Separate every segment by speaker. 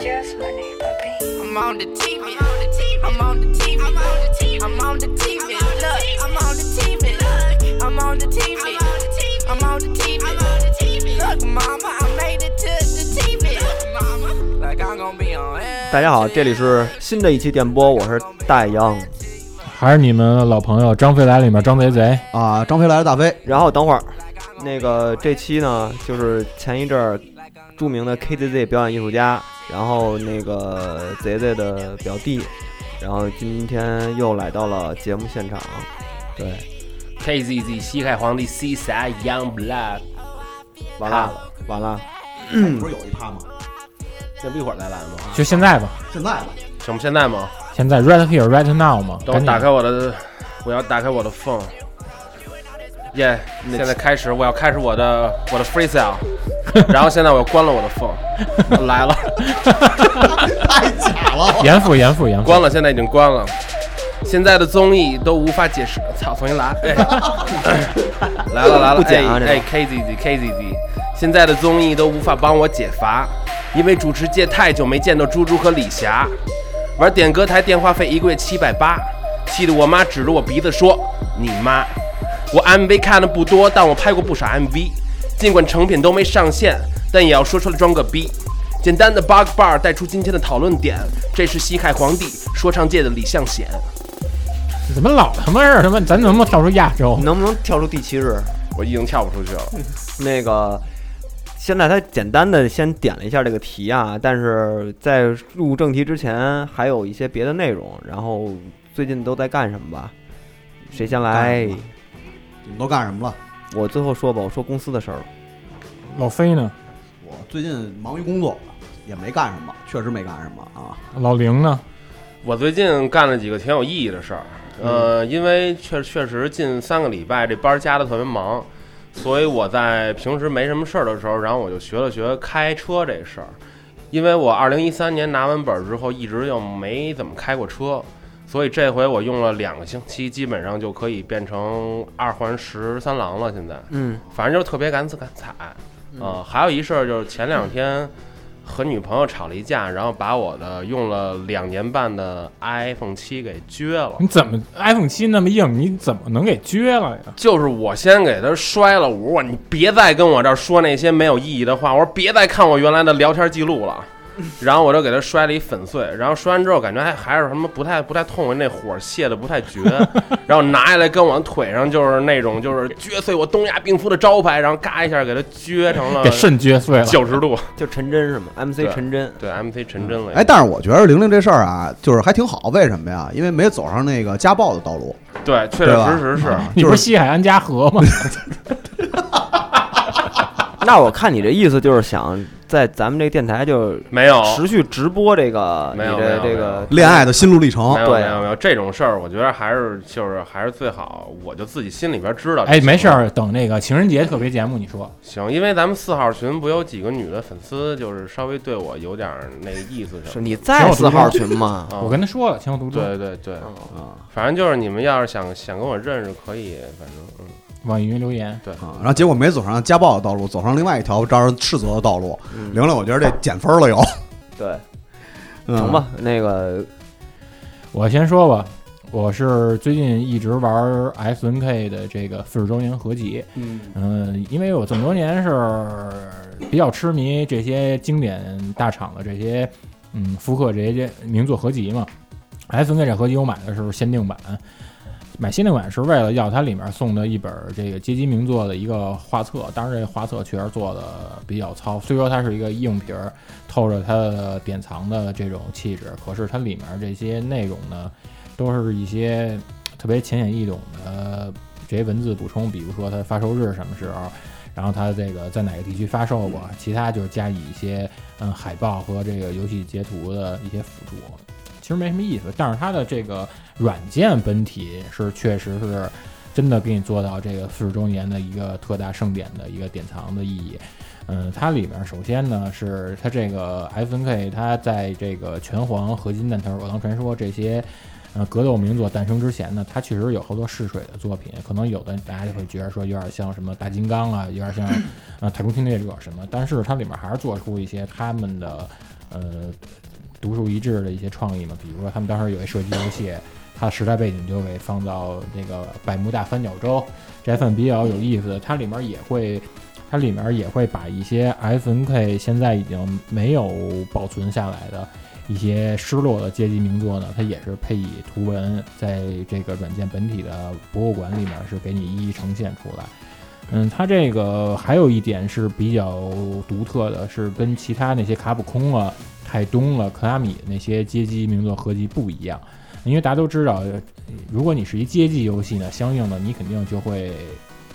Speaker 1: Just my name, baby.
Speaker 2: I'm on the TV. I'm on the TV. I'm on the TV. I'm on the TV. Look, I'm on the TV. I'm on the TV. I'm on the TV. Look, mama, I made it to the TV. Like I'm gonna be on.
Speaker 3: 大家好，这里是新的一期电波，我是大洋。
Speaker 4: 还是你们老朋友张飞来里面张贼贼，
Speaker 5: 啊，张飞来了，大飞，
Speaker 3: 然后等会儿，那个这期呢，就是前一阵儿著名的 KZZ 表演艺术家，然后那个贼贼的表弟，然后今天又来到了节目现场。对，
Speaker 6: KZZ 西海皇帝 C 啥 Young Blood，完
Speaker 3: 怕
Speaker 6: 了，
Speaker 3: 完了，
Speaker 5: 哎不是有一趴吗？
Speaker 6: 要不一会儿再来吗？
Speaker 4: 就现在吧，
Speaker 5: 现在吧，
Speaker 6: 什么现在吗？
Speaker 4: 现在 right here right now 嘛，
Speaker 6: 等我
Speaker 4: 赶紧
Speaker 6: 打 开我的，我要打开我的 phone。耶、
Speaker 3: 那
Speaker 6: 现在开始，我要开始我的我的 freestyle，然后现在我又关了我的 phone，来 了，
Speaker 5: 太假了，
Speaker 4: 严肃严肃严肃，
Speaker 6: 关了，现在已经关了。现在的综艺都无法解释，操，重 新来，哎、来了来了，
Speaker 3: 不讲啊这个
Speaker 6: 哎哎，KZZ KZZ，现在的综艺都无法帮我解乏，因为主持界太久没见到猪猪和李霞，玩点歌台电话费一个月七百八，气得我妈指着我鼻子说：“你妈！”我 MV 看的不多，但我拍过不少 MV，尽管成品都没上线，但也要说出来装个逼。简单的 bug bar 带出今天的讨论点，这是西海皇帝说唱界的李向显。
Speaker 4: 怎么老他妈是他妈，咱能不能跳出亚洲？
Speaker 3: 能不能跳出第七日？
Speaker 6: 我已经跳不出去了。
Speaker 3: 那个，现在他简单的先点了一下这个题啊，但是在入正题之前还有一些别的内容。然后最近都在干什么吧？谁先来
Speaker 5: 干什？么你们都干什么了？
Speaker 3: 我最后说吧，我说公司的事儿。
Speaker 4: 老飞呢？
Speaker 5: 我最近忙于工作，也没干什么，确实没干什么啊。
Speaker 4: 老林呢？
Speaker 6: 我最近干了几个挺有意义的事儿，呃，因为确确实近三个礼拜这班儿加的特别忙，所以我在平时没什么事儿的时候，然后我就学了学开车这事儿，因为我二零一三年拿完本儿之后，一直又没怎么开过车，所以这回我用了两个星期，基本上就可以变成二环十三郎了。现在，
Speaker 3: 嗯，
Speaker 6: 反正就是特别敢敢踩。呃，还有一事儿就是前两天和女朋友吵了一架，然后把我的用了两年半的 iPhone 七给撅了。
Speaker 4: 你怎么 iPhone 七那么硬，你怎么能给撅了呀？
Speaker 6: 就是我先给他摔了，我说你别再跟我这儿说那些没有意义的话，我说别再看我原来的聊天记录了。然后我就给他摔了一粉碎，然后摔完之后感觉还还是什么不太不太痛，那火泄的不太绝， 然后拿下来跟我腿上就是那种就是撅碎我东亚病夫的招牌，然后嘎一下给它撅成了
Speaker 4: 给肾撅碎了。
Speaker 6: 九十度，
Speaker 3: 就陈真是吗？MC
Speaker 6: 对
Speaker 3: 陈真，
Speaker 6: 对 MC 陈真了。
Speaker 5: 哎，但是我觉得玲玲这事儿啊，就是还挺好，为什么呀？因为没走上那个家暴的道路，
Speaker 6: 对，确
Speaker 5: 对吧？
Speaker 6: 确实实是。
Speaker 5: 啊
Speaker 4: 你
Speaker 5: 就
Speaker 4: 不是
Speaker 5: 是
Speaker 4: 西海岸家河吗？
Speaker 3: 那我看你这意思就是想在咱们这个电台就
Speaker 6: 没有，
Speaker 3: 持续直播这个你
Speaker 6: 哦没有没
Speaker 3: 这
Speaker 6: 有
Speaker 3: 这
Speaker 6: 没
Speaker 3: 个
Speaker 6: 有
Speaker 5: 恋爱的心路历程
Speaker 6: 没，有
Speaker 3: 对
Speaker 6: 没有
Speaker 4: 啊
Speaker 6: 没有这种事儿，我觉得还是就是还是最好，我就自己心里边知道。
Speaker 4: 哎，没事，儿，等那个情人节特别节目你说。
Speaker 6: 行，因为咱们四号群不有几个女的粉丝，就是稍微对我有点儿那个意思什
Speaker 3: 是
Speaker 6: 么
Speaker 3: 你在四号群 吗？
Speaker 6: 的。啊
Speaker 4: 我跟他说了，情有独钟。
Speaker 6: 对对对，
Speaker 3: 哦
Speaker 5: 啊
Speaker 6: 反正就是你们要是想想跟我认识，可以，反正嗯，
Speaker 4: 网易云留言，
Speaker 5: 啊，然后结果没走上家暴的道路，走上另外一条招人斥责的道路。
Speaker 3: 嗯
Speaker 5: 玲玲，我觉得这减分了又，
Speaker 3: 对，
Speaker 5: 嗯
Speaker 3: 成？吧，那个
Speaker 4: 我先说吧。我是最近一直玩 S N K 的这个四十周年合集，
Speaker 3: 嗯
Speaker 4: 嗯，因为我这么多年是比较痴迷这些经典大厂的这些，嗯，复刻这些名作合集嘛。S N K 这合集我买的时候限定版，买限定版是为了要它里面送的一本这个街机名作的一个画册，当然这画册确实做的比较糙，虽说它是一个硬皮儿，透着它的典藏的这种气质，可是它里面这些内容呢，都是一些特别浅显易懂的这些文字补充，比如说它发售日什么时候，然后它这个在哪个地区发售过，其他就是加以一些嗯海报和这个游戏截图的一些辅助，其实没什么意思。但是它的这个软件本体是确实是真的给你做到这个四十周年的一个特大盛典的一个典藏的意义。嗯，它里面首先呢是它这个 F N K，它在这个拳皇、合金弹头、饿狼传说这些。呃，格斗名作诞生之前呢，它确实有好多试水的作品，可能有的大家就会觉得说有点像什么大金刚啊，有点像呃太空侵略者什么，但是它里面还是做出一些他们的呃独树一帜的一些创意嘛，比如说他们当时有一射击游戏，它的时代背景就给放到这个百慕大三角洲，这还算比较有意思的，它里面也会。它里面也会把一些 F N K 现在已经没有保存下来的一些失落的阶级名作呢，它也是配以图文，在这个软件本体的博物馆里面是给你一一呈现出来。嗯，它这个还有一点是比较独特的，是跟其他那些卡普空啊、泰东啊、克拉米那些街机名作合集不一样，因为大家都知道，呃如果你是一街机游戏呢，相应的你肯定就会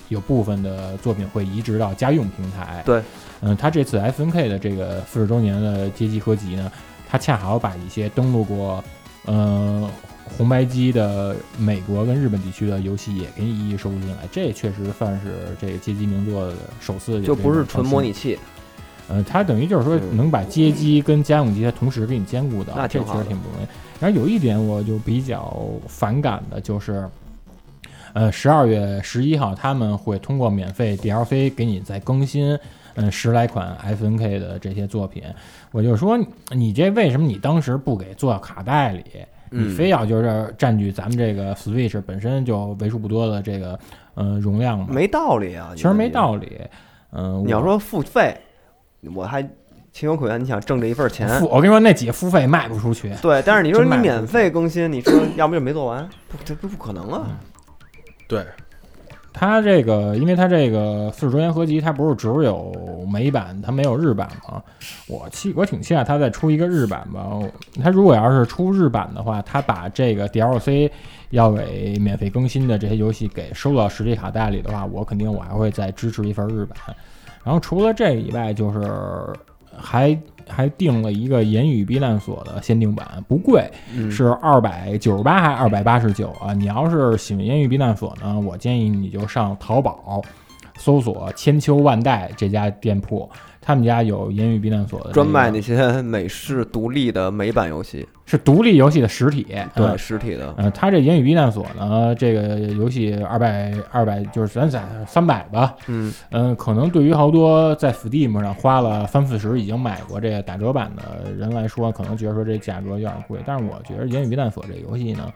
Speaker 4: 有部分的作品会移植到家用平台。
Speaker 3: 对，
Speaker 4: 嗯，它这次 F N K 的这个四十周年的街机合集呢，它恰好把一些登录过，嗯、红白机的美国跟日本地区的游戏也给你一一收录进来，这确实算是这个街机名作的首次有这
Speaker 3: 就
Speaker 4: 种创新，
Speaker 3: 不是纯模拟器，
Speaker 4: 呃，它等于就是说
Speaker 3: 嗯
Speaker 4: 能把街机跟家用机它同时给你兼顾到，
Speaker 3: 那
Speaker 4: 这
Speaker 3: 挺
Speaker 4: 其
Speaker 3: 好
Speaker 4: 实
Speaker 3: 的
Speaker 4: 挺不容易。然后有一点我就比较反感的就是，呃，十二月十一号他们会通过免费 DLC 给你再更新。嗯，十来款 FNK 的这些作品，我就说你你这为什么你当时不给做到卡带里？你
Speaker 3: 嗯
Speaker 4: 非要就是占据咱们这个 Switch 本身就为数不多的这个呃容量嘛？
Speaker 3: 没道理啊。
Speaker 4: 其实没
Speaker 3: 理。
Speaker 4: 道理。嗯、
Speaker 3: 你要
Speaker 4: 我
Speaker 3: 说付费，我还情有可原，你想挣这一份钱，
Speaker 4: 付，我跟你说那几个付费卖不出去。
Speaker 3: 对，但是你说
Speaker 4: 真
Speaker 3: 你
Speaker 4: 卖不
Speaker 3: 免
Speaker 4: 出去
Speaker 3: 费更新，你说要不就没做完，不，这不不可能啊！
Speaker 6: 对，
Speaker 4: 它这个，因为它这个四十周年合集，它不是只有美版，它没有日版吗？我期我挺期待它再出一个日版吧。我它如果要是出日版的话，它把这个 DLC 要给免费更新的这些游戏给收到实体卡带里的话，我肯定我还会再支持一份日版。然后除了这以外，就是还还定了一个言语避难所的限定版，不贵，
Speaker 3: 嗯
Speaker 4: 是二百九十八还是二百八十九啊？你要是喜欢言语避难所呢，我建议你就上淘宝搜索“千秋万代”这家店铺，他们家有言语避难所的这个
Speaker 3: 专卖那些美式独立的美版游戏，
Speaker 4: 是独立游戏的实体，
Speaker 3: 对、
Speaker 4: 嗯
Speaker 3: 实体的，
Speaker 4: 呃，它这言语避难所呢，这个游戏二百二百就是咱咱三百吧，
Speaker 3: 嗯，
Speaker 4: 嗯，可能对于好多在 Steam 上花了三四十已经买过这个打折版的人来说，可能觉得说这价格有点贵，但是我觉得《言语避难所》这游戏呢，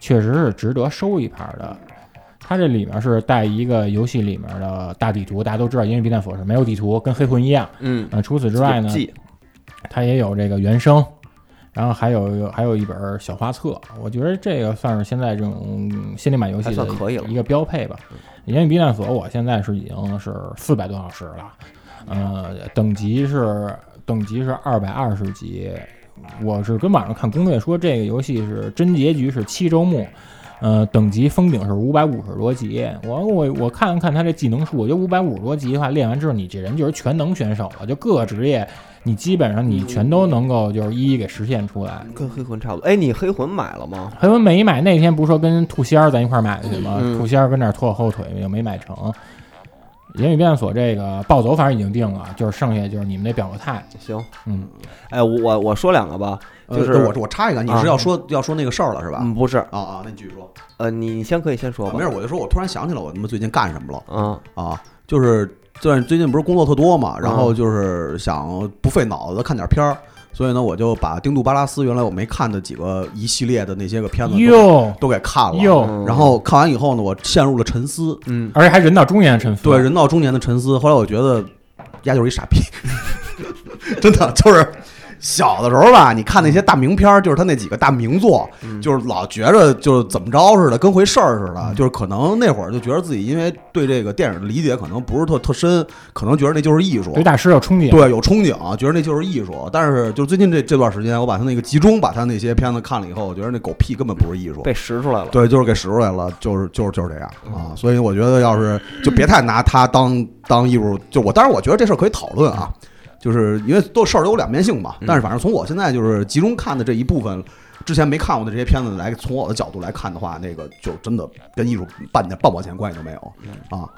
Speaker 4: 确实是值得收一盘的。它这里面是带一个游戏里面的大地图，大家都知道《言语避难所》是没有地图，跟黑魂一样。
Speaker 3: 嗯，
Speaker 4: 呃，除此之外呢，
Speaker 3: 记
Speaker 4: 它也有这个原声，然后还有还有一本小画册。我觉得这个算是现在这种嗯限定版游戏
Speaker 3: 还
Speaker 4: 的
Speaker 3: 算可以了嗯
Speaker 4: 一个标配吧。言语避难所，我现在是已经是四百多小时了，呃，等级是等级是二百二十级。我是跟网上看攻略说，这个游戏是真结局是七周目，呃，等级封顶是五百五十多级。我我我看了看他这技能数，我觉得五百五十多级的话，练完之后你这人就是全能选手了，就各个职业你基本上你全都能够就是一一给实现出来。
Speaker 3: 跟黑魂差不多。哎，你黑魂买了吗？
Speaker 4: 黑文没买，那天不是说跟兔仙儿咱一块儿买的去吗？
Speaker 3: 嗯
Speaker 4: 兔仙儿跟那儿拖我后腿，又没买成。言语变所这个暴走反正已经定了，就是剩下就是你们得表个态。
Speaker 3: 行，
Speaker 4: 嗯，
Speaker 3: 哎，我我我说两个吧，
Speaker 5: 呃
Speaker 3: 就是、
Speaker 5: 我我插一个，你
Speaker 3: 啊
Speaker 5: 是要说要说那个事儿了是吧？
Speaker 3: 嗯，不是，
Speaker 5: 啊啊，那你继续说。
Speaker 3: 呃，你你先可以先说
Speaker 5: 啊
Speaker 3: 吧
Speaker 5: 没事，，我就说我突然想起来我他妈最近干什么了
Speaker 3: 嗯，
Speaker 5: 啊，就是最最近不是工作特多嘛，然
Speaker 4: 嗯
Speaker 5: 后就是想不费脑子看点片儿，所以呢，我就把《丁度巴拉斯》原来我没看的几个一系列的那些个片子都给
Speaker 4: 哟
Speaker 5: 都给看了，
Speaker 4: 哟，
Speaker 3: 嗯
Speaker 5: 然后看完以后呢，我陷入了沉思，
Speaker 3: 嗯，
Speaker 4: 而且还人到中年沉浮。
Speaker 5: 对人到中年的沉思。后来我觉得，丫就是一傻逼，真的就是小的时候吧，你看那些大名片儿，就是他那几个大名作，就是老觉着就是怎么着似的，跟回事儿似的。就是可能那会儿就觉得自己因为对这个电影的理解可能不是特特深，可能觉得那就是艺术。
Speaker 4: 对大师有憧憬。
Speaker 5: 对，有憧憬，啊觉得那就是艺术。但是就是最近这这段时间，我把他那个集中把他那些片子看了以后，我觉得那狗屁根本不是艺术。
Speaker 3: 被拾出来了，
Speaker 5: 对，就是给拾出来了，就是就是就是这样啊。所以我觉得，要是就别太拿它当当艺术，就我当然我觉得这事儿可以讨论啊，就是因为都事儿都有两面性嘛。但是反正从我现在就是集中看的这一部分之前没看过的这些片子来，从我的角度来看的话，那个就真的跟艺术半点半毛钱关系都没有啊。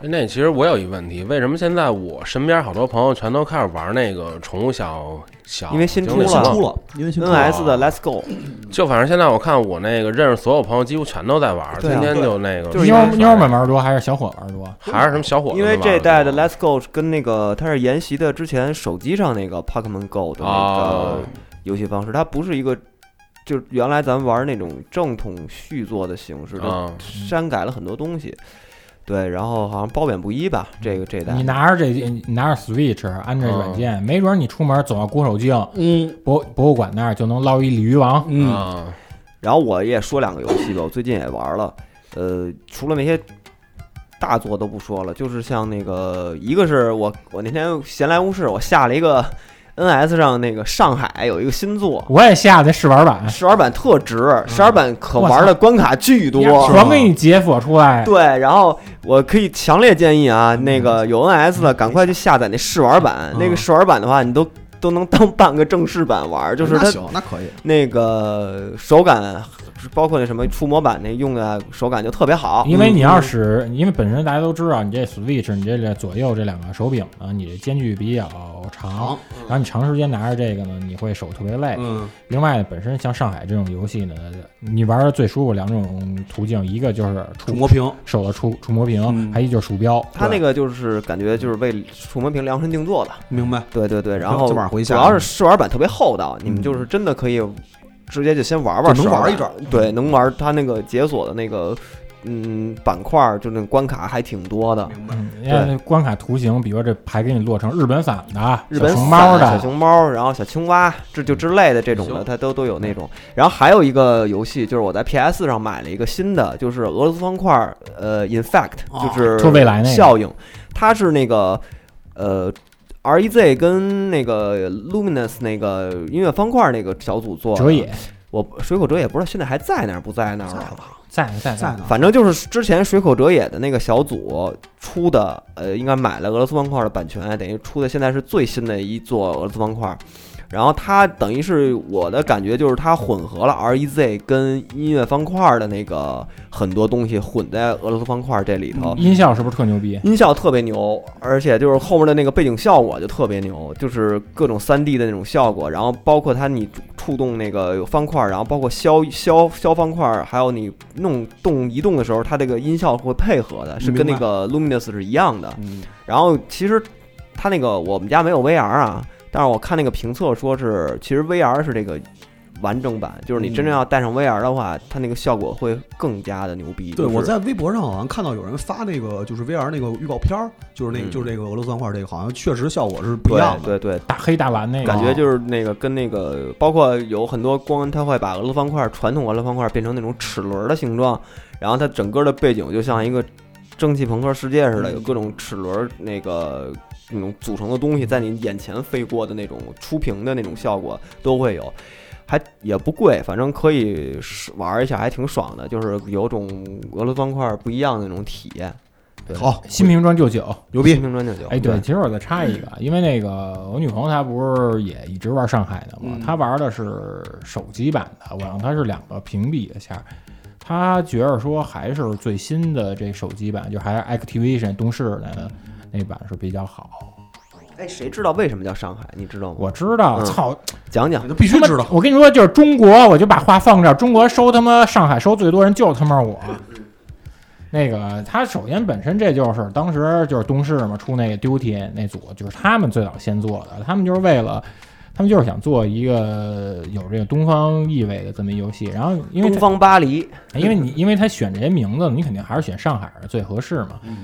Speaker 6: 那其实我有一问题，为什么现在我身边好多朋友全都开始玩那个宠物小小？
Speaker 3: 因为新出
Speaker 5: 因为
Speaker 3: 了
Speaker 5: 新
Speaker 6: 小
Speaker 5: 出了，因为
Speaker 3: 嗯
Speaker 5: 新出了，
Speaker 3: NS 的 Let's Go，
Speaker 6: 就反正现在我看我那个认识所有朋友几乎全都在玩，
Speaker 5: 对啊
Speaker 6: 天天就那个
Speaker 3: 就是
Speaker 4: 妞
Speaker 3: 因为
Speaker 4: 儿妞儿们玩儿多还是小伙玩儿多？
Speaker 6: 还是什么小伙子们
Speaker 3: 因
Speaker 6: 玩
Speaker 3: 为
Speaker 6: 的
Speaker 3: 这代的 Let's Go 是跟那个它是沿袭的之前手机上那个 Pokemon Go 的那
Speaker 6: 哦
Speaker 3: 个游戏方式，它不是一个就是原来咱们玩那种正统续作的形式，它
Speaker 6: 啊，
Speaker 3: 删改了很多东西。对，然后好像褒贬不一吧，这个这代
Speaker 4: 你拿着这，你拿着 Switch 安这软件，没准你出门走到鼓手径
Speaker 5: 嗯
Speaker 4: 博博物馆那儿就能捞一鲤鱼王。
Speaker 5: 嗯
Speaker 6: 啊
Speaker 3: 然后我也说两个游戏吧，我最近也玩了，呃，除了那些大作都不说了，就是像那个，一个是我我那天闲来无事，我下了一个 NS 上那个上海有一个新作。
Speaker 4: 我也下的试玩版，
Speaker 5: 哎
Speaker 3: 试玩版特值，试玩版可玩的关卡巨多，
Speaker 4: 全给你解锁出来。
Speaker 3: 对，然后我可以强烈建议
Speaker 5: 嗯
Speaker 3: 啊，那个有 NS 的赶快去下载那试玩版，那个试玩版的话，你都都能当半个正式版玩，就是
Speaker 5: 那
Speaker 3: 它
Speaker 5: 行，那可以，
Speaker 3: 那个手感，包括那什么触摸板那用的手感就特别好。
Speaker 4: 因为你要使，因为本身大家都知道，你这 Switch，你这个左右这两个手柄呢，你这间距比较长，然后你长时间拿着这个呢，你会手特别
Speaker 5: 哎
Speaker 4: 累。
Speaker 6: 嗯
Speaker 4: 另外，本身像上海这种游戏呢，你玩的最舒服两种途径，一个就是触
Speaker 5: 触摸屏，
Speaker 4: 手的触触摸
Speaker 5: 嗯
Speaker 4: 屏，还一就是鼠标。
Speaker 3: 它那个就是感觉就是为触摸屏量身定做的，
Speaker 5: 明白？
Speaker 3: 对对对。然后
Speaker 5: 今晚回
Speaker 3: 主
Speaker 5: 家
Speaker 3: 要是试玩版特别厚道，你们
Speaker 5: 嗯
Speaker 3: 就是真的可以直接就先玩
Speaker 5: 就
Speaker 3: 玩，
Speaker 5: 能玩一嗯阵
Speaker 3: 阵
Speaker 5: 儿，，
Speaker 3: 对，能玩它那个解锁的那个嗯板块儿，就那个关卡还挺多的。
Speaker 5: 明白？
Speaker 4: 嗯，人家那关卡图形，比如说这牌给你落成日本伞的、
Speaker 3: 日本
Speaker 4: 小熊
Speaker 3: 伞
Speaker 4: 猫
Speaker 3: 小
Speaker 4: 的，
Speaker 3: 熊猫，然后小青蛙，这就之类的这种的，
Speaker 6: 行
Speaker 3: 它都都有那种。
Speaker 5: 嗯
Speaker 3: 然后还有一个游戏，就是我在 PS 上买了一个新的，就是俄罗斯方块，呃，Infect，
Speaker 5: 哦
Speaker 3: 就是
Speaker 4: 说未来那个
Speaker 3: 效应，它是那个呃 REZ 跟那个 Luminous 那个音乐方块那个小组做的
Speaker 4: 哲野，
Speaker 3: 我水口哲也不知道现在还在那儿不在那儿了。
Speaker 4: 在在
Speaker 5: 在呢，
Speaker 3: 反正就是之前水口哲也的那个小组出的，呃，应该买了俄罗斯方块的版权，等于出的现在是最新的一座俄罗斯方块。然后它等于是我的感觉就是它混合了 REZ 跟音乐方块的那个很多东西混在俄罗斯方块这里头，
Speaker 4: 哦音效是不是特牛逼？
Speaker 3: 音效特别牛，而且就是后面的那个背景效果就特别牛，就是各种3 D 的那种效果，然后包括它你触动那个有方块，然后包括消消消方块，还有你弄动移动的时候，它这个音效会配合的，是跟那个 Luminous 是一样的。
Speaker 5: 嗯，
Speaker 3: 然后其实它那个我们家没有 VR 啊，但是我看那个评测说是，其实 VR 是这个完整版，就是你真正
Speaker 5: 嗯
Speaker 3: 要带上 VR 的话，它那个效果会更加的牛逼。
Speaker 5: 对，
Speaker 3: 就是
Speaker 5: 我在微博上好像看到有人发那个就是 VR 那个预告片儿，就是那
Speaker 6: 嗯
Speaker 5: 个就是这个俄罗斯方块这个，好像确实效果是不一
Speaker 3: 对
Speaker 5: 样
Speaker 3: 对
Speaker 5: 的。
Speaker 3: 对
Speaker 4: 大黑大蓝那个，
Speaker 3: 感觉就是那个跟那个，包括有很多光，它会把俄罗斯方块传统俄罗斯方块变成那种齿轮的形状，然后它整个的背景就像一个蒸汽朋克世界
Speaker 4: 嗯
Speaker 3: 似的，有各种齿轮那个那种组成的东西在你眼前飞过的那种出屏的那种效果都会有。还也不贵，反正可以试玩一下，还挺爽的，就是有种俄罗斯方块不一样的那种体验。对
Speaker 5: 好，
Speaker 4: 新瓶装旧酒。
Speaker 5: 牛
Speaker 3: 新
Speaker 5: 逼，
Speaker 3: 瓶装就有。
Speaker 4: 哎，对，，其实我再插一
Speaker 3: 嗯
Speaker 4: 个，因为那个我女朋友她不是也一直玩上海的嘛，
Speaker 5: 嗯
Speaker 4: 她玩的是手机版的，我让她是两个屏蔽一下，她觉着说还是最新的这手机版，就还是 Activision 东市的那版是比较好。
Speaker 3: 哎，谁知道为什么叫上海？你知道吗？
Speaker 4: 我知道，
Speaker 3: 嗯
Speaker 4: 操，
Speaker 3: 讲讲
Speaker 5: 你。就必须知道。
Speaker 4: 我跟你说，就是中国，我就把话放这儿，中国收他妈上海收最多人就他妈我。那个，他首先本身这就是当时就是东市嘛，出那个 Duty 那组，就是他们最早先做的，他们就是为了。他们就是想做一个有这个东方意味的这么一游戏，然后因为
Speaker 3: 东
Speaker 4: 它
Speaker 3: 方巴黎，
Speaker 4: 因为你因为他选这些名字，你肯定还是选上海的最合适嘛。
Speaker 3: 嗯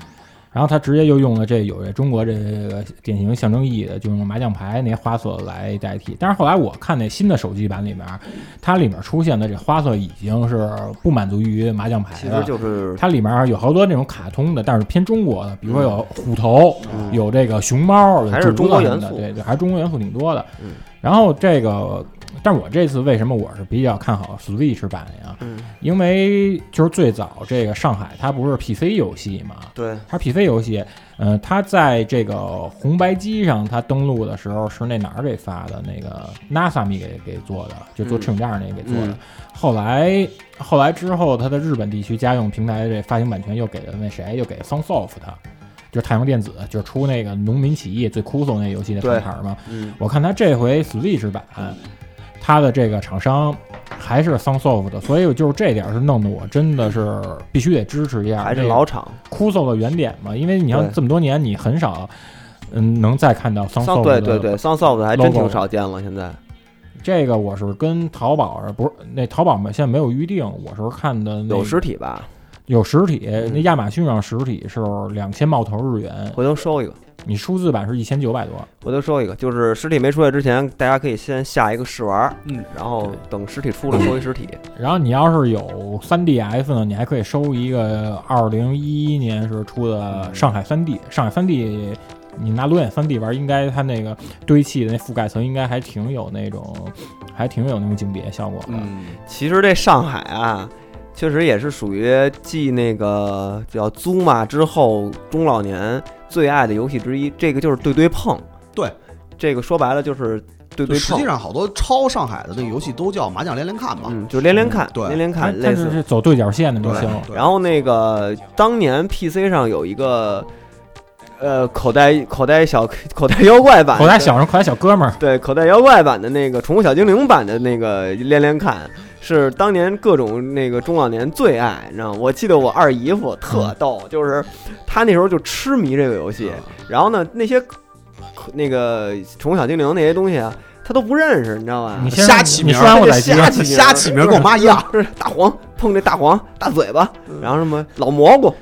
Speaker 4: 然后他直接就用了这有这中国这个呃典型象征意义的，就用麻将牌那些花色来代替。但是后来我看那新的手机版里面，它里面出现的这花色已经是不满足于麻将牌
Speaker 3: 其
Speaker 4: 了
Speaker 3: 实。就是
Speaker 4: 它里面有好多那种卡通的，但是偏中国的，比如说有虎头，
Speaker 3: 嗯
Speaker 4: 有这个熊猫，有
Speaker 3: 还是
Speaker 4: 竹
Speaker 3: 中
Speaker 4: 子
Speaker 3: 国
Speaker 4: 什么
Speaker 3: 元
Speaker 4: 的
Speaker 3: 素
Speaker 4: 对对，还是中国元素挺多的。
Speaker 3: 嗯
Speaker 4: 然后这个但是我这次为什么我是比较看好 Switch 版呀？
Speaker 3: 嗯，
Speaker 4: 因为就是最早这个上海它不是 PC 游戏嘛，
Speaker 3: 对，
Speaker 4: 它是 PC 游戏，呃，它在这个红白机上，它登录的时候是那哪儿给发的？那个 NASA 米给给做的，就做
Speaker 3: 嗯
Speaker 4: 赤影架那个给做的。
Speaker 3: 嗯
Speaker 4: 后来后来之后，它的日本地区家用平台这发行版权又给了那谁，又给 Sunsoft，就是太阳电子，就是出那个农民起义最枯燥那游戏的
Speaker 3: 对
Speaker 4: 厂牌嘛。
Speaker 3: 嗯
Speaker 4: 我看它这回 Switch 版，它的这个厂商还是 Sunsoft，所以就是这点儿是弄得我真的是必须得支持一下。
Speaker 3: 还是
Speaker 4: 这个
Speaker 3: 老厂，
Speaker 4: 枯燥的原点嘛，因为你像
Speaker 3: 对
Speaker 4: 这么多年，你很少，嗯，能再看到桑
Speaker 3: 桑
Speaker 4: 寿
Speaker 3: 对对对，桑 soft 还真
Speaker 4: logo
Speaker 3: 挺少见了，现在
Speaker 4: 这个我是跟淘宝不是那淘宝嘛，现在没有预定，我是看的那
Speaker 3: 有实体嗯吧？
Speaker 4: 有实体，那亚马逊上实体是两千冒头日元，
Speaker 3: 回头收一个，
Speaker 4: 你数字版是一千九百多，
Speaker 3: 回头收一个。就是实体没出来之前，大家可以先下一个试玩儿，
Speaker 5: 嗯，
Speaker 3: 然后等实体出了收一实体。啊
Speaker 4: 然后你要是有 3DS 呢，你还可以收一个二零一一年时候出的上海 3D，上海 3D。你拿裸眼 3D 玩，应该它那个堆砌的那覆盖层应该还挺有那种，还挺有那种景别效果的。
Speaker 5: 嗯，
Speaker 3: 其实这上海啊，确实也是属于继那个叫租嘛之后，中老年最爱的游戏之一。这个就是对对碰，
Speaker 5: 对，
Speaker 3: 这个说白了就是对对
Speaker 5: 实际
Speaker 3: 碰，
Speaker 5: 上好多超上海的那个游戏都叫麻将连连看嘛，
Speaker 3: 嗯，就连连看，
Speaker 5: 对
Speaker 3: 连连
Speaker 4: 它
Speaker 3: 看，
Speaker 4: 它
Speaker 3: 类
Speaker 4: 是
Speaker 3: 似。
Speaker 4: 是走对角线的就行。
Speaker 5: 对
Speaker 3: 然后那个当年 PC 上有一个，呃，口袋口袋小口袋妖怪版，
Speaker 4: 口袋小人，口袋小哥们儿，
Speaker 3: 对口袋妖怪版的那个宠物小精灵版的那个连连看，是当年各种那个中老年最爱，你知道吗？我记得我二姨夫特逗，
Speaker 5: 嗯
Speaker 3: 就是他那时候就痴迷这个游戏，然后呢那些那个宠物小精灵那些东西啊，他都不认识，你知道吧？
Speaker 4: 你先
Speaker 5: 瞎起
Speaker 4: 你
Speaker 5: 名儿
Speaker 4: 说完我再接。
Speaker 5: 瞎
Speaker 3: 起
Speaker 5: 起
Speaker 3: 名
Speaker 5: 瞎起名儿跟我妈一样，嗯
Speaker 3: 不是大黄碰这大黄大嘴巴，然后什么老蘑菇，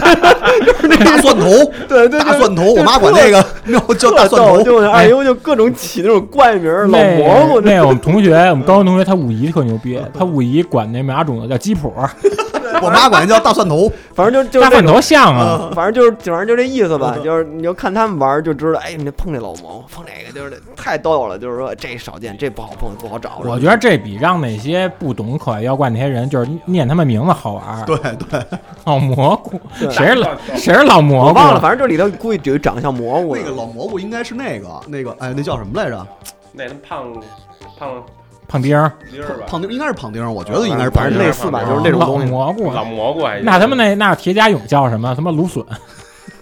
Speaker 5: 大蒜头，
Speaker 3: 对对
Speaker 5: 大
Speaker 3: 对，
Speaker 5: 蒜头，我妈管那个庙 叫大
Speaker 3: 特
Speaker 5: 蒜
Speaker 3: 逗，
Speaker 5: 头，哎
Speaker 3: 就是二姨夫就各种起那种怪名儿，老
Speaker 4: 那
Speaker 3: 蘑菇
Speaker 4: 那我们同学，我们高中同学，他五姨特牛逼，
Speaker 5: 嗯
Speaker 4: 他五姨管那马种子叫鸡谱，
Speaker 5: 我妈管那叫大蒜头，
Speaker 3: 反正就就是
Speaker 4: 大
Speaker 3: 那
Speaker 4: 蒜
Speaker 3: 种。
Speaker 4: 头像
Speaker 5: 嗯
Speaker 4: 啊，
Speaker 3: 反正就是，反正就这意思吧。就是你就看他们玩儿就知道，哎，你这碰这老蘑菇，碰这个就是太逗了。就是说这少见，这不好碰，不好找。
Speaker 4: 我觉得这比让那些不懂口袋妖怪那些人就是念他们名字好玩。
Speaker 5: 对 对，
Speaker 4: 老蘑菇，谁是老谁是老蘑
Speaker 3: 我
Speaker 4: 菇？啊
Speaker 3: 忘了，反正就里头估计有一长得像蘑菇的
Speaker 5: 那个老蘑菇应该是那个那个哎，那叫什么来着？
Speaker 6: 那他胖胖
Speaker 4: 胖丁儿，
Speaker 6: 丁儿吧，
Speaker 5: 胖丁应该是胖丁，我觉得应该是
Speaker 3: 哦
Speaker 5: 胖
Speaker 3: 反
Speaker 5: 丁
Speaker 3: 正类似吧，
Speaker 6: 啊
Speaker 3: 就是那种
Speaker 4: 老
Speaker 3: 东西。
Speaker 4: 蘑菇。啊
Speaker 6: 老蘑菇还是
Speaker 4: 那他们那那铁甲勇叫什么？什么芦笋？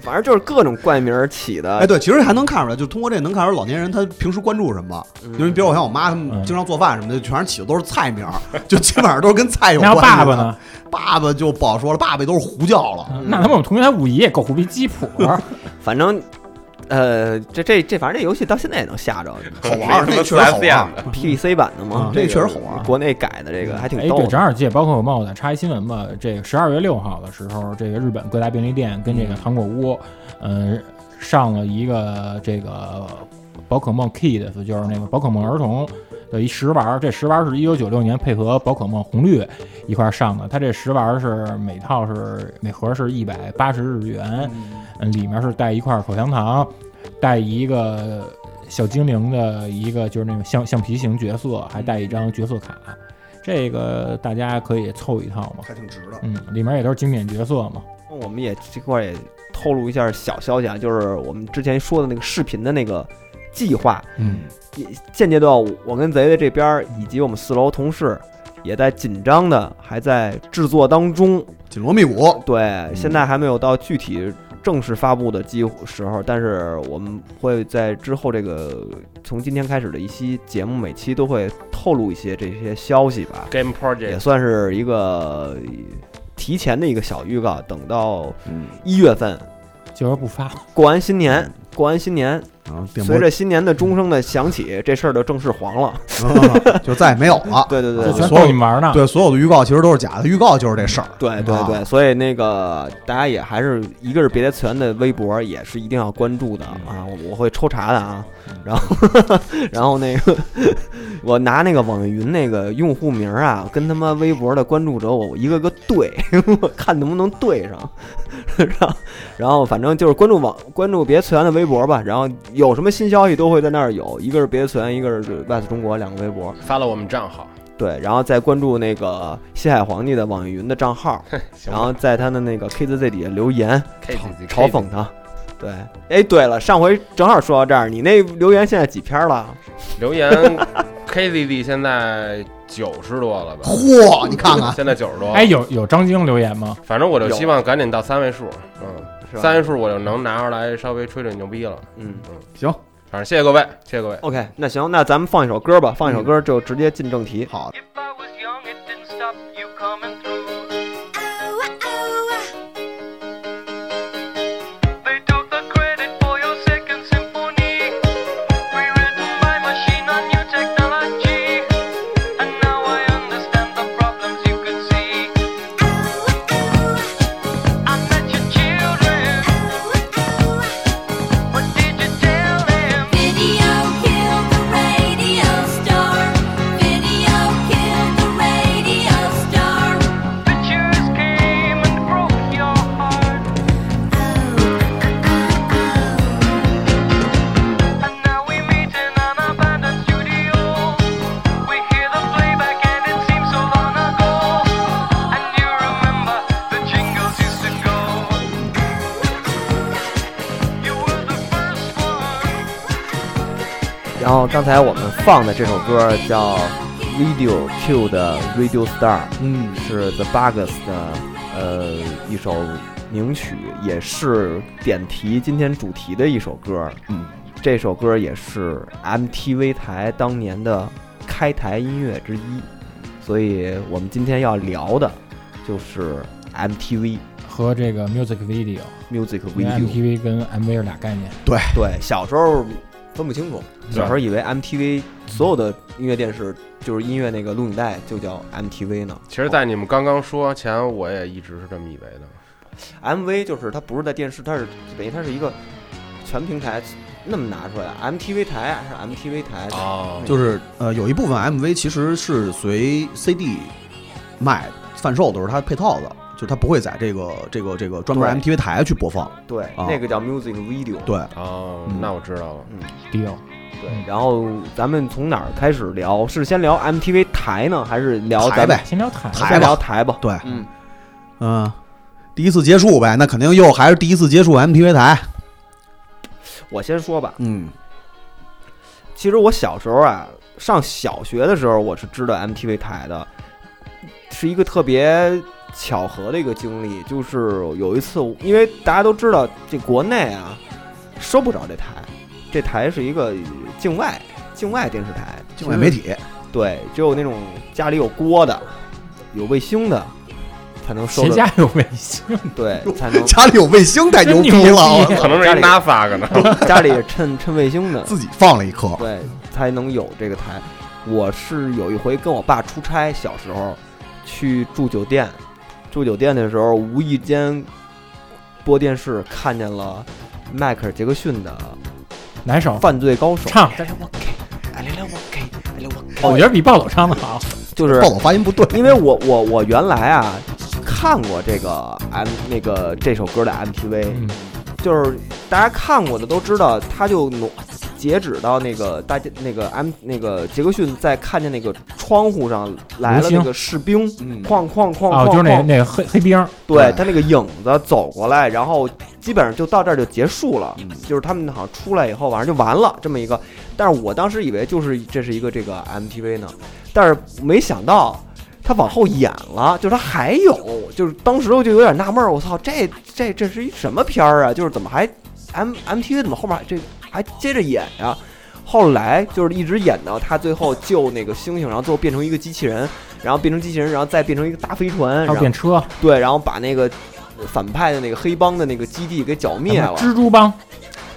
Speaker 3: 反正就是各种怪名儿起的。
Speaker 5: 哎，对，其实还能看出来，就通过这能看出老年人他平时关注什么。因为比如我像我妈他们
Speaker 4: 嗯
Speaker 5: 经常做饭什么的，全是起的都是菜名儿，就基本上都是跟菜有
Speaker 4: 那
Speaker 5: 关
Speaker 4: 要爸
Speaker 5: 的。
Speaker 4: 爸
Speaker 3: 嗯
Speaker 4: 呢？嗯
Speaker 5: 爸爸就不好说了，爸爸都是胡叫了。嗯
Speaker 4: 那他们我们同学他五姨也够胡逼鸡谱，
Speaker 3: 反正，呃，这这这，反正这游戏到现在也能下着。
Speaker 5: 好玩儿
Speaker 6: 没
Speaker 5: 那
Speaker 6: 什
Speaker 5: 确
Speaker 6: 么
Speaker 5: 实好
Speaker 6: 4S 店
Speaker 5: 玩
Speaker 6: 的，
Speaker 3: PC 版的嘛
Speaker 5: 啊，
Speaker 3: 这个
Speaker 5: 这确实好玩儿
Speaker 3: 国内改的这个还挺
Speaker 4: 哎，
Speaker 3: 逗
Speaker 4: 对，正
Speaker 3: 的。
Speaker 4: 好借包括我冒的插一新闻吧。这个十二月六号的时候，这个日本各大便利店跟这个糖果屋，嗯、上了一个这个宝可梦 Kids，就是那个宝可梦儿童的一食玩儿。这食玩儿是一九九六年配合宝可梦红绿一块儿上的。它这食玩儿是每套是每盒是一百八十日元，嗯，里面是带一块口香糖，带一个小精灵的一个就是那种橡橡皮型角色，还带一张角色卡。这个大家可以凑一套嘛，
Speaker 5: 还挺值的。
Speaker 4: 嗯，里面也都是经典角色嘛。
Speaker 3: 我们也这块儿也透露一下小消息啊，就是我们之前说的那个视频的那个计划，
Speaker 4: 嗯，
Speaker 3: 也现阶段我跟贼贼这边儿以及我们四楼同事也在紧张的还在制作当中，
Speaker 5: 紧锣密鼓，
Speaker 3: 对，现在还没有到具体正式发布的机时候，但是我们会在之后这个从今天开始的一期节目，每期都会透露一些这些消息吧，
Speaker 6: Game
Speaker 3: 也
Speaker 6: Project
Speaker 3: 算是一个提前的一个小预告，等到
Speaker 5: 嗯，
Speaker 3: 一月份
Speaker 4: 就是不发了。
Speaker 3: 过完新年。过完新年，
Speaker 5: 然后电波
Speaker 3: 随着新年的钟声的响起，这事儿就正式黄了。
Speaker 5: 啊就再也没有 了。
Speaker 3: 对对对，
Speaker 4: 这
Speaker 5: 啊
Speaker 3: 对
Speaker 4: 全
Speaker 5: 所有
Speaker 4: 逗你们玩呢。
Speaker 5: 对，所有的预告其实都是假的，预告就是这事儿。
Speaker 3: 对对
Speaker 5: 啊
Speaker 3: 对，所以那个大家也还是一个是别的词源的微博也是一定要关注的啊，我我会抽查的啊。然后 然后那个我拿那个网易云那个用户名啊，跟他妈微博的关注者我一个个对， 我看能不能 对上。然后然后反正就是关注网关注别词源的微博吧，然后有什么新消息都会在那儿有，一个是别存，一个是 West 中国两个微博，
Speaker 6: 发了我们账号，
Speaker 3: 对，然后再关注那个西海皇帝的网易云的账号，
Speaker 6: 行
Speaker 3: 然
Speaker 6: 吧
Speaker 3: 后在他的那个 KZZ 底下留言
Speaker 6: K 姐姐
Speaker 3: 嘲讽他。对，哎，对了，上回正好说到这儿，你那留言现在几篇了？
Speaker 6: 留言 K Z Z 现在九十多了吧？
Speaker 5: 嚯，你看看，
Speaker 6: 现在九十多了，
Speaker 4: 哎，有有张晶留言吗？
Speaker 6: 反正我就
Speaker 3: 有
Speaker 6: 希望赶紧到三位数，嗯，
Speaker 3: 是吧
Speaker 6: 三位数我就能拿出来稍微吹吹牛逼了。
Speaker 3: 嗯
Speaker 5: 行，
Speaker 6: 反正谢谢各位，谢谢各位。
Speaker 3: ，OK，那行，那咱们放一首歌吧，放一
Speaker 6: 嗯
Speaker 3: 首歌就直接进正题。
Speaker 5: 好，
Speaker 7: If I was young, it didn't stop you coming through. They took the credit for your second symphony. Rewritten by machine on new technology. And now I understand the problems you could see. I met your children. What did you tell them?
Speaker 8: Video killed the radio star. Video killed the radio star.
Speaker 7: Pictures came and broke your heart.
Speaker 8: Oh,
Speaker 7: And now we meet in an abandoned studio. We hear the playback and it seems so long ago. And you remember the jingles used to go. You were the first one.
Speaker 3: 然后刚才我们放的这首歌叫 Radio Q 的 Radio Star，
Speaker 5: 嗯，
Speaker 3: 是 The Bugs 的呃一首名曲，也是点题今天主题的一首歌。
Speaker 5: 嗯，
Speaker 3: 这首歌也是 MTV 台当年的开台音乐之一，所以我们今天要聊的就是 MTV
Speaker 4: 和这个 music video、
Speaker 3: Music
Speaker 4: 因为
Speaker 3: Video。
Speaker 4: MTV 跟 MV 是俩概念。
Speaker 3: 对，小时候分不清楚，小时候以为 MTV 所有的音乐电视就是音乐那个录影带就叫 MTV 呢。
Speaker 6: 其实，在你们刚刚说前，我也一直是这么以为的。
Speaker 3: MV 就是它不是在电视，它是等于它是一个全平台那么拿出来，MTV 台还是 MTV 台
Speaker 6: 哦
Speaker 5: 就是呃，有一部分 MV 其实是随 CD 卖贩售的时候它配套的，就是它不会在这个这个这个专门
Speaker 3: 对
Speaker 5: MTV 台去播放。
Speaker 3: 对，
Speaker 5: 哦
Speaker 3: 那个叫 Music Video。
Speaker 5: 对，
Speaker 6: 哦
Speaker 5: 嗯，
Speaker 6: 那我知道了。
Speaker 4: deal 嗯
Speaker 3: 对，然后咱们从哪儿开始聊？是先聊 MTV 台呢，还是聊咱
Speaker 5: 台
Speaker 3: 们
Speaker 5: 呗，
Speaker 4: 先聊台
Speaker 5: 台
Speaker 3: 先
Speaker 5: 吧
Speaker 3: 聊台吧？
Speaker 5: 对，
Speaker 3: 嗯，
Speaker 5: 嗯，第一次接触呗，那肯定又还是第一次接触 MTV 台。
Speaker 3: 我先说吧。
Speaker 5: 嗯，
Speaker 3: 其实我小时候啊，上小学的时候我是知道 MTV 台的，是一个特别巧合的一个经历，就是有一次，因为大家都知道这国内啊收不着这台，这台是一个境外境外电视台，
Speaker 5: 境外媒体
Speaker 3: 对，只有那种家里有锅的、有卫星的才能收
Speaker 4: 谁
Speaker 3: 得
Speaker 4: 家有卫星？
Speaker 3: 对， 才能
Speaker 5: 家里有卫星太牛 逼
Speaker 4: 真牛
Speaker 5: 了，我
Speaker 4: 逼
Speaker 5: 操
Speaker 6: 可能是一 NASA 呢，
Speaker 3: 家里趁趁卫星的，
Speaker 5: 自己放了一颗。
Speaker 3: 对，才能有这个台。我是有一回跟我爸出差，小时候去住酒店，住酒店的时候无意间播电视看见了迈克尔·杰克逊的
Speaker 4: 哦哪首
Speaker 3: 《犯罪高手》，
Speaker 4: 唱？我觉得比暴走唱的好。
Speaker 3: 就是
Speaker 5: 暴走发音不对，
Speaker 3: 因为我我我原来啊看过这个 M 那个这首歌的 MTV，、
Speaker 4: 嗯，
Speaker 3: 就是大家看过的都知道，他就挪截止到那个大家那个 M 那个杰克逊在看见那个窗户上来了
Speaker 4: 流星
Speaker 3: 那个士兵，
Speaker 5: 嗯
Speaker 3: 哐哐哐
Speaker 4: 哦，
Speaker 3: 哐
Speaker 4: 就是那
Speaker 3: 哐，
Speaker 4: 那个黑黑兵儿，
Speaker 3: 对他那个影子走过来，然后基本上就到这儿就结束了，就是他们好像出来以后，晚上就完了这么一个。但是我当时以为就是这是一个这个 MTV 呢，但是没想到。他往后演了，就是他还有，就是当时我就有点纳闷儿，我操，这这这是一什么片儿啊？就是怎么还 M MTV 怎么后面还这还接着演呀、后来就是一直演到他最后救那个猩猩，然后最后变成一个机器人，然后变成机器人，然后再变成一个大飞船，
Speaker 4: 还
Speaker 3: 然
Speaker 4: 有
Speaker 3: 后
Speaker 4: 电车，
Speaker 3: 对，然后把那个反派的那个黑帮的那个基地给剿灭
Speaker 4: 什
Speaker 3: 了
Speaker 4: 么，蜘蛛帮，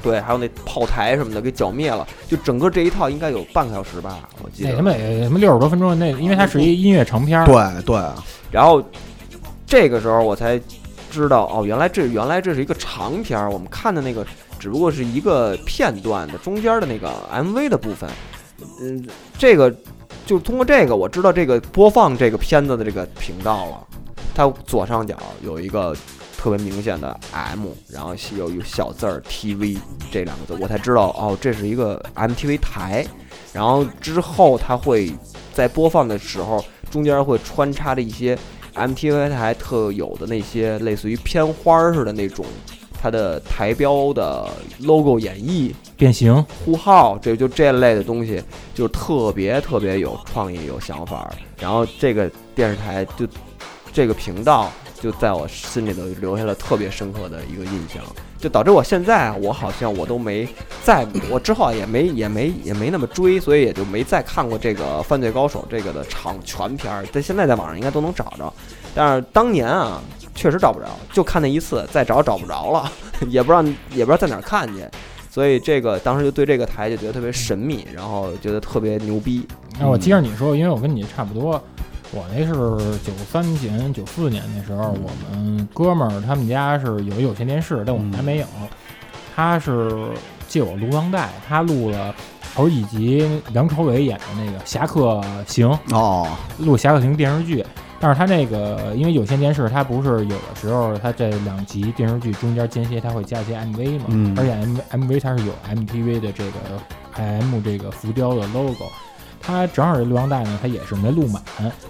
Speaker 3: 对，还有那炮台什么的给剿灭了，就整个这一套应该有半个小时吧，我记
Speaker 4: 那
Speaker 3: 得
Speaker 4: 他。妈也什么六十多分钟，那因为它是一音乐长片儿，
Speaker 5: 对对，
Speaker 3: 然后这个时候我才知道，哦，原来这原来这是一个长片儿，我们看的那个只不过是一个片段的中间的那个 MV 的部分。嗯，这个就通过这个我知道这个播放这个片子的这个频道了，它左上角有一个特别明显的 M，然后有有小字儿 TV 这两个字，我才知道哦，这是一个 MTV 台。然后之后它会在播放的时候，中间会穿插着一些 MTV 台特有的那些类似于片花儿似的那种，它的台标的 logo 演绎、
Speaker 4: 变形，
Speaker 3: 呼号，这就这类的东西，就特别特别有创意、有想法儿。然后这个电视台就这个频道就在我心里头留下了特别深刻的一个印象，就导致我现在啊我好像我都没再我之后啊也没也没也没那么追，所以也就没再看过这个《犯罪高手》这个的长全片儿，在现在在网上应该都能找着，但是当年啊。确实找不着，就看那一次，再找找不着了， 也不知道也不知道在哪儿看去，所以这个当时就对这个台就觉得特别神秘，然后觉得特别牛逼。
Speaker 4: 那我接着你说，因为我跟你差不多，我那是九三年、九四年那时候，
Speaker 3: 嗯
Speaker 4: 我们哥们儿他们家是有有线电视，但我们
Speaker 3: 嗯
Speaker 4: 还没有。他是借我录钢带，他录了头几集梁朝伟演的那个《侠客行》，
Speaker 5: 哦，
Speaker 4: 录《侠客行》电视剧。但是他那个，因为有线电视，它不是有的时候，它这两集电视剧中间间歇，它会加一些 MV 嘛，
Speaker 5: 嗯
Speaker 4: 而且 M MV 它是有 MTV 的这个 M 这个浮雕的 logo，它正好这录像带呢，它也是没录满，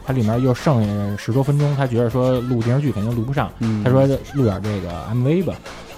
Speaker 4: 它里面又剩下十多分钟，他觉得说录电视剧肯定录不上，
Speaker 5: 嗯
Speaker 4: 他说录点这个 MV 吧，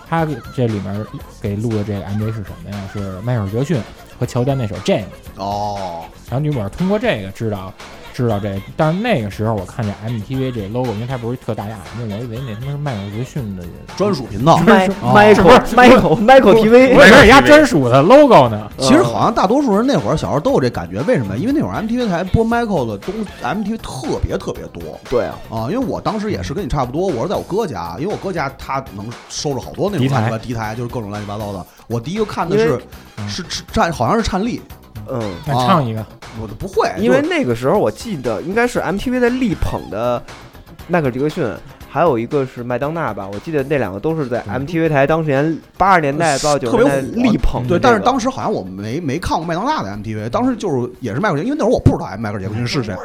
Speaker 4: 他这里面给录的这个 MV 是什么呀？是迈尔·杰逊和乔丹那首《Jam》。
Speaker 5: 哦，
Speaker 4: 然后女我是通过这个知道知道这，但是那个时候我看见哎 MTV 这 logo，因为它不是特大样，我以为那他妈是迈克尔杰克逊的
Speaker 5: 专属频道。
Speaker 4: 专属
Speaker 3: Michael Michael Michael
Speaker 4: 我以
Speaker 3: TV，
Speaker 4: 为人家专属的 logo 呢。
Speaker 5: 其实好像大多数人那会儿小时候都有这感觉，为什么？因为那会儿 MTV 台播 Michael 的东 MTV 特别特别多
Speaker 3: 对啊，
Speaker 5: 啊。因为我当时也是跟你差不多，我是在我哥家，因为我哥家他能收着好多那种
Speaker 4: 敌台嗯
Speaker 5: 乱七八敌台，就是各种乱七八糟的。我第一个看的
Speaker 3: 因为
Speaker 5: 是是是战，好像是战力，
Speaker 3: 嗯，
Speaker 4: 那唱一个，
Speaker 5: 我都不会，
Speaker 3: 因为
Speaker 5: 哎就是
Speaker 3: 那个时候我记得应该是 MTV 在力捧的迈克尔·杰克逊，还有一个是麦当娜吧，我记得那两个都是在 MTV 台当年八十年代到九
Speaker 5: 嗯特
Speaker 3: 十
Speaker 5: 别
Speaker 3: 年代
Speaker 5: 火
Speaker 3: 力捧的这个。
Speaker 5: 对，但是当时好像我没没看过麦当娜的 MTV，当时就是也是迈克尔杰克逊，因为那会儿我不知道哎迈克尔杰克逊是谁，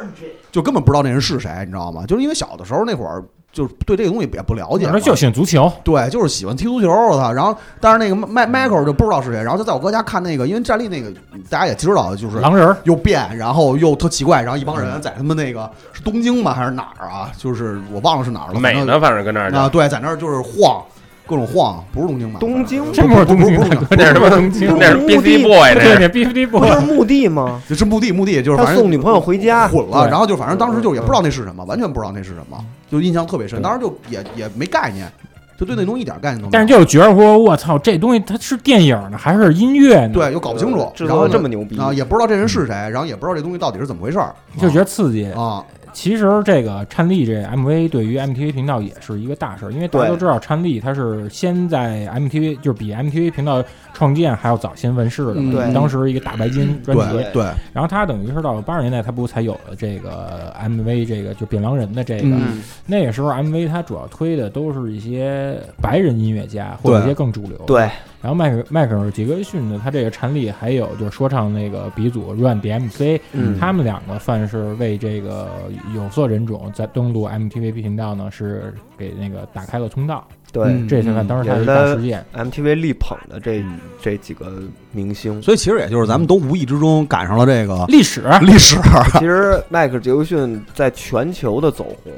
Speaker 5: 就根本不知道那人是谁，你知道吗？就是因为小的时候那会儿就是对这个东西也不了解
Speaker 4: 那
Speaker 5: 嘛，
Speaker 4: 时候就信足球，
Speaker 5: 对，就是喜欢踢足球，我操！然后，但是那个迈迈克尔就不知道是谁，然后就在我哥家看那个，因为战力那个大家也知道，就是
Speaker 4: 狼人嗯儿，
Speaker 5: 又变，然后又特奇怪，然后一帮人在他们那个是东京吗还是哪儿啊？就是我忘了是哪儿了，
Speaker 6: 美
Speaker 5: 反
Speaker 6: 呢，
Speaker 5: 正
Speaker 6: 反正跟那儿
Speaker 5: 啊，
Speaker 6: 呢，
Speaker 5: 对，在那儿就是晃，各种晃，不是东京吧？
Speaker 3: 东京
Speaker 4: 真不是东京
Speaker 5: 不是不是
Speaker 4: 大哥，
Speaker 5: 不是
Speaker 6: 那是他妈
Speaker 4: 东京，
Speaker 6: 那是 BC Boy 那
Speaker 4: 哎对，
Speaker 6: 是。
Speaker 4: 那 B B
Speaker 3: 不
Speaker 4: Boy
Speaker 3: 就是墓地吗？
Speaker 5: 就真墓地墓地，就是
Speaker 3: 他
Speaker 5: 反正
Speaker 3: 送女朋友回家，嗯
Speaker 5: 混了，
Speaker 4: 对
Speaker 5: 然后就反正当时就也不知道那是什么，完全不知道那是什么，就印象特别深，当时就也也没概念，就对那东西一点概念都没有。
Speaker 4: 嗯但是就觉得说，我操，这东西它是电影呢，还是音乐呢？，
Speaker 5: 对，又搞不清楚，
Speaker 3: 呃制
Speaker 5: 然
Speaker 3: 作
Speaker 5: 后
Speaker 3: 得这么牛逼
Speaker 5: 啊，也不知道这人是谁，然后也不知道这东西到底是怎么回事儿，
Speaker 4: 嗯就觉得刺激。
Speaker 5: 啊，
Speaker 4: 其实这个颤力这 MV 对于 MTV 频道也是一个大事儿，因为大家
Speaker 3: 对
Speaker 4: 都知道颤力它是先在 MTV 就是比 MTV 频道创建还要早先问世的嘛，
Speaker 5: 嗯
Speaker 3: 对
Speaker 4: 当时一个大白金专辑，
Speaker 5: 对对，
Speaker 4: 然后它等于是到八十年代它不才有了这个 MV 这个就变狼人的这个，
Speaker 5: 嗯
Speaker 4: 那个时候 MV 它主要推的都是一些白人音乐家或者
Speaker 5: 对
Speaker 4: 一些更主流的，
Speaker 3: 对，
Speaker 4: 然后迈克迈克尔杰克逊呢，他这个产力还有就是说唱那个鼻祖 Run DMC，、
Speaker 3: 嗯
Speaker 4: 他们两个算是为这个有色人种在登陆 MTV 频道呢，是给那个打开了通道，
Speaker 3: 对
Speaker 5: 嗯
Speaker 4: 这也算当时他的一
Speaker 3: 也
Speaker 4: 大
Speaker 3: 是他
Speaker 4: 事件。
Speaker 3: ，MTV 力捧的这这几个明星。
Speaker 5: 所以其实也就是咱们都无意之中赶上了这个
Speaker 4: 啊历史 嗯
Speaker 5: 历史，
Speaker 3: 其实迈克尔·杰克逊在全球的走红，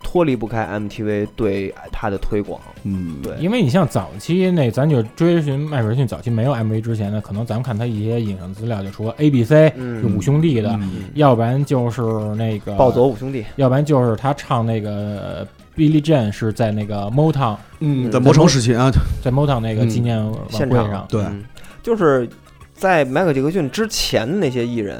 Speaker 3: 脱离不开 MTV 对他的推广。
Speaker 5: 嗯，
Speaker 3: 对，
Speaker 4: 因为你像早期那，咱就追寻迈克尔杰克逊早期没有 MV 之前呢，可能咱们看他一些影像资料，就除了 ABC、
Speaker 3: 嗯
Speaker 4: 就五兄弟的，
Speaker 5: 嗯
Speaker 4: 要不然就是那个
Speaker 3: 暴走，五兄弟，
Speaker 4: 要不然就是他唱那个 Billy Jean 是在那个 Motown
Speaker 5: 嗯，在魔城时期啊，
Speaker 4: 在 Motown 那个纪
Speaker 5: 嗯
Speaker 4: 念晚会
Speaker 3: 现场
Speaker 4: 上，
Speaker 5: 对
Speaker 3: 嗯就是在迈克尔·杰克逊之前的那些艺人，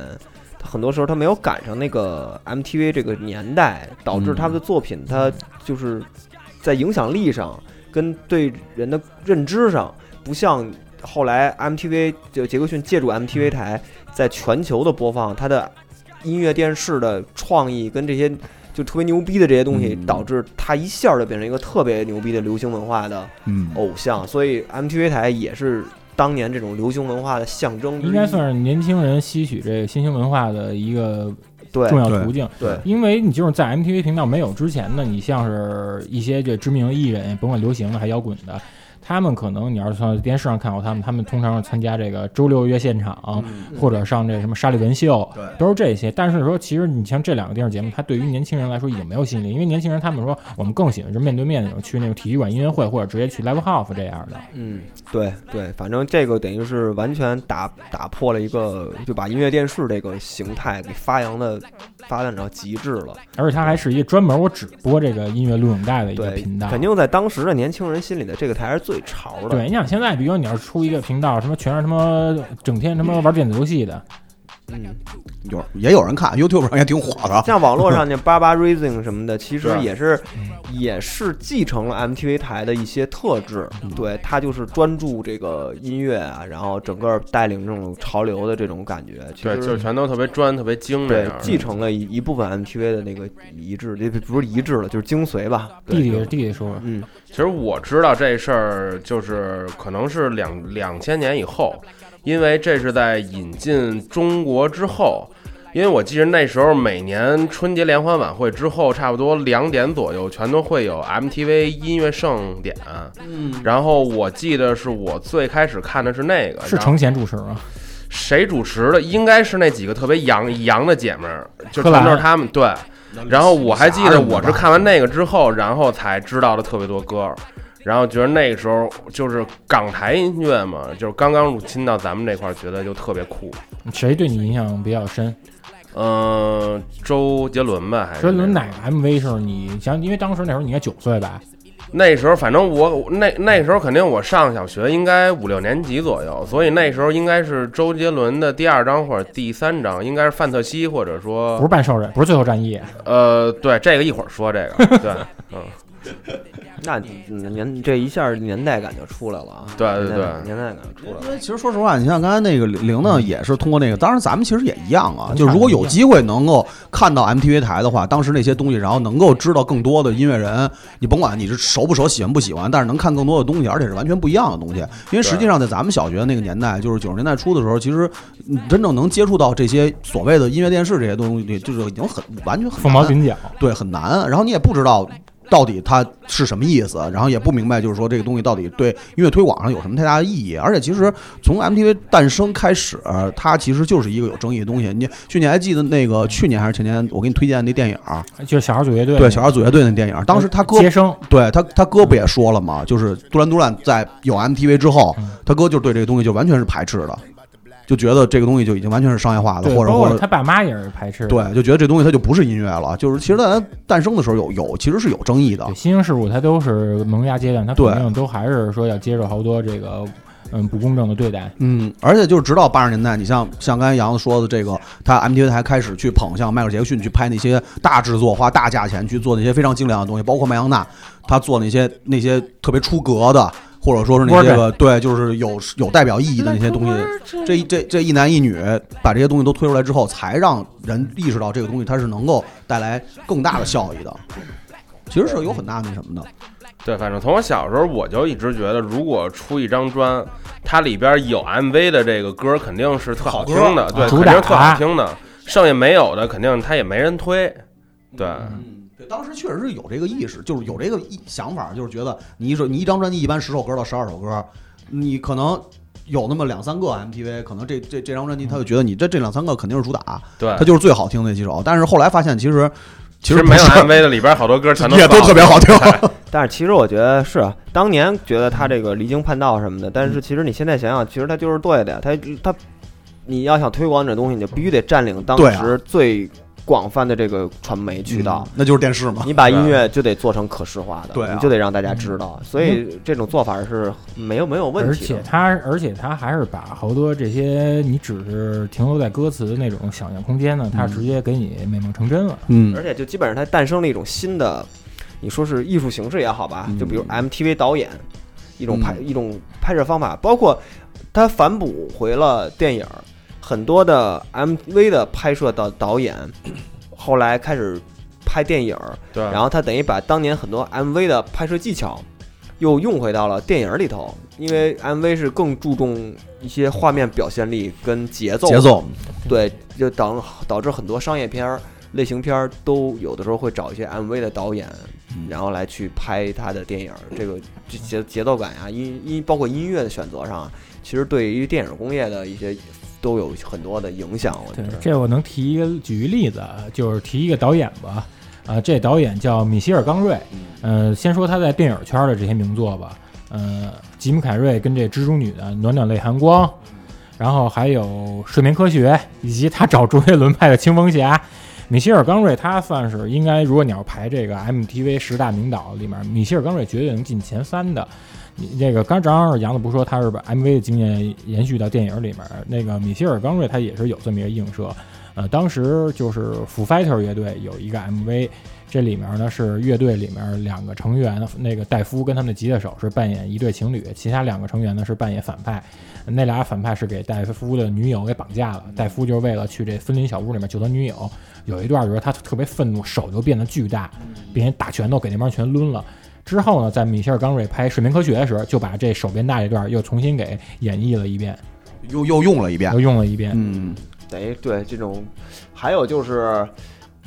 Speaker 3: 他很多时候他没有赶上那个 MTV 这个年代，导致
Speaker 5: 嗯
Speaker 3: 他们的作品，他就是在影响力上跟对人的认知上，不像后来 MTV 就杰克逊借助
Speaker 5: 嗯
Speaker 3: MTV 台在全球的播放，他的音乐电视的创意跟这些。就特别牛逼的这些东西，
Speaker 5: 嗯
Speaker 3: 导致他一下就变成一个特别牛逼的流行文化的
Speaker 5: 嗯，
Speaker 3: 偶像，所以 MTV 台也是当年这种流行文化的象征之一，
Speaker 4: 应该算是年轻人吸取这个新兴文化的一个
Speaker 3: 对
Speaker 4: 重要
Speaker 5: 对
Speaker 4: 途径。
Speaker 3: 对
Speaker 4: 因为你就是在 MTV 频道没有之前呢，你像是一些这知名艺人，甭管流行的还摇滚的，他们可能你要是从电视上看过他们，他们通常是参加这个周六夜现场，或者上这什么沙利文秀，
Speaker 5: 对
Speaker 4: 都是这些。但是说，其实你像这两个电视节目，它对于年轻人来说已经没有吸引力，因为年轻人他们说我们更喜欢是面对面那种，去那种体育馆音乐会或者直接去 live house 这样的。
Speaker 3: 嗯，对对，反正这个等于是完全打打破了一个，就把音乐电视这个形态给发扬的发展到极致了。
Speaker 4: 而且它还是一个专门我只播这个音乐录影带的一个
Speaker 3: 对
Speaker 4: 频，道，
Speaker 3: 肯定在当时的年轻人心里的这个才是最潮的。
Speaker 4: 对，你想现在，比如你要是出一个频道，什么全是他妈整天他妈玩电子游戏的，
Speaker 3: 嗯，
Speaker 5: 有也有人看，YouTube 上也挺火的。
Speaker 3: 像网络上那八八 Raising 什么的，其实
Speaker 5: 对
Speaker 3: 也是也是继承了 MTV 台的一些特质。
Speaker 6: 嗯
Speaker 3: 对，它就是专注这个音乐啊，然后整个带领这种潮流的这种感觉。其
Speaker 6: 对，
Speaker 3: 实
Speaker 6: 就是全都特别专、特别精那
Speaker 3: 对
Speaker 6: 样，
Speaker 3: 继承了一一部分 MTV 的那个一致，也不是一致了，就是精髓吧。对
Speaker 4: 弟弟弟弟说，
Speaker 3: 嗯，
Speaker 6: 其实我知道这事儿，就是可能是两两千年以后，因为这是在引进中国之后。因为我记得那时候每年春节联欢晚会之后，差不多两点左右，全都会有 MTV 音乐盛典。嗯，然后我记得是我最开始看的是那个，
Speaker 4: 是
Speaker 6: 然后
Speaker 4: 程贤主持吗？
Speaker 6: 谁主持的？应该是那几个特别洋洋的姐们儿，就
Speaker 4: 柯
Speaker 6: 全
Speaker 4: 蓝
Speaker 6: 都是她们。对，然后我还记得我是看完那个之后，然后才知道了特别多歌，然后觉得那个时候就是港台音乐嘛，就是刚刚入侵到咱们这块儿，觉得就特别酷。
Speaker 4: 谁对你印象比较深？
Speaker 6: 嗯、周杰伦吧，还是
Speaker 4: 周杰伦
Speaker 6: 那
Speaker 4: 哪
Speaker 6: 个
Speaker 4: 个 MV 是你想？因为当时那会儿你应该九岁吧？
Speaker 6: 那时候反正我那那时候肯定我上小学，应该五六年级左右，所以那时候应该是周杰伦的第二张或者第三张，应该是范特西或者
Speaker 4: 不
Speaker 6: 说
Speaker 5: 哦
Speaker 4: 是半兽人，不是最后战役，
Speaker 5: 啊
Speaker 6: 呃，对，这个一会儿说这个， 对，嗯，
Speaker 3: 那年这一下年代感就出来了啊！
Speaker 6: 对对
Speaker 3: 年代感
Speaker 6: 对
Speaker 3: 年代感就出来
Speaker 5: 因
Speaker 3: 了。
Speaker 5: 为其实说实话，你像刚才那个玲玲呢，也是通过那个，当然咱们其实也一样啊。
Speaker 4: 嗯
Speaker 5: 就如果有机会能够看到 MTV 台的话，当时那些东西，然后能够知道更多的音乐人，你甭管你是熟不熟、喜欢不喜欢，但是能看更多的东西，而且是完全不一样的东西。因为实际上在咱们小学那个年代，就是九十年代初的时候，其实你真正能接触到这些所谓的音乐电视这些东西，就是已经很完全很
Speaker 4: 凤毛
Speaker 5: 难
Speaker 4: 麟角。
Speaker 5: 对，很难。然后你也不知道到底它是什么意思，然后也不明白就是说这个东西到底对音乐推广上有什么太大的意义。而且其实从 MTV 诞生开始，它其实就是一个有争议的东西。你去年还记得那个去年还是前年我给你推荐的那电影儿，
Speaker 4: 就是小孩组乐队，
Speaker 5: 对，小孩组乐队那电影儿，当时他哥
Speaker 4: 接生，
Speaker 5: 对他，他哥不也说了吗？就是杜兰杜兰在有 MTV 之后，
Speaker 4: 嗯
Speaker 5: 他哥就对这个东西就完全是排斥的，就觉得这个东西就已经完全是商业化的，
Speaker 4: 对，
Speaker 5: 或者
Speaker 4: 包
Speaker 5: 或
Speaker 4: 括
Speaker 5: 者
Speaker 4: 他爸妈也是排斥的，
Speaker 5: 对，就觉得这东西它就不是音乐了。就是其实在它诞生的时候有有其实是有争议的
Speaker 4: 对，新兴事物它都是萌芽阶段，它
Speaker 5: 对
Speaker 4: 肯定都还是说要接受好多这个嗯不公正的对待。
Speaker 5: 嗯，而且就是直到八十年代，你像像刚才杨子说的这个，他 MTV 台开始去捧像迈克尔杰克逊去拍那些大制作，花大价钱去做那些非常精良的东西，包括麦昂纳，他做那些那些特别出格的，或者说是那些个对，就是有有代表意义的那些东西。这一这这一男一女把这些东西都推出来之后，才让人意识到这个东西它是能够带来更大的效益的。其实是有很大那什么的，
Speaker 6: 对，反正从我小时候我就一直觉得，如果出一张专，它里边有 MV 的这个歌，肯定是特好听的，
Speaker 5: 好歌啊
Speaker 6: 对，
Speaker 4: 主
Speaker 6: 肯
Speaker 4: 打
Speaker 6: 定特好听的。剩下没有的，肯定它也没人推。对，
Speaker 5: 嗯对，当时确实是有这个意识，就是有这个意想法，就是觉得你一首你一张专辑一般十首歌到十二首歌，你可能有那么两三个 MTV，可能这这这张专辑他就觉得你这这两三个肯定是主打，
Speaker 6: 对，
Speaker 5: 它就是最好听的几首。但是后来发现其实
Speaker 6: 其
Speaker 5: 其实
Speaker 6: 没有
Speaker 5: 不是
Speaker 6: MV 的里边好多歌全都
Speaker 5: 也都
Speaker 6: 放
Speaker 5: 特别好听。嗯
Speaker 3: 但是其实我觉得是啊当年觉得他这个离经叛道什么的，
Speaker 5: 嗯
Speaker 3: 但是其实你现在想想，其实他就是对的呀。他
Speaker 5: 啊
Speaker 3: 他，你要想推广这东西，你就必须得占领当
Speaker 5: 对啊
Speaker 3: 时最广泛的这个传媒渠道。
Speaker 5: 那就是电视嘛。
Speaker 3: 你把音乐就得做成可视化的，
Speaker 5: 嗯啊对啊嗯
Speaker 3: 你就得让大家知道，所以这种做法是没有没有问
Speaker 4: 而
Speaker 3: 题
Speaker 4: 且
Speaker 3: 的。
Speaker 4: 他，而且他还是把好多这些你只是停留在歌词的那种想象空间呢，他
Speaker 3: 嗯
Speaker 4: 直接给你美梦成真了。
Speaker 5: 嗯
Speaker 3: 而且就基本上它诞生了一种新的，你说是艺术形式也好吧，
Speaker 5: 嗯
Speaker 3: 就比如 MTV 导演一种拍、
Speaker 5: 嗯
Speaker 3: 一种拍摄方法，包括它反哺回了电影儿很多的 MV 的拍摄的导演，后来开始拍电影儿，
Speaker 6: 对，
Speaker 5: 嗯
Speaker 3: 然后他等于把当年很多 MV 的拍摄技巧又用回到了电影里头，因为 MV 是更注重一些画面表现力跟节奏，
Speaker 5: 节奏，
Speaker 3: 对，就导导致很多商业片儿、类型片儿都有的时候会找一些 MV 的导演，
Speaker 4: 嗯
Speaker 3: 然后来去拍他的电影儿。这个这节节奏感啊，音音包括音乐的选择上啊，其实对于电影工业的一些都有很多的影响。我觉
Speaker 4: 对
Speaker 3: 得，，
Speaker 4: 这我能提一个举一例子，啊，就是提一个导演吧，啊，这导演叫米歇尔·冈瑞，
Speaker 3: 嗯
Speaker 4: 呃，先说他在电影圈的这些名作吧，呃，吉姆·凯瑞跟这蜘蛛女的暖暖泪寒
Speaker 3: 嗯
Speaker 4: 光，然后还有睡眠科学，以及他找卓别伦拍的清风侠。米歇尔·冈瑞，他算是应该，如果你要排这个 MTV 十大名导里面，米歇尔·冈瑞绝对能进前三的。你这个刚张杨子不说他是把 MV 的经验延续到电影里面，那个米歇尔·冈瑞他也是有这么一个映射。呃，当时就是 Foo Fighter 乐队有一个 MV，这里面呢是乐队里面两个成员，那个戴夫跟他们的吉他手是扮演一对情侣，其他两个成员呢是扮演反派。那俩反派是给戴夫的女友给绑架了，戴夫就是为了去这森林小屋里面救他女友。有一段就是他特别愤怒，手就变得巨大，并且打拳头给那帮全抡了。之后呢，在米歇尔·冈瑞拍《睡眠科学》的时候，就把这手变大这段又重新给演绎了一遍，
Speaker 5: 又又用了一遍
Speaker 4: 又。用了一遍。
Speaker 5: 嗯，
Speaker 3: 哎，对这种，还有就是，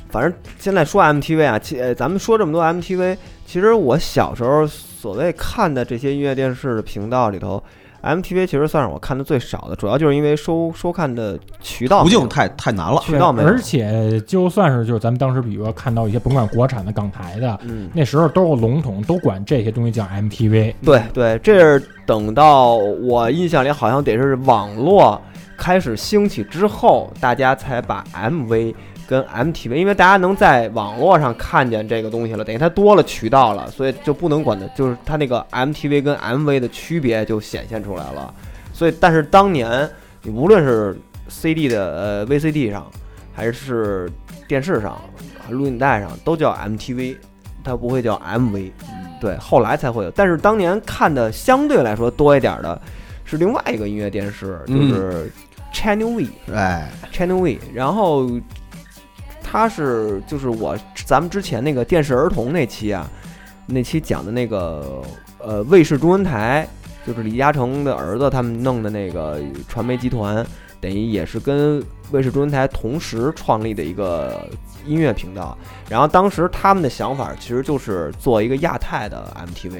Speaker 3: 反正现在说 MTV 啊，其呃咱们说这么多 MTV，其实我小时候所谓看的这些音乐电视的频道里头，MTV 其实算是我看的最少的，主要就是因为收收看的渠道
Speaker 5: 途
Speaker 3: 没
Speaker 5: 径
Speaker 3: 有
Speaker 5: 太太难了。
Speaker 3: 渠道没有，
Speaker 4: 而且就算是就是咱们当时，比如说看到一些甭管国产的、港台的，
Speaker 3: 嗯。
Speaker 4: 那时候都是笼统，都管这些东西叫 MTV。
Speaker 3: 对对，这是等到我印象里好像得是网络开始兴起之后，大家才把 MV 跟 MTV，因为大家能在网络上看见这个东西了，等于它多了渠道了，所以就不能管的，就是它那个 MTV 跟 MV 的区别就显现出来了。所以，但是当年你无论是 CD 的呃 VCD 上，还是电视上、录影带上，都叫 MTV，它不会叫 MV。对，
Speaker 5: 嗯
Speaker 3: 后来才会有。但是当年看的相对来说多一点儿的是另外一个音乐电视，就
Speaker 5: 嗯
Speaker 3: 是 Channel V、
Speaker 5: 哎，
Speaker 3: Channel V，然后它是就是我咱们之前那个电视儿童那期啊，那期讲的那个呃卫视中文台，就是李嘉诚的儿子他们弄的那个传媒集团，等于也是跟卫视中文台同时创立的一个音乐频道。然后当时他们的想法其实就是做一个亚太的 MTV，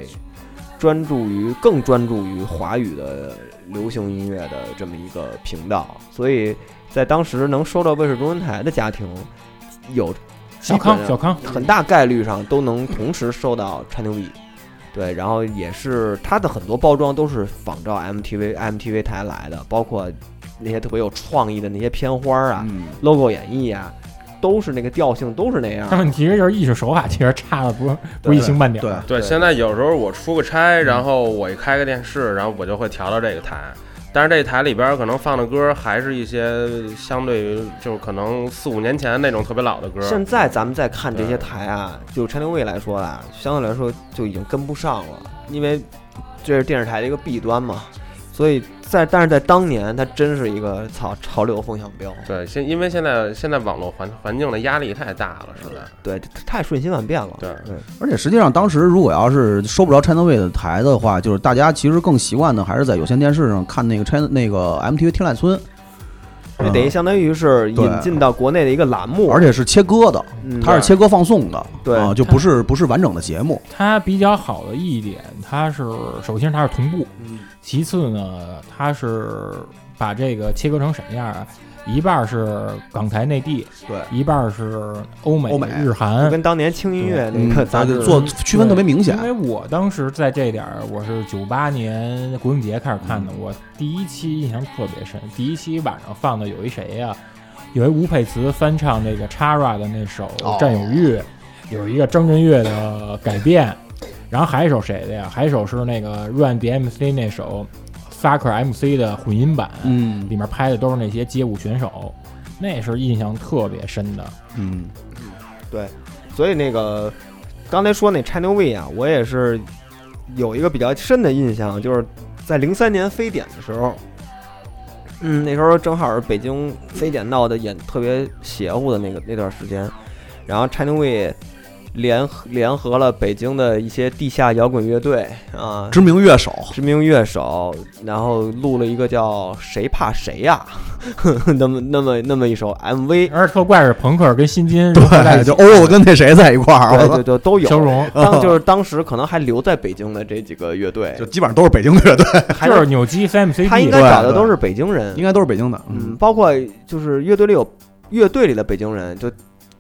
Speaker 3: 专注于更专注于华语的流行音乐的这么一个频道，所以在当时能收到卫视中文台的家庭，有
Speaker 4: 小康
Speaker 3: 基，本
Speaker 4: 小康，
Speaker 3: 很大概率上都能同时收到 Channel V。对，然后也是它的很多包装都是仿照 MTV MTV 台来的，包括那些特别有创意的那些片花儿啊、
Speaker 5: 嗯，
Speaker 3: logo 演绎啊，都是那个调性，都是那样
Speaker 4: 但。问题是就是艺术手法其实差的不不
Speaker 3: 对
Speaker 4: 一星半点。
Speaker 5: 对，
Speaker 6: 对，
Speaker 3: 对
Speaker 6: 现在有时候我出个差，然后我一开个电视，然后我就会调到这个台。但是这台里边儿可能放的歌还是一些相对于就是可能四五年前那种特别老的歌，
Speaker 3: 现在咱们再看这些
Speaker 6: 对
Speaker 3: 台啊，就 Channel V 来说啊，相对来说就已经跟不上了，因为这是电视台的一个弊端嘛。所以在但是在当年，它真是一个潮潮流风向标，
Speaker 6: 对，现因为现在现在网络环环境的压力太大了，实在。
Speaker 3: 对，它太瞬息万变了。
Speaker 6: 对
Speaker 5: 而且实际上当时如果要是收不着 Channel V 的台的话，就是大家其实更习惯的还是在有线电视上看那个 Channel 那个 MTV 天籁村，
Speaker 3: 这哎等于
Speaker 5: 嗯
Speaker 3: 相当于是
Speaker 5: 对
Speaker 3: 引进到国内的一个栏目，
Speaker 5: 嗯而且是切割的，
Speaker 3: 嗯
Speaker 5: 它是切割放送的，
Speaker 3: 对
Speaker 5: 啊，就不是不是完整的节目。
Speaker 4: 它比较好的一点，它是首先它是同步，
Speaker 3: 嗯
Speaker 4: 其次呢，它是把这个切割成什么样啊？一半儿是港台内地，
Speaker 5: 对，
Speaker 4: 一半儿是欧美、
Speaker 5: 欧美
Speaker 4: 日
Speaker 3: 就
Speaker 4: 韩。
Speaker 3: 跟当年轻音乐那个杂
Speaker 5: 咱
Speaker 3: 志
Speaker 5: 嗯就做区分特别明显
Speaker 4: 因。为我当时在这点儿，我是九八年国庆节开始看
Speaker 5: 嗯
Speaker 4: 的，我第一期印象特别深。第一期晚上放的有一谁呀、有一吴佩慈翻唱那个 Chara 的那首
Speaker 5: 哦
Speaker 4: 《占有欲》，有一个张震岳的改变，然后还有一首谁的呀？还有一首是那个 Run DMC 那首 Sucker MC 的混音版，
Speaker 5: 嗯
Speaker 4: 里面拍的都是那些街舞选手，那是印象特别深的。
Speaker 5: 嗯，
Speaker 3: 所以那个刚才说那 Channel V 啊，我也是有一个比较深的印象，就是在零三年非典的时候，嗯，那时候正好是北京非典闹得也特别邪乎的那个那段时间，然后 Channel V 联合联合了北京的一些地下摇滚乐队啊，
Speaker 5: 知名乐 手，
Speaker 3: 知名乐手，然后录了一个叫《谁怕谁呀、 那么那么那么一首 MV，
Speaker 4: 而且特怪是朋克跟新金融合在一
Speaker 5: 对，
Speaker 4: 起
Speaker 5: 哎就欧欧跟那谁在一块儿，啊
Speaker 3: 对对
Speaker 5: 我操
Speaker 3: 对，都有
Speaker 4: 消。融，
Speaker 3: 当就是当时可能还留在北京的这几个乐队
Speaker 5: 就，基本上都是北京 乐队，
Speaker 3: 还
Speaker 4: 就是扭机 FM
Speaker 3: 他应
Speaker 4: CD
Speaker 3: 该找的
Speaker 5: 对对
Speaker 3: 都是北京人
Speaker 5: 应，该都是北京的。
Speaker 3: 嗯，，包括就是乐队里有乐队里的北京人，就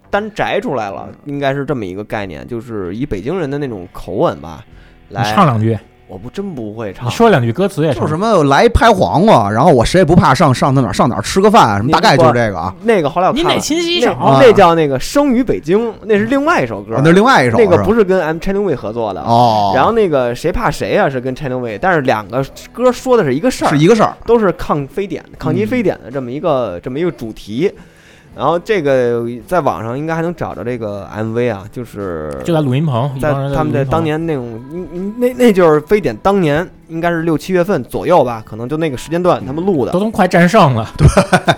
Speaker 3: 单摘出来了，应该是这么一个概念，就是以北京人的那种口吻吧，
Speaker 4: 你
Speaker 3: 来
Speaker 4: 唱，两句，
Speaker 3: 我不真不会
Speaker 4: 你
Speaker 3: 唱，
Speaker 4: 说两句歌词也
Speaker 5: 就是
Speaker 4: 成
Speaker 5: 什么来一拍黄瓜，然后我谁也不怕上，上他哪儿上哪儿吃个饭，什么大概就是这个啊。
Speaker 3: 那个后来我
Speaker 4: 您
Speaker 3: 看
Speaker 4: 得
Speaker 3: 了，
Speaker 4: 勤洗
Speaker 3: 那
Speaker 4: 手，
Speaker 5: 啊
Speaker 3: 那叫那个《生于北京》，那是另外一首歌，
Speaker 5: 啊那是另外一首，
Speaker 3: 那个
Speaker 5: 是吧
Speaker 3: 不是跟 M China Way 合作的。
Speaker 5: 哦，
Speaker 3: 然后那个谁怕谁啊，是跟 China Way，但是两个歌说的是一个事儿，
Speaker 5: 是一个事儿，
Speaker 3: 都是抗非典、抗击非典的这么一个、这么一个主题。然后这个在网上应该还能找着这个 MV 啊，就是
Speaker 4: 就在录音棚，一
Speaker 3: 在
Speaker 4: 帮人
Speaker 3: 他们在
Speaker 4: 在录音棚
Speaker 3: 当年那种，嗯嗯那那就是非典当年应该是六七月份左右吧，可能就那个时间段他们录
Speaker 4: 都
Speaker 3: 的，
Speaker 4: 都快战胜了，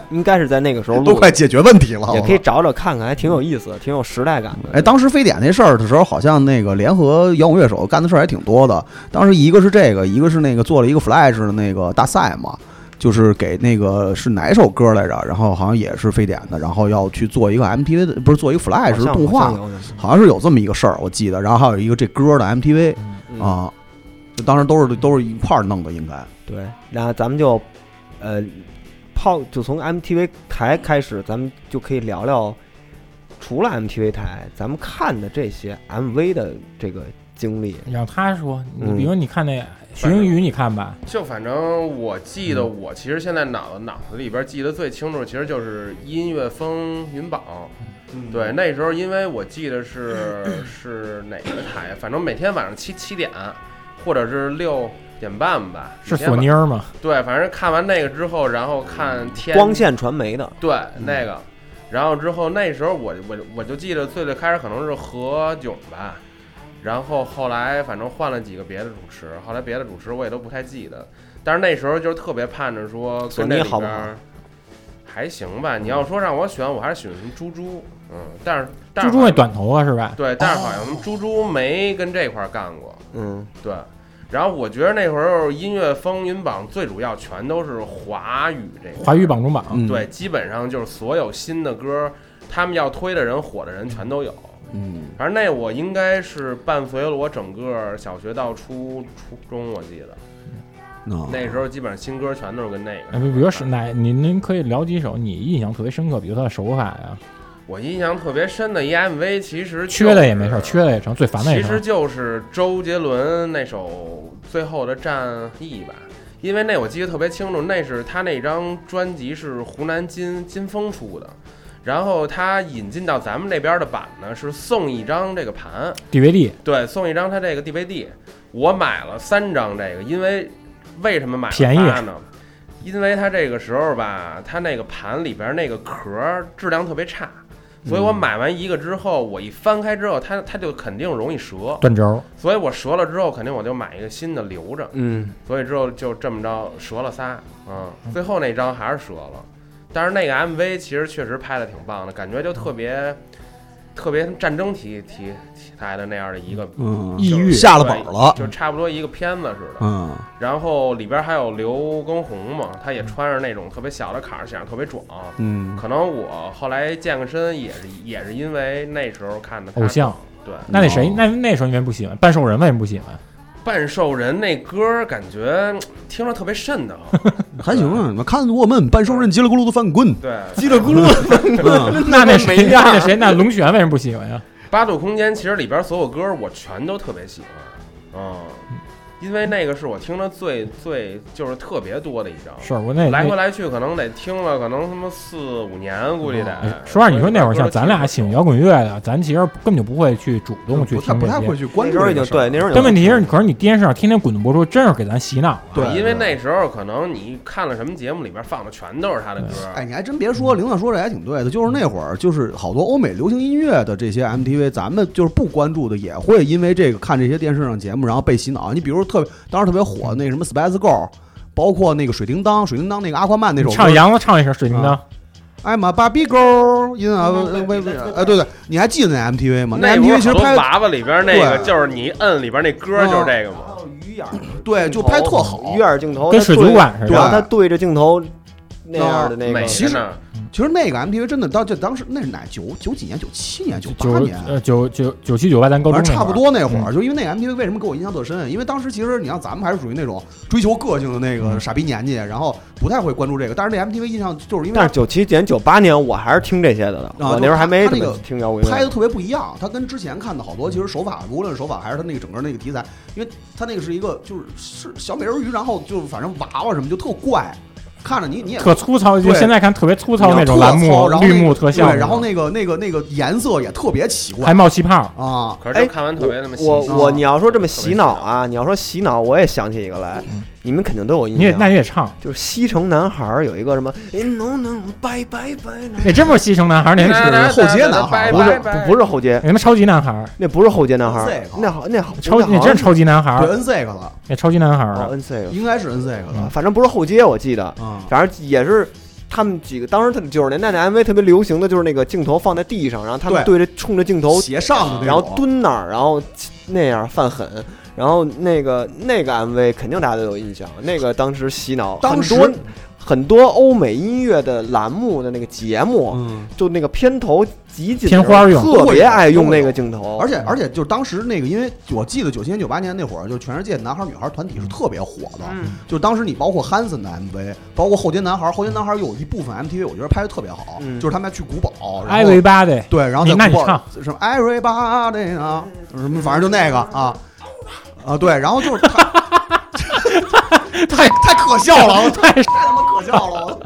Speaker 3: 应该是在那个时候
Speaker 5: 都
Speaker 3: 录
Speaker 5: 快
Speaker 3: 的，
Speaker 5: 解决问题了。
Speaker 3: 也可以
Speaker 5: 我操
Speaker 3: 找找看看，还挺有意思，挺有时代感的。
Speaker 5: 哎，当时非典那事儿的时候，好像那个联合摇滚乐手干的事儿还挺多的。当时一个是这个，一个是那个做了一个 Flash 的那个大赛嘛，就是给那个是哪首歌来着？然后好像也是非典的，然后要去做一个 MTV 的，不是做一个
Speaker 3: 好
Speaker 5: Flash
Speaker 3: 像
Speaker 5: 动画，
Speaker 3: 好像有点
Speaker 5: 好像是有这么一个事儿，我记得。然后还有一个这歌的 MTV
Speaker 3: 嗯
Speaker 5: 啊，就当时都是都是一块儿弄的，应该
Speaker 3: 对，然后咱们就，呃，泡就从 MTV 台开始，咱们就可以聊聊，除了 MTV 台，咱们看的这些 MV 的这个经历。
Speaker 4: 让他说，你
Speaker 3: 嗯
Speaker 4: 比如你看那徐英宇，你看吧，
Speaker 6: 就反正我记得，我其实现在脑脑子里边记得最清楚，其实就是音乐风云榜。
Speaker 4: 嗯
Speaker 6: 对，那时候因为我记得是 是哪个台，反正每天晚上七七点，或者是六点半吧。
Speaker 4: 是
Speaker 6: 每天晚
Speaker 4: 索尼儿吗？
Speaker 6: 对，反正看完那个之后，然后看天
Speaker 3: 光线传媒的，
Speaker 6: 对那个，然后之后那时候我我我就记得最最开始可能是何炅吧，然后后来反正换了几个别的主持，后来别的主持我也都不太记得，但是那时候就是特别盼着说
Speaker 3: 索
Speaker 6: 跟
Speaker 3: 尼
Speaker 6: 这里
Speaker 3: 好不
Speaker 6: 边
Speaker 3: 好嗯
Speaker 6: 儿还行吧，你要说让我选，我还是喜欢什么猪猪，嗯，但是但
Speaker 4: 猪
Speaker 6: 是
Speaker 4: 猪
Speaker 6: 好
Speaker 4: 那
Speaker 6: 像
Speaker 4: 短头发是吧？
Speaker 6: 对，但是好
Speaker 3: 哦
Speaker 6: 像猪猪没跟这块儿干过，
Speaker 3: 嗯，
Speaker 6: 对。然后我觉得那会儿音乐风云榜最主要全都是华语这个
Speaker 4: 华语榜中榜，
Speaker 5: 嗯
Speaker 6: 对，基本上就是所有新的歌，他们要推的人、火的人全都有。
Speaker 5: 嗯，
Speaker 6: 而那我应该是伴随了我整个小学到初初中，我记得
Speaker 5: 啊
Speaker 6: 那时候基本上新歌全都是跟那
Speaker 4: 哦哎
Speaker 6: 个。
Speaker 4: 比比如是哪，您您可以聊几首你印象特别深刻，比如他的手法呀，
Speaker 6: 我印象特别深的一 MV，其实就是
Speaker 4: 缺了也没事儿，缺了也成，最烦的也
Speaker 6: 其实
Speaker 4: 成。
Speaker 6: 就是周杰伦那首《最后的战役》吧，因为那我记得特别清楚，那是他那张专辑是湖南金金风出的，然后他引进到咱们这边的版呢是送一张这个盘，
Speaker 4: DVD
Speaker 6: 对，送一张他这个 DVD，我买了三张这个，因为为什么买了
Speaker 4: 便宜
Speaker 6: 它呢？因为它这个时候吧，它那个盘里边那个壳儿质量特别差，所以我买完一个之后，我一翻开之后，它它就肯定容易折，
Speaker 4: 断轴，
Speaker 6: 所以我折了之后，肯定我就买一个新的留着，
Speaker 3: 嗯，
Speaker 6: 所以之后就这么着折了仨，嗯，最后那张还是折了，但是那个 MV 其实确实拍的挺棒的，感觉就特别特别战争题题题材的那样的一个
Speaker 5: 嗯
Speaker 4: 抑郁
Speaker 5: 下了本儿了，
Speaker 6: 就差不多一个片子似的。
Speaker 5: 嗯
Speaker 6: 然后里边还有刘畊宏嘛，他也穿着那种特别小的坎儿，显得特别壮。
Speaker 5: 嗯，
Speaker 6: 可能我后来健个身也是也是因为那时候看的他
Speaker 4: 偶像。
Speaker 6: 对，
Speaker 4: 那那
Speaker 3: 哦
Speaker 4: 谁，那那时候你为什么不喜欢？半兽人为什么不 喜欢？
Speaker 6: 半兽人那歌儿感觉嗯听着特别瘆得慌。
Speaker 5: 还行啊。你们看我们半兽人叽里咕噜的翻滚，
Speaker 6: 对，
Speaker 3: 叽里咕噜，
Speaker 5: 嗯
Speaker 4: 那那谁，那那谁，那龙泉为什么不喜欢呀？
Speaker 6: 八度空间其实里边所有歌儿我全都特别喜欢，嗯，因为那个是我听的最最就是特别多的一张。
Speaker 4: 是我那
Speaker 6: 来
Speaker 4: 那
Speaker 6: 回来去可能得听了，可能他妈四五年，估计
Speaker 4: 哎
Speaker 6: 得。
Speaker 4: 说实话，你说那会儿像咱俩喜欢
Speaker 6: 醒
Speaker 4: 摇滚乐的，咱其实根本就不会去主动去
Speaker 5: 嗯不太
Speaker 4: 听
Speaker 5: 不
Speaker 4: 这
Speaker 5: 太会
Speaker 4: 些。
Speaker 5: 去关
Speaker 3: 那时
Speaker 5: 注
Speaker 3: 候
Speaker 5: 这
Speaker 3: 已经
Speaker 5: 个事儿。
Speaker 3: 对，那时候已经
Speaker 4: 但问题是，可是你电视上天天滚动播出，真是给咱洗脑了。
Speaker 5: 对
Speaker 6: 因为那时候可能你看了什么节目，里边放的全都是他的
Speaker 4: 嗯
Speaker 6: 歌。
Speaker 5: 哎，你还真别说，玲子说这还挺对的，就是那会儿，就是好多欧美流行音乐的这些 MTV，咱们就是不关注的，也会因为这个看这些电视上节目，然后被洗脑。你比如特别当时特别火的那什 么 Spice Girl，包括那个水叮当，水叮当那个阿夸曼那首歌，
Speaker 4: 啊唱杨子唱一首《水叮当》，
Speaker 5: 艾玛芭比 girl in a way，哎，对对，你还记得那 MTV 吗？
Speaker 6: 那不是
Speaker 5: MTV 其
Speaker 6: 好
Speaker 5: 实
Speaker 6: 多
Speaker 5: 拍
Speaker 6: 娃娃里边那个，
Speaker 5: 对
Speaker 6: 就是你一摁里边那歌就是这个嘛。
Speaker 3: 鱼眼
Speaker 5: 对就拍特好
Speaker 3: 鱼眼镜头
Speaker 4: 跟
Speaker 3: 它
Speaker 4: 水
Speaker 3: 对
Speaker 4: 族馆似
Speaker 5: 对啊
Speaker 3: 然
Speaker 4: 的。
Speaker 3: 后他对着镜头那样的那
Speaker 6: 美
Speaker 3: 个，
Speaker 5: 其实
Speaker 6: 着呢
Speaker 5: 其实那个 MTV 真的到这当时那是哪九九几年九七年九八
Speaker 4: 九
Speaker 5: 年。
Speaker 4: 呃九九九七九八，咱高中
Speaker 5: 反正
Speaker 4: 那
Speaker 5: 差
Speaker 4: 会
Speaker 5: 不
Speaker 4: 儿嗯
Speaker 5: 多那会儿，就因为那个 MTV 为什么给我印象特深？因为当时其实你像咱们还是属于那种追求个性的那个
Speaker 4: 嗯
Speaker 5: 傻逼年纪，然后不太会关注这个。但是那 MTV 印象就是因为
Speaker 3: 但是九七年、九八年我还是听这些的的，
Speaker 5: 啊
Speaker 3: 我那时候还没怎
Speaker 5: 就
Speaker 3: 么
Speaker 5: 是他
Speaker 3: 听摇滚乐。
Speaker 5: 拍的特别不一
Speaker 4: 啊
Speaker 5: 样，它跟之前看的好多其实手法，无论是手法还是它那个整个那个题材，因为它那个是一个就是是小美人鱼，然后就是反正娃娃什么就特怪，看着你你也
Speaker 4: 特粗糙，就
Speaker 5: 对
Speaker 4: 现在看特别粗糙
Speaker 5: 你
Speaker 4: 那
Speaker 5: 要
Speaker 4: 种
Speaker 5: 特
Speaker 4: 栏
Speaker 5: 糙
Speaker 4: 目
Speaker 5: 然后
Speaker 4: 绿
Speaker 5: 那个
Speaker 4: 幕特效那种，
Speaker 5: 对，然后那个那个那个颜色也特别奇
Speaker 4: 还
Speaker 5: 怪
Speaker 4: 冒气泡，
Speaker 5: 啊，
Speaker 6: 可是真看完特别那么细
Speaker 3: 哎我
Speaker 6: 心啊
Speaker 3: 我
Speaker 4: 哦
Speaker 5: 嗯
Speaker 3: 你要说这么洗脑啊，你要说洗脑，我也想起一个来，你们肯定都有印
Speaker 4: 你也嗯那
Speaker 5: 嗯
Speaker 3: 象。
Speaker 4: 你也唱，
Speaker 3: 就是西城男孩儿有一个什么，哎，能能拜拜拜，
Speaker 4: 那真不是西城男 孩，那是
Speaker 5: 是后街男
Speaker 6: 拜
Speaker 5: 孩
Speaker 3: 不是
Speaker 6: 拜
Speaker 3: 不
Speaker 6: 拜
Speaker 3: 不是后街，
Speaker 4: 那他妈超级男孩，
Speaker 3: 那不是后街男孩儿
Speaker 5: NSYNC，
Speaker 3: 那好那好
Speaker 4: 超那
Speaker 3: 那
Speaker 4: 真是
Speaker 3: 好
Speaker 4: 超级男孩，
Speaker 5: 对嗯 N C 个了，
Speaker 4: 那超级男孩
Speaker 3: 像
Speaker 4: 啊
Speaker 3: 哦，N C
Speaker 5: 应该是 N C 个了
Speaker 4: 嗯
Speaker 3: 反正不是后街，我记得，
Speaker 5: 啊。
Speaker 3: 反正也是他们几个，当时他们九十年代的 MV 特别流行的就是那个镜头放在地上，然后他们对着冲着镜头，
Speaker 5: 斜上的那种，
Speaker 3: 嗯然后蹲那儿，然后那样犯狠。然后那个那个 MV 肯定大家都有印象，那个当时洗脑
Speaker 5: 当时
Speaker 3: 很多很多欧美音乐的栏目的那个节目，
Speaker 5: 嗯，
Speaker 3: 就那个片头集锦
Speaker 4: 片花用
Speaker 3: 特别爱用那个镜头，
Speaker 5: 而且而且就是当时那个，因为我记得九七年、九八年那会儿，就全世界男孩女孩团体是特别火的。
Speaker 3: 嗯
Speaker 5: 就当时你包括汉森的 MV，包括后街男孩，后街男孩有一部分 MTV 我觉得拍的特别好，
Speaker 3: 嗯
Speaker 5: 就是他们去古堡，然
Speaker 4: 艾
Speaker 5: 后
Speaker 4: 维巴的，
Speaker 5: 对，然后
Speaker 4: 你
Speaker 5: 在
Speaker 4: 那你
Speaker 5: 古堡
Speaker 4: 唱
Speaker 5: 什么 everybody 啊，什么反正就那个啊啊对，然后就是 太太太可笑了，太太他妈可笑了。我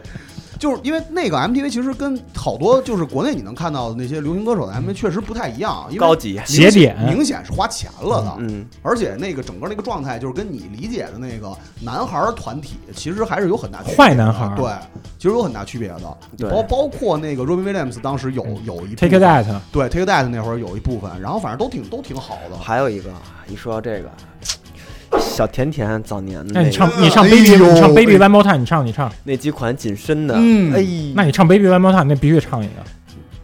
Speaker 5: 就是因为那个 MTV 其实跟好多就是国内你能看到的那些流行歌手的 MV 确实不太一样，啊因为
Speaker 3: 高级
Speaker 5: 明
Speaker 4: 斜点
Speaker 5: 明显是花钱了的，
Speaker 3: 嗯，
Speaker 5: 而且那个整个那个状态，就是跟你理解的那个男孩儿团体，其实还是有很大区别的
Speaker 4: 坏男孩儿
Speaker 5: 对，其实有很大区别的。
Speaker 3: 对
Speaker 5: 包包括那个 Robin Williams 当时有有一部
Speaker 4: Take That，
Speaker 5: 对 Take That 那会儿有一部分，然后反正都挺都挺好的。
Speaker 3: 还有一个啊一说到这个，小甜甜早年的
Speaker 4: 那
Speaker 3: 嗯那
Speaker 4: 你唱
Speaker 3: 个
Speaker 4: 你唱
Speaker 5: 哎
Speaker 4: Baby
Speaker 5: 呦
Speaker 4: 你唱 Baby One More Time，你唱你唱，
Speaker 3: 那几款紧身的，
Speaker 5: 嗯
Speaker 3: 哎，
Speaker 4: 那你唱 Baby One More Time 那必须唱一个，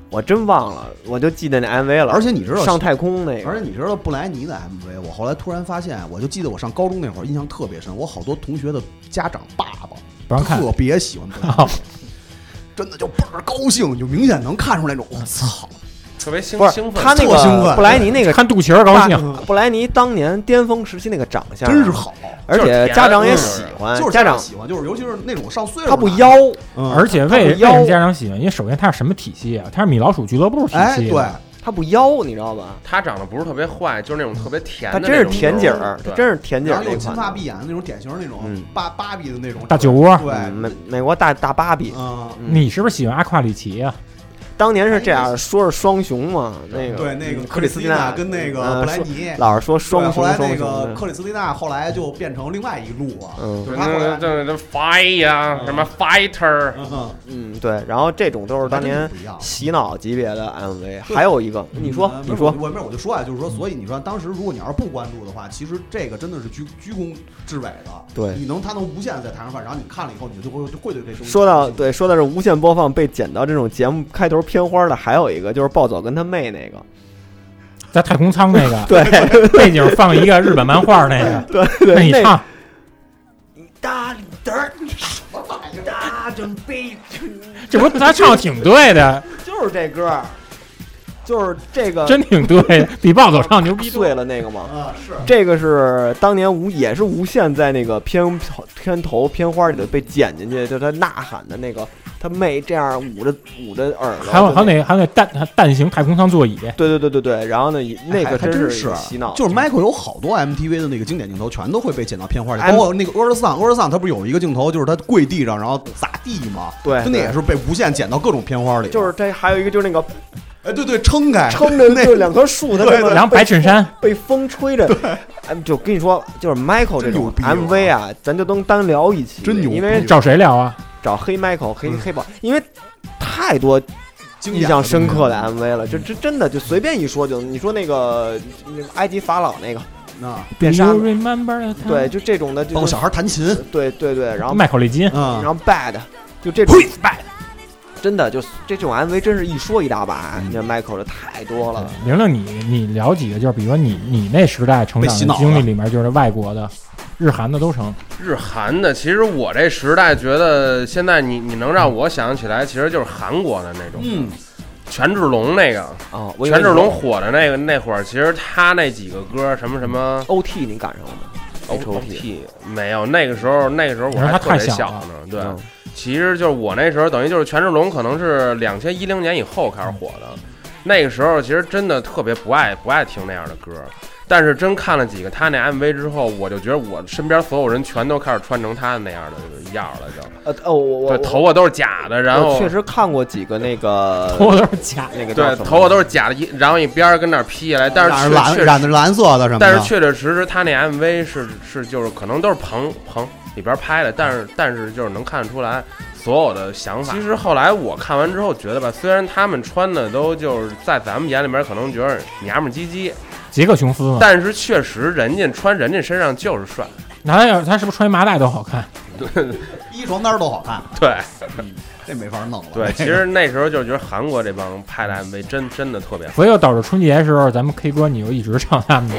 Speaker 3: 我真忘了，我就记得那 MV 了，
Speaker 5: 而且你知道
Speaker 3: 上太空那
Speaker 5: 而
Speaker 3: 个，
Speaker 5: 且你知道布莱尼的 MV，我后来突然发现，我就记得我上高中那会儿印象特别深，我好多同学的家长爸爸
Speaker 4: 不让看
Speaker 5: 特别喜欢 布莱尼，真的就倍儿高兴，你就明显能看出来那种我操，
Speaker 6: 特别兴
Speaker 3: 不是
Speaker 6: 兴奋，
Speaker 3: 他那
Speaker 5: 特兴
Speaker 3: 个
Speaker 5: 奋
Speaker 3: 布莱尼那个
Speaker 4: 看肚脐儿高兴，
Speaker 3: 大布莱尼当年巅峰时期那个长相，啊
Speaker 5: 真是，好。
Speaker 3: 而且家长也喜欢
Speaker 5: 就，是
Speaker 3: 呃家长
Speaker 5: 喜欢，就是尤其是那种上岁数
Speaker 3: 他不
Speaker 5: 的
Speaker 3: 妖，
Speaker 5: 嗯
Speaker 4: 而且为为
Speaker 3: 他
Speaker 4: 什
Speaker 3: 腰
Speaker 4: 么家长喜欢？因为首先他是什么体系啊？他是米老鼠俱乐部体
Speaker 3: 啊
Speaker 5: 哎，
Speaker 4: 系，
Speaker 5: 对，
Speaker 3: 他不妖，你知道吧？
Speaker 6: 他长得不是特别坏，就是那种特别甜
Speaker 3: 他
Speaker 6: 的那
Speaker 3: 真
Speaker 6: 种人
Speaker 3: 是
Speaker 6: 儿，
Speaker 3: 甜姐儿，他
Speaker 6: 对
Speaker 3: 真是甜姐
Speaker 5: 然
Speaker 3: 儿
Speaker 5: 后
Speaker 3: 那
Speaker 5: 又金发
Speaker 3: 款
Speaker 5: 碧。眼的那种典型那种
Speaker 3: 嗯
Speaker 5: 芭芭比的那种
Speaker 4: 大酒窝
Speaker 5: 对，
Speaker 3: 嗯美美国大大芭比，
Speaker 5: 嗯，
Speaker 3: 嗯
Speaker 4: 你是不是喜欢阿夸里奇啊？
Speaker 3: 当年是这样，说是双雄嘛，那个
Speaker 5: 哎
Speaker 3: 嗯
Speaker 5: 对，那个
Speaker 3: 克
Speaker 5: 克
Speaker 3: 里
Speaker 5: 里
Speaker 3: 斯
Speaker 5: 斯
Speaker 3: 蒂
Speaker 5: 蒂
Speaker 3: 娜
Speaker 5: 娜跟那
Speaker 3: 嗯
Speaker 5: 个布莱尼。
Speaker 3: 老是说
Speaker 5: 对
Speaker 3: 双
Speaker 5: 后
Speaker 3: 雄
Speaker 5: 来
Speaker 3: 双
Speaker 5: 那
Speaker 3: 雄
Speaker 5: 个克
Speaker 3: 的，
Speaker 5: 里斯蒂娜后来就变成另外一路啊，
Speaker 3: 嗯
Speaker 5: 就
Speaker 6: 对，
Speaker 5: 是他后
Speaker 6: 那
Speaker 5: 来，
Speaker 6: 那那 fight 呀，什么 fighter，
Speaker 5: 嗯，
Speaker 3: 嗯，对，然后这种都是当
Speaker 5: 还
Speaker 3: 年
Speaker 5: 真不一样
Speaker 3: 洗脑级别的 MV，还有一个，你说
Speaker 5: 嗯，
Speaker 3: 你说
Speaker 5: 我，我没有我就说啊，就是说，所以你说当时如果你要是不关注的话，其实这个真的是居居功至伟的，
Speaker 3: 对
Speaker 5: 你能他能无限在台上放，然后你看了以后，你就会会对这东西
Speaker 3: 说到
Speaker 5: 感兴趣
Speaker 3: 对，说到这无限播放被剪到这种节目开头片花的，还有一个就是暴走跟他妹那个，
Speaker 4: 在太空舱那个
Speaker 3: 对
Speaker 4: 背景放一个日本漫画那个，
Speaker 3: 对
Speaker 4: 那你
Speaker 3: 对，那
Speaker 4: 唱
Speaker 3: 大理嘚儿，大准备，
Speaker 4: 这不他唱得挺对的，
Speaker 3: 就是这歌儿，就是这个
Speaker 4: 真挺对的，比暴走唱牛逼多
Speaker 3: 碎了那个吗？
Speaker 5: 啊是
Speaker 3: 这个是当年无也是无限在那个片片头片花里头被剪进去，就是他呐喊的那个他妹这样捂着捂着耳朵，
Speaker 4: 还有
Speaker 3: 就
Speaker 4: 还有那还有那蛋蛋形太空舱座椅，
Speaker 3: 对对对对对，然后呢也那
Speaker 5: 哎还
Speaker 3: 个
Speaker 5: 还真
Speaker 3: 是
Speaker 5: 是
Speaker 3: 洗脑，
Speaker 5: 就是 Michael 有好多 MTV 的那个经典镜头，全都会被剪到片花里，
Speaker 3: 哎
Speaker 5: 包括那个厄尔桑，厄尔桑他不是有一个镜头，就是他跪地上然后砸地吗？
Speaker 3: 对
Speaker 5: 就那也是被无限剪到各种片花里。
Speaker 3: 就是这还有一个就是那个
Speaker 5: 哎，对 对，撑开，
Speaker 3: 撑着
Speaker 5: 那
Speaker 3: 就两棵树，他那个
Speaker 4: 然后白衬衫，
Speaker 3: 被风吹着，哎，就跟你说，就是 Michael 这
Speaker 5: 真牛
Speaker 3: 种
Speaker 5: 逼啊
Speaker 3: MV 啊，咱就能单聊一期，
Speaker 5: 真牛逼
Speaker 3: 因为
Speaker 4: 找谁聊啊？
Speaker 3: 找黑 Michael 黑
Speaker 5: 嗯
Speaker 3: 黑宝，因为太多
Speaker 5: 经典
Speaker 3: 印
Speaker 5: 的
Speaker 3: 象深刻
Speaker 5: 嗯
Speaker 3: 的 MV 了，就这真的就随便一说就，你说那个那个埃及法老那个
Speaker 5: 啊，
Speaker 3: 变
Speaker 4: Do
Speaker 3: 沙
Speaker 4: you remember the
Speaker 5: 嗯
Speaker 4: time？
Speaker 3: 对，就这种的，就
Speaker 5: 包括小孩弹琴
Speaker 3: 对对对，然后
Speaker 4: 麦考利金，
Speaker 5: 啊
Speaker 3: 然后 bad 就这种 bad，真的就这这种 MV 真是一说一大把，
Speaker 5: 嗯
Speaker 3: 那 Michael 的太多了。
Speaker 4: 玲玲，你你聊几个，就是比如说你你那时代成长
Speaker 5: 被
Speaker 4: 的
Speaker 5: 洗脑了
Speaker 4: 经历里面，就是外国的、日韩的都成。
Speaker 6: 日韩的，其实我这时代觉得，现在你你能让我想起来，其实就是韩国的那种，
Speaker 5: 嗯，
Speaker 6: 权志龙那个，
Speaker 3: 哦，我以为
Speaker 6: 权
Speaker 3: 你
Speaker 6: 志
Speaker 3: 说
Speaker 6: 龙火的那个那会儿，其实他那几个歌什么什么
Speaker 3: OT 你赶上了吗？HOT，
Speaker 6: 哦没有，那个时候那个时候我
Speaker 4: 你说
Speaker 6: 还
Speaker 4: 他
Speaker 6: 特别
Speaker 4: 太小
Speaker 6: 小
Speaker 4: 了
Speaker 6: 呢，对，
Speaker 3: 嗯
Speaker 6: 其实就是我那时候等于就是权志龙可能是两千一零年以后开始火的，那个时候其实真的特别不爱不爱听那样的歌，但是真看了几个他那 MV 之后，我就觉得我身边所有人全都开始穿成他那样的样儿了，就
Speaker 3: 呃哦，我我
Speaker 6: 对头发都是假的，然
Speaker 3: 我
Speaker 6: 后
Speaker 3: 确实看过几个那个
Speaker 4: 我都是假
Speaker 3: 那个叫
Speaker 6: 对
Speaker 3: 什么
Speaker 6: 头发都是假的，一然后一边儿跟那儿披下来，但
Speaker 5: 染
Speaker 6: 是
Speaker 5: 着蓝
Speaker 6: 确确
Speaker 5: 染的蓝色的什么的，
Speaker 6: 但是确确实实，他那 MV 是是就是可能都是棚棚里边拍的，但是但是就是能看得出来所有的想法。其实后来我看完之后觉得吧，虽然他们穿的都就是在咱们眼里面可能觉得娘们儿唧唧，
Speaker 4: 杰克琼斯嘛，
Speaker 6: 但是确实人家穿人家身上就是帅。
Speaker 4: 那他要他是不是穿一麻袋都好看？
Speaker 5: 一床单儿都好看，
Speaker 6: 对
Speaker 5: 这没法弄了。
Speaker 6: 对，其实那时候就觉得韩国这帮拍的 MV 真真的特别好，
Speaker 4: 所以又导致春节的时候，咱们 K 歌你又一直唱他们的。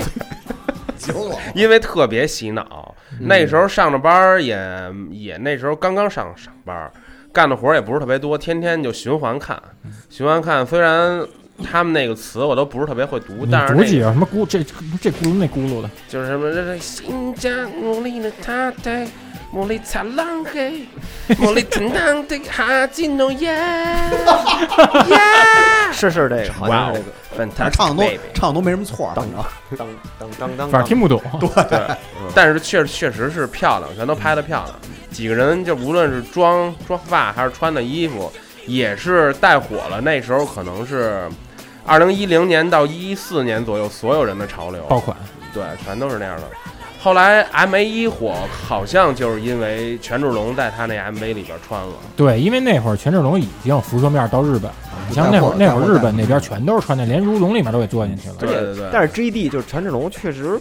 Speaker 5: 惊 了，
Speaker 6: 因为特别洗脑。
Speaker 4: 嗯
Speaker 6: 那时候上着班儿也也那时候刚刚上上班儿，干的活儿也不是特别多，天天就循环看，
Speaker 4: 嗯
Speaker 6: 循环看。虽然他们那个词我都不是特别会读，
Speaker 4: 你
Speaker 6: 但是
Speaker 4: 读几啊个
Speaker 6: 那个
Speaker 4: 什么咕这这咕噜那咕噜的，
Speaker 6: 就是什么这这新疆茉莉的塔台，茉莉擦浪嘿，茉莉成长的哈金诺耶耶，
Speaker 3: 是是这个，好
Speaker 6: 哇
Speaker 3: 像
Speaker 6: 哦
Speaker 3: 是这个，
Speaker 5: 但是唱
Speaker 6: fantastic
Speaker 5: 的都
Speaker 6: baby。
Speaker 5: 唱的都没什么错儿，
Speaker 3: 当
Speaker 5: 你知道吗？
Speaker 3: 当当当当，
Speaker 4: 反正听不懂。
Speaker 3: 嗯
Speaker 6: 但是确确实是漂亮，全都拍的漂亮。几个人就无论是妆妆发还是穿的衣服，也是带火了。那时候可能是二零一零年到一四年左右，所有人的潮流，
Speaker 4: 爆款，
Speaker 6: 对，全都是那样的。后来 M A 一火，好像就是因为权志龙在他那 M V 里边穿了，
Speaker 4: 对，因为那会儿权志龙已经辐射面到日本了，你像那会儿那会儿日本那边全都是穿的，连如龙里面都给做进去了。
Speaker 3: 而
Speaker 6: 对
Speaker 3: 且
Speaker 6: 对对。
Speaker 3: 但是 GD 就是权志龙确实，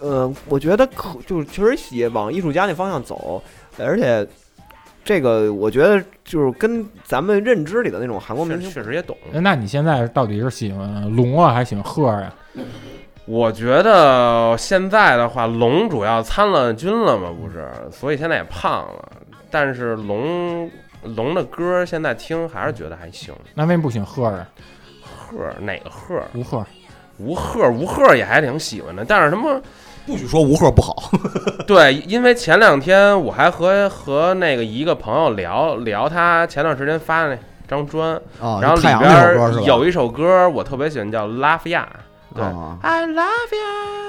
Speaker 3: 呃，我觉得可就是确实也往艺术家那方向走，而且这个我觉得就是跟咱们认知里的那种韩国明
Speaker 6: 确
Speaker 3: 星
Speaker 6: 确实也懂，
Speaker 4: 那你现在到底是喜欢龙啊，还是喜欢鹤呀、
Speaker 6: 我觉得现在的话，龙主要参了军了嘛，不是，所以现在也胖了。但是龙龙的歌现在听还是觉得还行。
Speaker 4: 那为什么不喜欢鹤啊？
Speaker 6: 赫儿哪个赫儿？
Speaker 4: 吴鹤，
Speaker 6: 吴赫儿，吴赫儿也还挺喜欢的。但是他妈
Speaker 5: 不许说吴赫不好，
Speaker 6: 对，因为前两天我还和和那个一个朋友聊聊，他前段时间发那张专，
Speaker 5: 啊，
Speaker 6: 然后
Speaker 5: 就太
Speaker 6: 里
Speaker 5: 阳那首
Speaker 6: 边
Speaker 5: 歌
Speaker 6: 儿
Speaker 5: 是吧？
Speaker 6: 有一首歌我特别喜欢，叫《拉菲亚》。对、
Speaker 5: 啊
Speaker 6: i love you。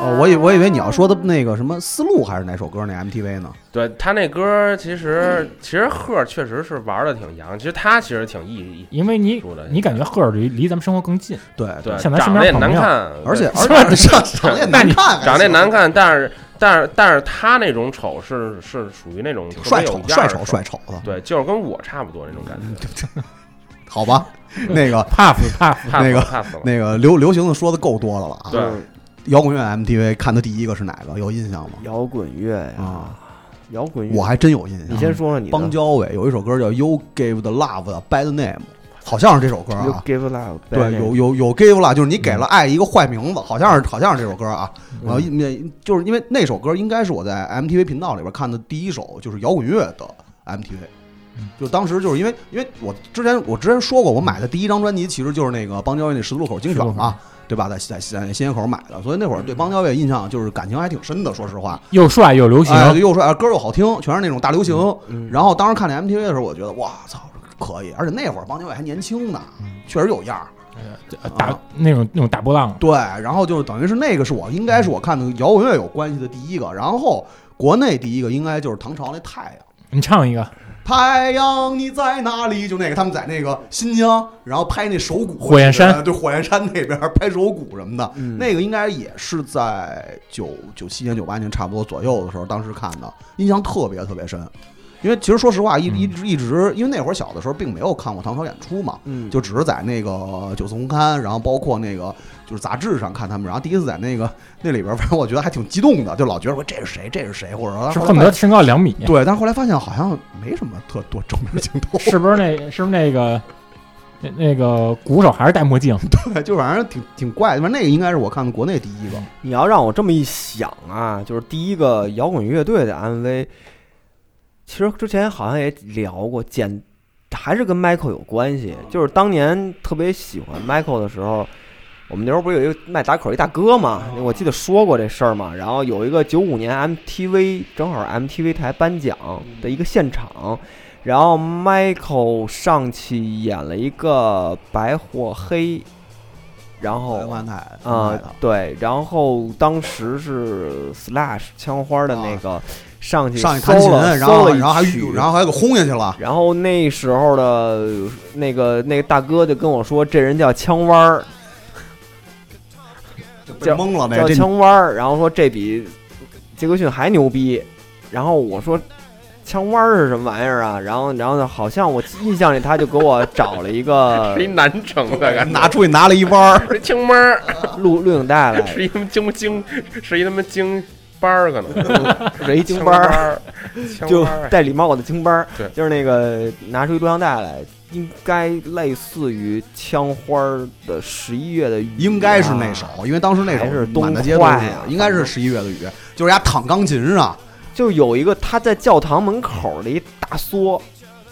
Speaker 5: 哦，我以我以为你要说的那个什么思路还是哪首歌那 MTV 呢？
Speaker 6: 对他那歌儿，其实其实赫儿确实是玩的挺洋，其实他其实挺艺，
Speaker 4: 因为你
Speaker 6: 说的
Speaker 4: 你感觉赫尔离离咱们生活更近，
Speaker 5: 对
Speaker 6: 对，
Speaker 4: 像咱身
Speaker 6: 长得也
Speaker 4: 边朋
Speaker 6: 难
Speaker 4: 友
Speaker 6: 看，
Speaker 5: 而且
Speaker 6: 对
Speaker 5: 而 且长长得也难看，啊
Speaker 6: 长得也难
Speaker 5: 看，
Speaker 6: 看，但是但是但是他那种丑是是属于那种特别
Speaker 5: 帅
Speaker 6: 有
Speaker 5: 丑
Speaker 6: 样儿
Speaker 5: 帅
Speaker 6: 的
Speaker 5: 丑帅丑的，
Speaker 6: 对，就是跟我差不多那种感觉，
Speaker 5: 好吧？那个
Speaker 4: 怕死嗯怕死。
Speaker 6: 怕死
Speaker 5: 嗯那个
Speaker 6: 了怕死了，
Speaker 5: 那个流流行的说的够多的了啊。
Speaker 6: 对
Speaker 3: 嗯
Speaker 5: 摇滚乐 MTV 看的第一个是哪个？有印象吗？
Speaker 3: 摇滚乐
Speaker 6: 哎
Speaker 3: 呀，
Speaker 5: 啊，
Speaker 3: 摇滚乐，
Speaker 5: 我还真有印
Speaker 3: 你
Speaker 5: 象。
Speaker 3: 先说说你的
Speaker 5: 邦交委有一首歌叫《You Gave the Love a Bad Name》，好像是这首歌
Speaker 3: You
Speaker 5: 啊。
Speaker 3: give love，
Speaker 5: 对，有有有 gave love，就是你给了爱一个坏名字，好像是好像是这首歌啊。然后
Speaker 4: 嗯
Speaker 5: 因为就是因为那首歌应该是我在 MTV 频道里边看的第一首，就是摇滚乐的 MTV
Speaker 4: 嗯。
Speaker 5: 就当时就是因为因为我之前我之前说过，我买的第一张专辑其实就是那个邦交乐那十字路口精选
Speaker 4: 十字路口嗯
Speaker 5: 嘛，对吧？在在在新街口买的，所以那会儿对邦交乐印象就是感情还挺深的。说实话，
Speaker 4: 又帅又流行，
Speaker 5: 哎，又帅，歌又好听，全是那种大流行。
Speaker 3: 嗯
Speaker 5: 然后当时看那 MTV 的时候，我觉得哇操，可以！而且那会儿邦乔伟还年轻呢，
Speaker 4: 嗯
Speaker 5: 确实有样儿。
Speaker 4: 呃打那种那种大波浪，
Speaker 5: 对，然后就是等于是那个是我应该是我看的摇滚乐有关系的第一个，然后国内第一个应该就是唐朝那太阳。
Speaker 4: 你唱一个，
Speaker 5: 太阳你在哪里？就那个他们在那个新疆，然后拍那手鼓，
Speaker 4: 火焰山
Speaker 5: 对火焰山那边拍手鼓什么的，
Speaker 3: 嗯
Speaker 5: 那个应该也是在九九七年、九八年差不多左右的时候，当时看的，印象特别特别深。因为其实说实话，一
Speaker 4: 嗯
Speaker 5: 一直一直，因为那会儿小的时候并没有看过唐朝演出嘛，
Speaker 3: 嗯
Speaker 5: 就只是在那个九四红刊，然后包括那个就是杂志上看他们，然后第一次在那个那里边，反正我觉得还挺激动的，就老觉得说这是谁，这是谁，或者说
Speaker 4: 是恨不得身高两米，
Speaker 5: 对，但是后来发现好像没什么特多正面镜头，
Speaker 4: 是不是那是不是那个那那个鼓手还是戴墨镜？
Speaker 5: 就反正挺挺怪的。反正那个应该是我看的国内第一个，
Speaker 3: 你要让我这么一想啊，就是第一个摇滚乐队的 MV，其实之前好像也聊过，简还是跟 Michael 有关系。就是当年特别喜欢 Michael 的时候，我们那时候不是有一个卖打口一大哥嘛，我记得说过这事儿嘛。然后有一个九五年 MTV 正好 MTV 台颁奖的一个现场。然后 Michael 上去演了一个白或黑，然后
Speaker 5: 台湾台
Speaker 3: 啊、对，然后当时是 Slash 枪花的那个、上去
Speaker 5: 啊上去
Speaker 3: 搜
Speaker 5: 弹琴，
Speaker 3: 了，
Speaker 5: 然后
Speaker 3: 搜了一
Speaker 5: 然后还
Speaker 3: 曲
Speaker 5: 然后还给轰下去了，
Speaker 3: 然后那时候的那个那个大哥就跟我说，这人叫枪弯儿，
Speaker 5: 就被懵了呗。
Speaker 3: 叫
Speaker 5: 哦这
Speaker 3: 枪弯儿，然后说这比杰克逊还牛逼。然后我说枪弯儿是什么玩意儿啊？然后然后呢，好像我印象里他就给我找了一 个
Speaker 6: 是一南城的感觉，
Speaker 5: 拿出去拿了一弯儿，
Speaker 6: 是青妹儿，
Speaker 3: 录录影带
Speaker 5: 哎
Speaker 3: 来，
Speaker 6: 是一他妈京京，是一他妈京班儿可能，
Speaker 3: 是一京班儿。
Speaker 6: 儿，
Speaker 3: 就
Speaker 6: 京班儿啊
Speaker 3: 带礼帽的京班儿，
Speaker 6: 对
Speaker 3: 就是那个拿出一录像带来，应该类似于枪花儿的十一月的雨、
Speaker 5: 应该是那首，，因为当时那
Speaker 3: 啊
Speaker 5: 首
Speaker 3: 还是
Speaker 5: 满大街
Speaker 3: 东
Speaker 5: 都
Speaker 3: 快
Speaker 5: 是
Speaker 3: 啊，
Speaker 5: 应该是十一月的雨，就是人家躺钢琴上，
Speaker 3: 就有一个他在教堂门口的一大梭，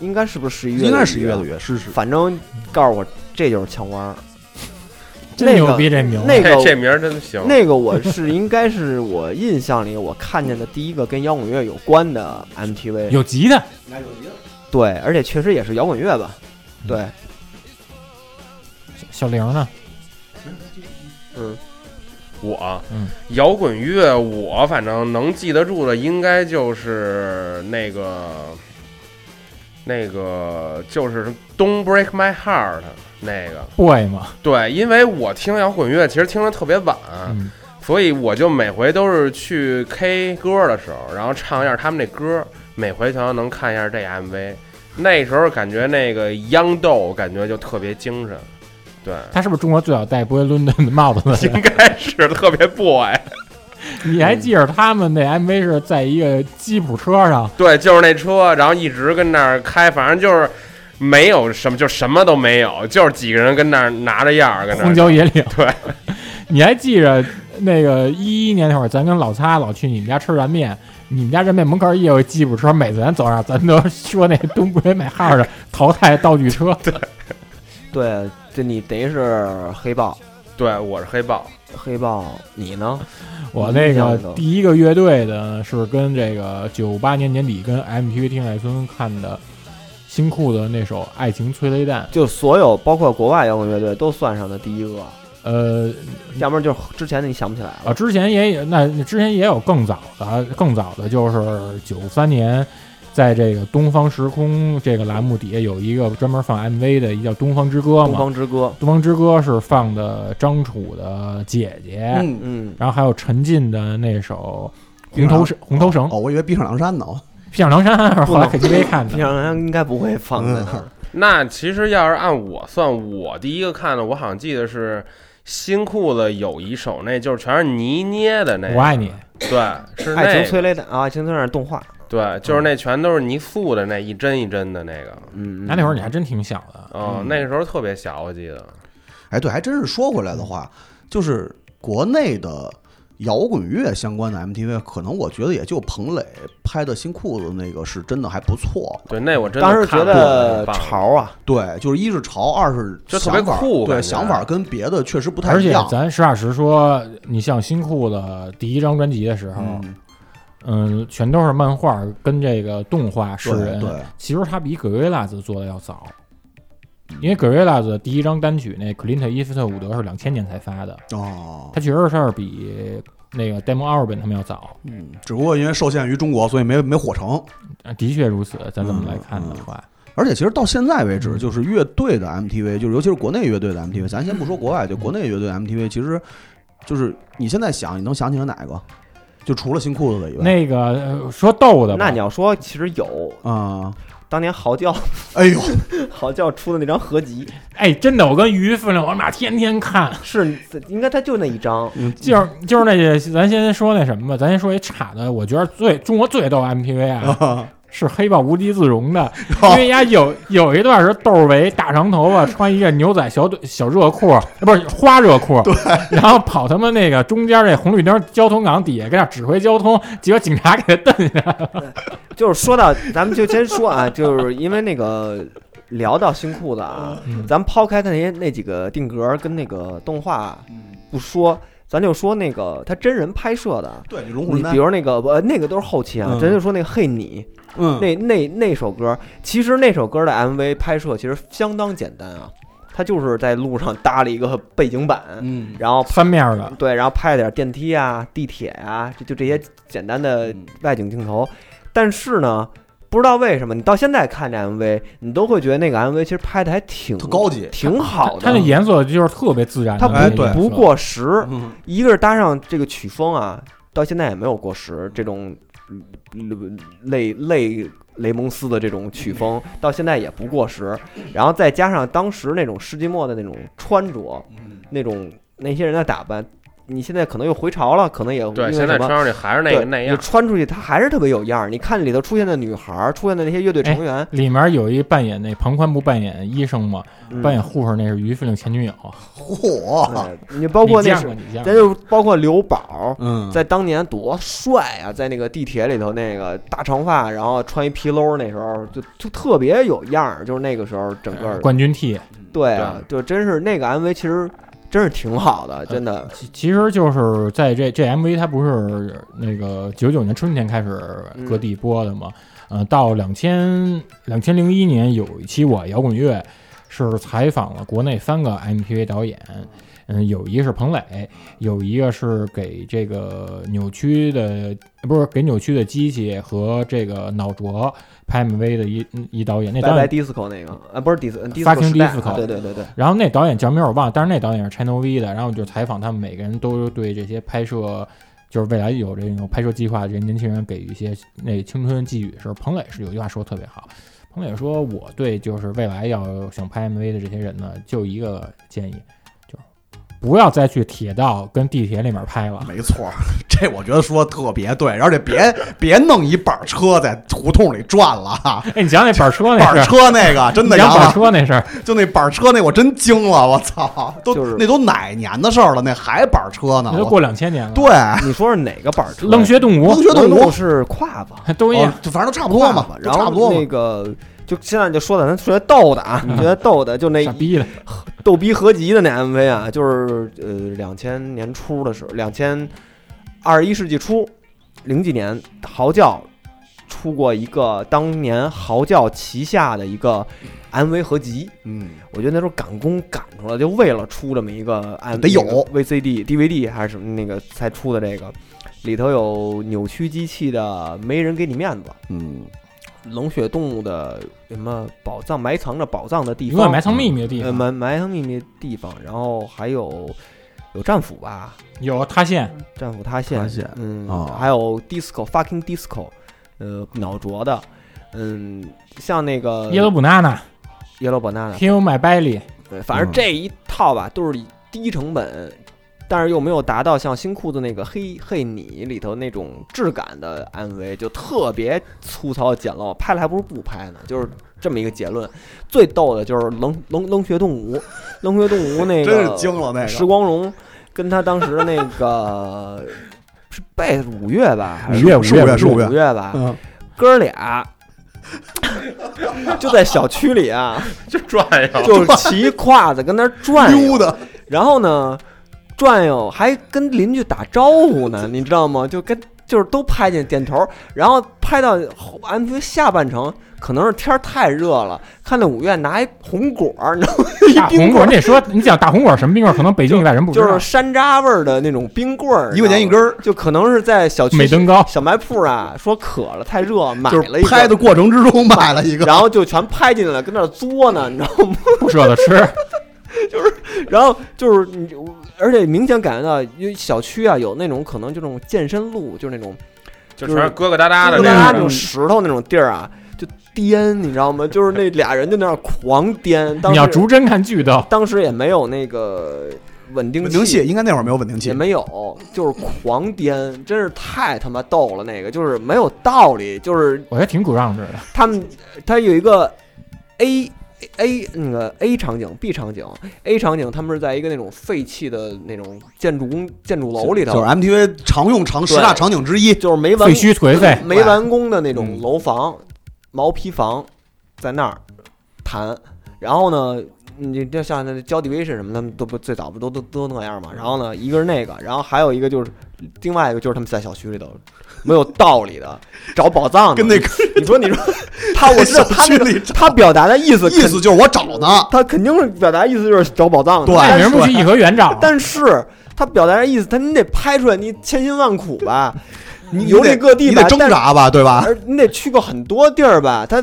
Speaker 3: 应该是不是十一月？啊
Speaker 5: 应该是十一月的雨，啊是是。
Speaker 3: 反正告诉我这就是枪花儿，
Speaker 4: 真牛逼
Speaker 3: 那个
Speaker 4: 这名字！
Speaker 3: 那
Speaker 6: 这这
Speaker 3: 个
Speaker 6: 名儿真行，
Speaker 3: 那个我是应该是我印象里我看见的第一个跟摇滚乐有关的 MTV，
Speaker 4: 有吉他，
Speaker 3: 对，而且确实也是摇滚乐吧，
Speaker 5: 嗯
Speaker 3: 对，
Speaker 4: 小玲呢？
Speaker 3: 嗯，
Speaker 6: 我
Speaker 4: 嗯，
Speaker 6: 摇滚乐我反正能记得住的，应该就是那个，那个就是《Don't Break My Heart》那个。
Speaker 4: boy 嘛，
Speaker 6: 对，因为我听摇滚乐其实听的特别晚，
Speaker 4: 嗯，
Speaker 6: 所以我就每回都是去 K 歌的时候，然后唱一下他们那歌，每回全都能看一下这 MV。那时候感觉那个央豆感觉就特别精神， 对，
Speaker 4: 他是不是中国最早戴波伦敦的帽子的
Speaker 6: 应该是特别 boy。
Speaker 4: 人？你还记着他们那 MV 是在一个吉普车上，
Speaker 6: 对，就是那车，然后一直跟那儿开，反正就是没有什么，就什么都没有，就是几个人跟那儿拿着样儿跟那
Speaker 4: 荒
Speaker 6: 儿。
Speaker 4: 郊野岭。
Speaker 6: 对，
Speaker 4: 你还记着那个一一年那会儿，咱跟老擦老去你们家吃燃面，你们家燃面门口也有吉普车，每次咱走上，咱都说那东北买号的淘汰道具车。
Speaker 3: 对，这你等于是黑豹，
Speaker 6: 对，我是黑豹，
Speaker 3: 黑豹，你呢？
Speaker 4: 我那
Speaker 3: 印象
Speaker 4: 个
Speaker 3: 里头
Speaker 4: 第一个乐队的是跟这个九八年年底跟 MTV 听海村看的新裤子那首《爱情催泪弹》，
Speaker 3: 就所有包括国外摇滚乐队都算上的第一个，
Speaker 4: 呃，
Speaker 3: 要不然就是之前的你想不起来了。
Speaker 6: 嗯
Speaker 4: 啊，之前也有，那之前也有更早的，更早的就是九三年，在这个东方时空这个栏目底下有一个专门放 MV 的，一叫《东方之歌》
Speaker 3: 东
Speaker 4: 嘛。
Speaker 3: 方之歌，
Speaker 4: 东方之歌》是放的张楚的姐姐，
Speaker 6: 哎
Speaker 5: 嗯，
Speaker 3: 嗯，
Speaker 4: 然后还有陈进的那首《红
Speaker 5: 红头
Speaker 4: 头绳》，红头绳
Speaker 5: 哦，，我以为《逼上梁山》呢，哦
Speaker 4: 《向梁山》是后来
Speaker 3: 不
Speaker 4: KTV 看
Speaker 3: 平
Speaker 4: 的。
Speaker 3: 常人应该不会放在那儿。
Speaker 6: 那其实要是按我算，我第一个看的，我好像记得是新裤子有一首，那就是全是泥捏的那个。
Speaker 4: 我爱你，
Speaker 6: 对，是
Speaker 3: 爱
Speaker 6: 那
Speaker 3: 情催
Speaker 6: 个。
Speaker 3: 泪弹啊，爱情催泪弹动画，
Speaker 6: 对，就是那全都是泥塑的那一针一针的那个。
Speaker 3: 嗯，
Speaker 4: 那那会儿你还真挺小的，
Speaker 6: 哦，那个时候特别小，我记得。
Speaker 5: 哎，对，还真是说回来的话，
Speaker 6: 嗯
Speaker 5: 就是国内的摇滚乐相关的 MTV，可能我觉得也就彭磊拍的新裤子那个是真的还不错。
Speaker 6: 对，那我真的
Speaker 3: 当时
Speaker 6: 看
Speaker 3: 觉
Speaker 6: 过
Speaker 3: 得
Speaker 6: 很棒
Speaker 3: 潮啊，
Speaker 5: 对，就是一是潮，二是
Speaker 6: 就特别
Speaker 5: 想法
Speaker 6: 酷
Speaker 5: 对，
Speaker 6: 感觉
Speaker 5: 想法跟别的确实不太
Speaker 4: 而
Speaker 5: 一
Speaker 4: 且
Speaker 5: 样。
Speaker 4: 咱实话实说，你像新裤子第一张专辑的时候，
Speaker 5: 嗯，
Speaker 4: 嗯，全都是漫画跟这个动画是
Speaker 5: 对
Speaker 4: 人。
Speaker 5: 对，
Speaker 4: 其实他比葛瑞拉子做的要早，因为葛瑞拉子第一张单曲那《克林特·伊斯特伍德》是两千年才发的，
Speaker 5: 哦，
Speaker 4: 他确实是比那个 Demo Album 他们要早。
Speaker 5: 嗯，只不过因为受限于中国，所以没没火成。
Speaker 4: 啊的确如此，咱这么来看的
Speaker 5: 嗯
Speaker 4: 话，
Speaker 5: 而且其实到现在为止，就是乐队的 MTV，就是尤其是国内乐队的 MTV，咱先不说国外，就国内乐队的 MTV，其实就是你现在想，你能想起来哪个？就除了新裤子的以外，
Speaker 4: 那个呃说逗的吧，
Speaker 3: 那你要说其实有，
Speaker 5: 啊、
Speaker 3: 当年嚎叫
Speaker 5: 哎呦，
Speaker 3: 嚎叫出的那张合集
Speaker 4: 哎，真的，我跟于分量，我妈天天 看，
Speaker 3: 是应该他就那一张，
Speaker 4: 就是 就是那些，咱先说那什么吧，咱先说一差的，我觉得最中国最逗 MTV 啊，是黑豹无地自容的，
Speaker 3: 哦
Speaker 4: 因为丫有有一段是窦唯大长头发，穿一个牛仔小短 小热裤，啊不是花热裤，对， 然后跑他妈那个中间这红绿灯交通岗底下跟那指挥交通，结果警察给他蹬下来了。
Speaker 3: 就是说到，咱们就先说啊， 就是因为那个聊到新裤子啊，
Speaker 5: 嗯
Speaker 3: 咱们抛开它那些那几个定格跟那个动画
Speaker 5: 嗯
Speaker 3: 不说，咱就说那个他真人拍摄的，
Speaker 5: 对，龙
Speaker 3: 你比如那个呃那个都是后期啊，
Speaker 5: 嗯
Speaker 3: 咱就说那个嘿你
Speaker 5: 嗯，
Speaker 3: 那那那首歌，其实那首歌的 MV 拍摄其实相当简单啊，他就是在路上搭了一个背景板，
Speaker 5: 嗯，
Speaker 3: 然后
Speaker 4: 翻面的，
Speaker 3: 对，然后哦拍了点电梯啊、地铁啊，就就这些简单的
Speaker 5: 嗯
Speaker 3: 外景镜头。但是呢，不知道为什么，你到现在看这 MV，你都会觉得那个 MV 其实拍的还挺
Speaker 5: 特高级，
Speaker 3: 挺好的。
Speaker 4: 他那颜色就是特别自然的
Speaker 3: 它
Speaker 4: 那
Speaker 5: 哎
Speaker 4: 种
Speaker 5: 对
Speaker 4: 颜色，
Speaker 3: 不过时，
Speaker 5: 嗯
Speaker 3: 一个是搭上这个曲风啊，到现在也没有过时。这种嗯类类雷蒙斯的这种曲风，到现在也不过时。然后再加上当时那种世纪末的那种穿着，
Speaker 6: 嗯
Speaker 3: 那种那些人的打扮，你现在可能又回潮了，可能也因
Speaker 6: 对，
Speaker 3: 为
Speaker 6: 现
Speaker 3: 什
Speaker 6: 在穿
Speaker 3: 么。
Speaker 6: 上去还是那
Speaker 3: 对，
Speaker 6: 个那
Speaker 3: 你
Speaker 6: 样。
Speaker 3: 穿出去，他还是特别有样儿。你看里头出现的女孩儿，出现的那些乐队成员，
Speaker 4: 里面有一扮演那庞宽不扮演医生嘛，
Speaker 3: 嗯
Speaker 4: 扮演护士那是于司令前女友，
Speaker 5: 嚯，
Speaker 3: 对你包括那
Speaker 4: 你见
Speaker 3: 是
Speaker 4: 过，你见
Speaker 3: 咱就
Speaker 4: 过
Speaker 3: 包括刘宝，
Speaker 5: 嗯，
Speaker 3: 在当年多帅啊，在那个地铁里头那个大长发，然后穿一皮褛，那时候就就特别有样儿，就是那个时候整个儿
Speaker 4: 冠军 T，
Speaker 3: 对啊，就真是那个 MV 其实真是挺好
Speaker 4: 嗯
Speaker 3: 的，真的，
Speaker 4: 其其实就是在这这 MV 它不是那个九九年春天开始各地播的嘛，呃，到两千两千零一年有一期我摇滚乐是采访了国内三个 MTV 导演。嗯，有一个是彭磊，有一个是给这个扭曲的，不是给扭曲的机器和这个脑浊拍 MV 的一嗯一导演，那
Speaker 3: 拜
Speaker 4: 导
Speaker 3: 拜
Speaker 4: 演
Speaker 3: disco 那个啊，不是 disco disco
Speaker 4: Fucking
Speaker 3: 时代啊
Speaker 4: disco
Speaker 3: 对对 对对，
Speaker 4: 然后那导演叫名儿我忘了，但是那导演是 Channel V 的，然后我就采访他们每个人都对这些拍摄，就是未来有这种拍摄计划，这些年轻人给予一些那青春寄语的时候，彭磊是有句话说得特别好，彭磊说我对就是未来要想拍 MV 的这些人呢，就一个建议，就是不要再去铁道跟地铁里面拍 了。
Speaker 5: 没错儿，这我觉得说得特别对，而且别别弄一板车在胡同里转了啊，
Speaker 4: 哎，你讲那板车那
Speaker 5: 板
Speaker 4: 事儿，
Speaker 5: 车那个真的
Speaker 4: 你讲
Speaker 5: 杨
Speaker 4: 板
Speaker 5: 啊，
Speaker 4: 车那事儿，
Speaker 5: 就那板车那我真惊了，我操，都
Speaker 3: 就是
Speaker 5: 那都哪年的事儿了，那还板车呢
Speaker 4: 那？都
Speaker 5: 啊我
Speaker 4: 过两千年了。
Speaker 5: 对，，
Speaker 3: 你说是哪个板儿车呀？
Speaker 4: 冷血动物
Speaker 5: 冷血动
Speaker 3: 冷
Speaker 5: 物
Speaker 3: 是胯吧？
Speaker 4: 都一样
Speaker 5: 哦。就反正都差不多嘛，都
Speaker 3: 然
Speaker 5: 差
Speaker 3: 后
Speaker 5: 不多
Speaker 3: 那
Speaker 5: 嘛。嗯
Speaker 3: 个就现在就说的，咱说来逗的啊，你觉得逗的就那
Speaker 4: 傻逼的，
Speaker 3: 逗逼合集的那 MV 啊，就是呃两千年初的时候，两千二十一世纪初零几年，嚎叫出过一个当年嚎叫旗下的一个 MV 合集，
Speaker 5: 嗯，
Speaker 3: 我觉得那时候赶工赶出来，就为了出这么一个 MV
Speaker 5: 得有
Speaker 3: VCD、DVD 还是什么那个才出的这个，里头有扭曲机器的《没人给你面子》。
Speaker 5: 嗯，
Speaker 3: 冷血动物的什么宝藏埋藏着宝藏的地
Speaker 4: 永远
Speaker 3: 方，
Speaker 4: 埋藏秘密的地
Speaker 3: 呃
Speaker 5: 嗯
Speaker 3: 埋
Speaker 4: 方，
Speaker 3: 埋藏秘密的地方，然后还有有战斧吧，
Speaker 4: 有塌陷，
Speaker 3: 战斧塌陷，
Speaker 5: 塌陷
Speaker 3: 嗯，
Speaker 5: 哦
Speaker 3: 还有 disco fucking disco，呃，脑浊的，嗯，像那个
Speaker 5: 呃
Speaker 4: 耶鲁
Speaker 3: yellow
Speaker 4: 布娜娜，
Speaker 3: banana，
Speaker 4: Kill My Belly，
Speaker 3: 对，反正
Speaker 5: 嗯
Speaker 3: 这一套吧都是以低成本。但是又没有达到像新裤子那个黑黑你里头那种质感的 MV，就特别粗糙简陋，拍了还不如不拍呢，就是这么一个结论。最逗的就是冷冷冷血动物，冷血动物那个
Speaker 5: 嗯 真是惊了那
Speaker 3: 石
Speaker 5: 个。
Speaker 3: 光荣跟他当时的那个是被五月吧，还是
Speaker 4: 五月
Speaker 5: 是五月是
Speaker 3: 五
Speaker 5: 五月，
Speaker 3: 月吧，
Speaker 5: 嗯，
Speaker 3: 哥俩 就在小区里啊，
Speaker 6: 就转 悠，
Speaker 3: 就是骑胯子跟那儿转悠
Speaker 5: 溜，达，
Speaker 3: 然后呢转悠还跟邻居打招呼 呢，你知道吗？就跟就是都拍见点头，然后拍到后 MV 下半程，可能是天儿太热了，看到五月拿一红果儿，你知道吗？
Speaker 4: 大
Speaker 3: 一冰棍
Speaker 4: 红果，
Speaker 3: 儿
Speaker 4: 你得说你讲大红果什么冰棍儿？可能北京以外人不知
Speaker 3: 就
Speaker 4: 道
Speaker 3: 是。山楂味儿的那种冰棍儿，
Speaker 5: 一块钱一
Speaker 3: 你知道吗
Speaker 5: 根儿，
Speaker 3: 就可能是在小区
Speaker 4: 美登高
Speaker 3: 小卖铺啊，说渴了太热，买
Speaker 5: 就
Speaker 3: 了
Speaker 5: 是
Speaker 3: 一个
Speaker 5: 拍的，过程之中买了一个，
Speaker 3: 然后就全拍进来了，跟那儿作呢，你知道吗？
Speaker 4: 不舍得吃，
Speaker 3: 然后就是你，而且明显感觉到，因为小区啊有那种可能就那种健身路，就是那种
Speaker 6: 就全是疙疙瘩瘩的
Speaker 3: 就
Speaker 6: 那
Speaker 3: 那
Speaker 6: 种
Speaker 3: 种。石头那种地儿啊，就颠，你知道吗？就是那俩人就那儿狂颠，当
Speaker 4: 你要
Speaker 3: 时
Speaker 4: 逐帧看剧都
Speaker 3: 当时也没有那个稳定
Speaker 5: 稳定器应该那会儿没有稳定器
Speaker 3: 也，没有，就是狂颠，真是太他妈逗了。那个就是没有道理，就是
Speaker 4: 我觉得挺鼓胀似的。
Speaker 3: 他们他有一个 A A 那个 A 场景，B 场景，A 场景他们是在一个那种废弃的那种建筑工建筑楼里头，
Speaker 5: 就是 MTV 常用常十
Speaker 3: 对
Speaker 5: 大场景之一。
Speaker 3: 就是没完
Speaker 4: 废墟颓废，
Speaker 3: 没完工的那种
Speaker 5: 嗯
Speaker 3: 楼房、毛坯房，在那儿谈。然后呢，你就像那交 division 什么，他们都不最早不都都都那样嘛。然后
Speaker 5: 嗯
Speaker 3: 呢，一个是那个，然后还有一个就是另外一个就是他们在小区里头没有道理 的找宝藏的，
Speaker 5: 跟那个
Speaker 3: 你说你说他我知道他那
Speaker 5: 小区里
Speaker 3: 个
Speaker 5: 找
Speaker 3: 他表达的意思
Speaker 5: 意思就是我找呢，
Speaker 3: 他肯定是表达意思就是找宝藏的，
Speaker 5: 对
Speaker 4: 那
Speaker 3: 但
Speaker 4: 为
Speaker 3: 是
Speaker 4: 什么不去颐和园找啊？
Speaker 3: 但是他表达的意思，他你得拍出来，你千辛万苦吧，
Speaker 5: 你
Speaker 3: 游历
Speaker 5: 得
Speaker 3: 各地
Speaker 5: 你得
Speaker 3: 吧
Speaker 5: 挣
Speaker 3: 但是
Speaker 5: 扎吧，对吧？
Speaker 3: 而你得去过很多地儿吧？它，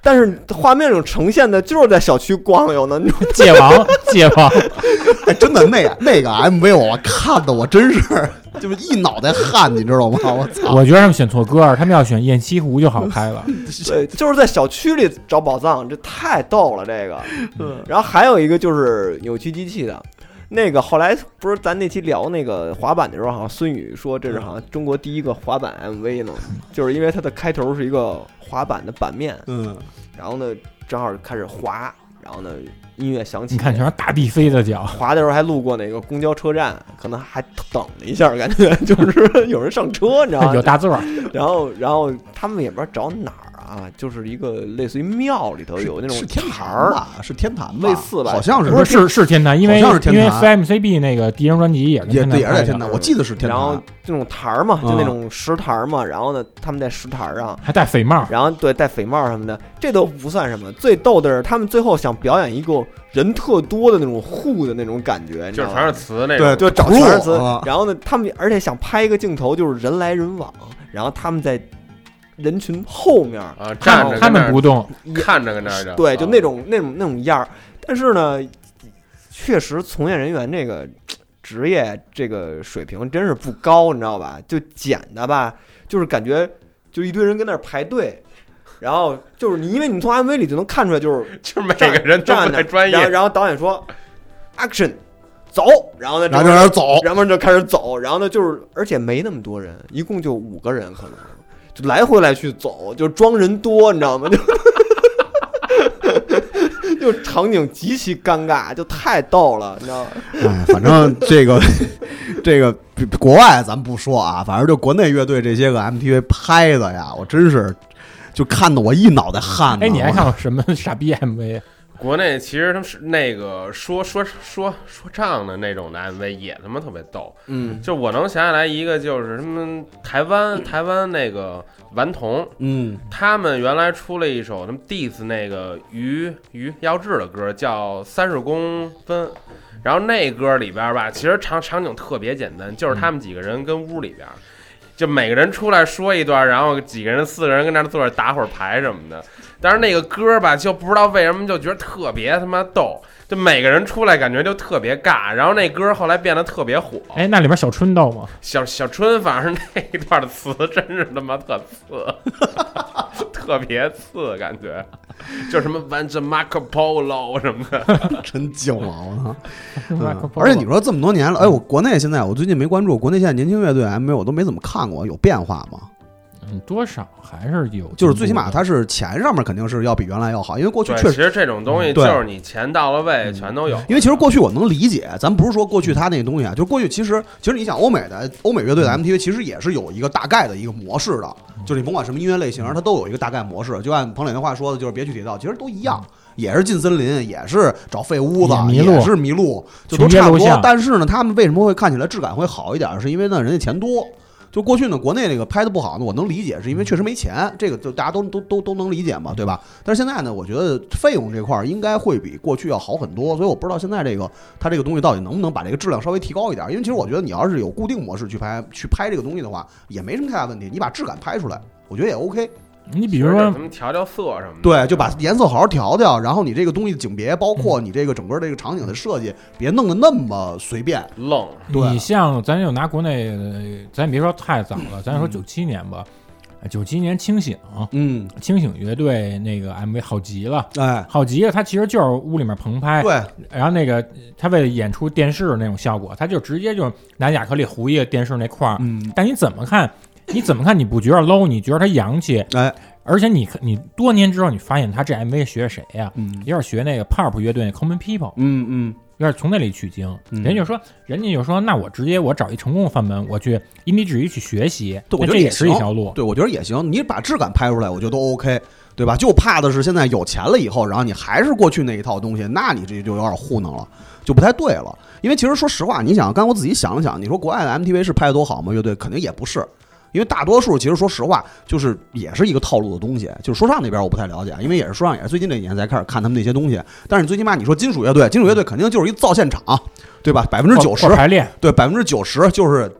Speaker 3: 但是画面上呈现的就是在小区逛悠呢。你知道吗
Speaker 4: 界 王，界王，
Speaker 5: 哎，真的那那个 MV 我看的我真是就是一脑袋汗，你知道吗？我 操！
Speaker 4: 我觉得他们选错歌儿，他们要选《雁西湖》就好拍 了。
Speaker 3: 对，就是在小区里找宝藏，这太逗了这个。然后还有一个就是扭曲机器的。那个后来不是咱那期聊那个滑板的时候，好像孙宇说这是好像中国第一个滑板 MV 呢，就是因为它的开头是一个滑板的版面，
Speaker 5: 嗯，
Speaker 3: 然后呢正好开始滑，然后呢音乐响起，
Speaker 4: 你看，全是大地飞的脚，
Speaker 3: 滑的时候还路过那个公交车站，可能还等了一下，感觉就是有人上车，你知道
Speaker 4: 有
Speaker 3: 吗？
Speaker 4: 大座儿，
Speaker 3: 然后，然后他们也不知道找哪儿啊，就是一个类似于庙里头有那种
Speaker 5: 是天
Speaker 3: 台
Speaker 5: 坛
Speaker 3: 儿，
Speaker 5: 吧？是天坛吧？
Speaker 3: 类似吧
Speaker 5: 好像是
Speaker 4: 不是是是天坛，因为
Speaker 5: 好像是天
Speaker 4: 因为
Speaker 5: 坛
Speaker 4: FMCB 那个敌人专辑也跟
Speaker 5: 也
Speaker 4: 天坛
Speaker 5: 也是在
Speaker 4: 拍的
Speaker 5: 天坛，我记得是天
Speaker 3: 然后
Speaker 5: 坛。
Speaker 3: 那种台儿嘛，就
Speaker 5: 嗯
Speaker 3: 那种石台儿嘛。然后呢，他们在石台儿上，
Speaker 4: 还戴匪帽，
Speaker 3: 然后对戴匪帽什么的，这都不算什么。最逗的是，他们最后想表演一个人特多的那种户的那种感觉，你知
Speaker 6: 就
Speaker 3: 道
Speaker 6: 是
Speaker 3: 吗
Speaker 6: 全是词那
Speaker 5: 对
Speaker 6: 种。
Speaker 5: 对，
Speaker 3: 找
Speaker 5: 路
Speaker 3: 全是词
Speaker 5: 啊，
Speaker 3: 然后呢，他们而且想拍一个镜头，就是人来人往，然后他们在人群后面，
Speaker 6: 啊，
Speaker 4: 他
Speaker 6: 站着
Speaker 4: 们他们不动，
Speaker 3: 也
Speaker 6: 看着跟那儿的，啊
Speaker 3: 对，就那种那种那种样儿。但是呢，确实从业人员这个职业这个水平真是不高，你知道吧？就剪的吧，就是感觉就一堆人跟那儿排队。然后就是你，因为你从 MV 里就能看出来，就是
Speaker 6: 就是每个人都
Speaker 3: 站
Speaker 6: 不
Speaker 3: 着
Speaker 6: 太，专
Speaker 3: 然后
Speaker 6: 业，
Speaker 3: 然后导演说，action，走，然后呢，
Speaker 5: 然后就在那儿走，
Speaker 3: 然后就开始走，然后呢，就是而且没那么多人，一共就五个人，可能就来回来去走，就装人多，你知道吗？ 就就场景极其尴尬，就太逗了，你知道吗？
Speaker 5: 哎，反正 这个这个国外咱不说啊，反正就国内乐队这些个 MTV 拍的呀，我真是就看得我一脑袋汗呢。
Speaker 4: 哎，你还
Speaker 5: 我
Speaker 4: 看过什么傻逼 MV？
Speaker 6: 国内其实他们是那个说说说说唱的那种的 MV 也他妈特别逗，
Speaker 3: 嗯，
Speaker 6: 就我能想起来一个就是他们台湾台湾那个顽童，
Speaker 5: 嗯，
Speaker 6: 他们原来出了一首他们 diss 那个于于耀志的歌叫《三十公分》，然后那歌里边吧，其实场场景特别简单，就是他们几个人跟屋里边。就每个人出来说一段，然后几个人、四个人跟那儿坐着打会儿牌什么的。但是那个歌吧，就不知道为什么就觉得特别他妈逗，就每个人出来感觉就特别尬。然后那歌后来变得特别火，
Speaker 4: 哎，那里边小春逗吗？
Speaker 6: 小小春，反正那一段的词真是他妈特次， 特别次，感觉就什么玩着 Marco Polo 什么的，
Speaker 5: 真旧啊！我操。
Speaker 4: 嗯
Speaker 5: 而且你说这么多年了，哎，我国内现在我最近没关注，国内现在年轻乐队 MV 我都没怎么看过，有变化吗？
Speaker 4: 嗯多少还是有进步的，
Speaker 5: 就是最起
Speaker 4: 嗯
Speaker 5: 码它是钱上面肯定是要比原来要好，因为过去
Speaker 6: 对，
Speaker 5: 确
Speaker 6: 其
Speaker 5: 实，
Speaker 6: 实这种东西
Speaker 5: 对
Speaker 6: 就是你钱到了位，全都有。
Speaker 5: 因为其实过去我能理解，咱不是说过去它那东西啊，就是过去其实其实你想欧美的欧美乐
Speaker 4: 嗯
Speaker 5: 队的 MTV 其实也是有一个大概的一个模式的，就是你甭管什么音乐类型，它都有一个大概模式。就按彭磊那话说的，就是别去铁道，其实都一样。也是进森林，也是找废屋子，
Speaker 4: 嗯也迷
Speaker 5: 也
Speaker 4: 路
Speaker 5: 是迷路，就都
Speaker 4: 穷街
Speaker 5: 差不
Speaker 4: 楼
Speaker 5: 多
Speaker 4: 巷。
Speaker 5: 但是呢，他们为什么会看起来质感会好一点？是因为呢，人家钱多。就过去呢，国内那个拍的不好呢，我能理解，是因为确实没钱，这个就大家都都都都能理
Speaker 4: 嗯
Speaker 5: 解嘛，对吧？但是现在呢，我觉得费用这块儿应该会比过去要好很多，所以我不知道现在这个它这个东西到底能不能把这个质量稍微提高一点。因为其实我觉得你要是有固定模式去拍去拍这个东西的话，也没什么太大问题，你把质感拍出来，我觉得也 OK。
Speaker 4: 你比
Speaker 6: 比
Speaker 4: 如说
Speaker 6: 他们调调色什么的，
Speaker 5: 对，就把颜色好好调调，然后你这个东西景别，包括
Speaker 4: 嗯
Speaker 5: 你这个整个这个场景的设计，别弄得那么随便。
Speaker 6: 愣。
Speaker 5: 对
Speaker 4: 你像咱就拿国内，呃咱也别说太早了，咱就说九七年吧。九七年清醒，
Speaker 5: 嗯，
Speaker 4: 清醒乐队那个 MV 好极了。
Speaker 5: 哎，
Speaker 4: 好极了，他其实就是屋里面棚拍，
Speaker 5: 对，
Speaker 4: 然后那个他为了演出电视那种效果，他就直接就拿亚克力糊一个电视那块儿，
Speaker 5: 嗯，
Speaker 4: 但你怎么看，你怎么看你不觉得 low，你觉得他洋气，
Speaker 5: 哎，
Speaker 4: 而且你你多年之后你发现他这 MV 学谁呀、
Speaker 5: 嗯
Speaker 4: 有点学那个 pop 乐队 Common People，
Speaker 5: 嗯嗯，
Speaker 4: 有点从那里取经。
Speaker 5: 嗯
Speaker 4: 人家就说，人家就说，那我直接我找一成功的范本，我去因地制宜去学习，
Speaker 5: 对，
Speaker 4: 那
Speaker 5: 我觉
Speaker 4: 这
Speaker 5: 得
Speaker 4: 也
Speaker 5: 行
Speaker 4: 是一条路。
Speaker 5: 对，我觉得也行，你把质感拍出来，我觉得都 OK，对吧？就怕的是现在有钱了以后，然后你还是过去那一套东西，那你这就有点糊弄了，就不太对了。因为其实说实话，你想，刚才我仔细想了想，你说国外的 MTV 是拍的多好吗？乐队肯定也不是。因为大多数其实说实话，就是也是一个套路的东西。就是说唱那边我不太了解，因为也是说唱，也是最近这几年才开始看他们那些东西。但是你最起码你说金属乐队，金属乐队肯定就是一造现场，对吧？百分之
Speaker 4: 或
Speaker 5: 九十
Speaker 4: 或排练，
Speaker 5: 对，百分之九十就是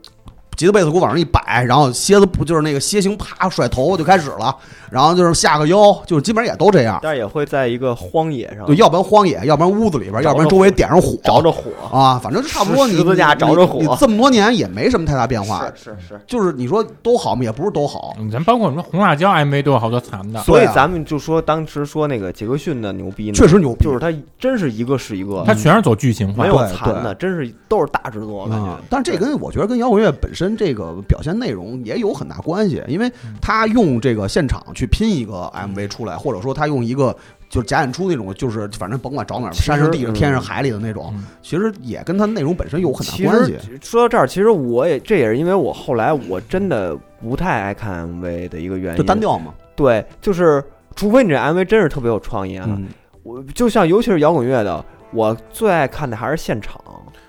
Speaker 5: 吉他贝斯鼓往上一摆，然后蝎子不就是那个楔形啪甩头发就开始了，然后就是下个腰，就是基本上也都这样。
Speaker 3: 但是也会在一个荒野上
Speaker 5: 对，要不然荒野，要不然屋子里边，
Speaker 3: 着
Speaker 5: 要不然周围点上火，
Speaker 3: 着着火，
Speaker 5: 啊，反正就差不多
Speaker 3: 十
Speaker 5: 你。
Speaker 3: 十字架
Speaker 5: 你
Speaker 3: 着着火
Speaker 5: 你这么多年也没什么太大变化。
Speaker 3: 是是是。
Speaker 5: 就是你说都好嘛，也不是都好。
Speaker 4: 嗯咱包括你说红辣椒 MV 都有好多残的，
Speaker 3: 所以
Speaker 5: 对啊
Speaker 3: 咱们就说当时说那个杰克逊的牛逼呢，
Speaker 5: 确实牛逼
Speaker 3: 就是他真是一个是一个，
Speaker 4: 它全是走剧情化
Speaker 3: 没。有
Speaker 5: 对
Speaker 3: 残的，真是都是大制作，我感觉
Speaker 5: 啊。但这跟我觉得跟摇滚乐本身这个表现内容也有很大关系，因为
Speaker 3: 嗯
Speaker 5: 他用这个现场去拼一个 MV 出来，或者说他用一个就是假演出那种，就是反正甭管找哪儿，
Speaker 3: 其实
Speaker 5: 山上、地上、
Speaker 3: 嗯
Speaker 5: 天上、海里的那种
Speaker 4: 嗯，
Speaker 5: 其实也跟他内容本身有很大
Speaker 3: 其
Speaker 5: 关
Speaker 3: 实
Speaker 5: 系。
Speaker 3: 说到这儿，其实我也这也是因为我后来我真的不太爱看 MV 的一个原
Speaker 5: 就
Speaker 3: 因，
Speaker 5: 单调嘛，
Speaker 3: 对，就是除非你这 MV 真是特别有创意啊，
Speaker 5: 嗯，
Speaker 3: 我就像尤其是摇滚乐的，我最爱看的还是现场。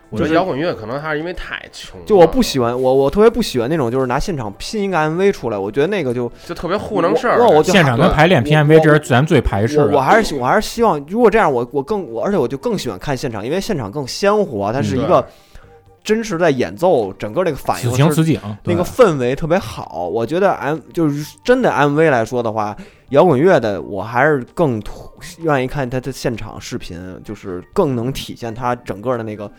Speaker 5: 我
Speaker 6: 就
Speaker 5: 觉
Speaker 6: 是
Speaker 5: 得
Speaker 6: 摇滚乐可能还是因为太穷了，
Speaker 3: 就我不喜欢，我我特别不喜欢那种就是拿现场拼一个 MV 出来，我觉得那个就
Speaker 6: 就特别糊弄事儿。
Speaker 3: 我我就
Speaker 4: 现场跟
Speaker 6: 对
Speaker 4: 排练
Speaker 3: 我
Speaker 4: PMV
Speaker 3: 我
Speaker 4: 这是咱最排斥
Speaker 5: 啊
Speaker 3: 我我
Speaker 4: 的。
Speaker 3: 还是喜我还是希望，如果这样，我我更我而且我就更喜欢看现场，因为现场更鲜活，它
Speaker 5: 嗯
Speaker 3: 是一个真实在演奏，整个那个反
Speaker 4: 此
Speaker 3: 应
Speaker 4: 情
Speaker 3: 是
Speaker 4: 此景，
Speaker 3: 那个氛围特别好。我觉得 M 就是真的 MV 来说的话，摇滚乐的我还是更图愿意看它的现场视频，就是更能体现它整个的那个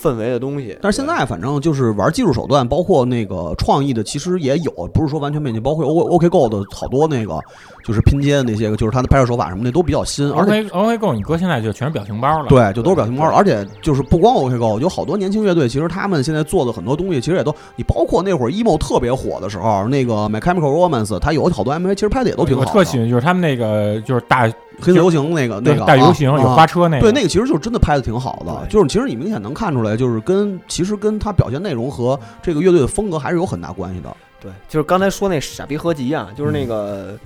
Speaker 3: 氛围的东西。
Speaker 5: 但是现在反正就是玩技术手段，包括那个创意的，其实也有，不是说完全没进，包括 O OK Go 的好多那个就是拼接的那些个，就是他的拍摄手法什么的都比较新，而且
Speaker 4: OK OK Go，你哥现在就全是表情包了。
Speaker 5: 对，就都是表情包儿，而且就是不光 OK Go，我觉得好多年轻乐队，其实他们现在做的很多东西，其实也都你包括那会儿 emo 特别火的时候，那个 My Chemical Romance，它有好多 MV 其实拍的也都挺好
Speaker 4: 我
Speaker 5: 的，
Speaker 4: 特喜欢就是他们那个就是大
Speaker 5: 黑色游行那个那
Speaker 4: 对
Speaker 5: 个
Speaker 4: 大
Speaker 5: 啊
Speaker 4: 游行有
Speaker 5: 啊
Speaker 4: 花车那个，
Speaker 5: 对，那个其实就是真的拍的挺好的，
Speaker 3: 对
Speaker 5: 就是其实你明显能看出来，就是跟其实跟他表现内容和这个乐队的风格还是有很大关系的。
Speaker 3: 对，就是刚才说那傻逼合集啊，就是那
Speaker 5: 嗯
Speaker 3: 个。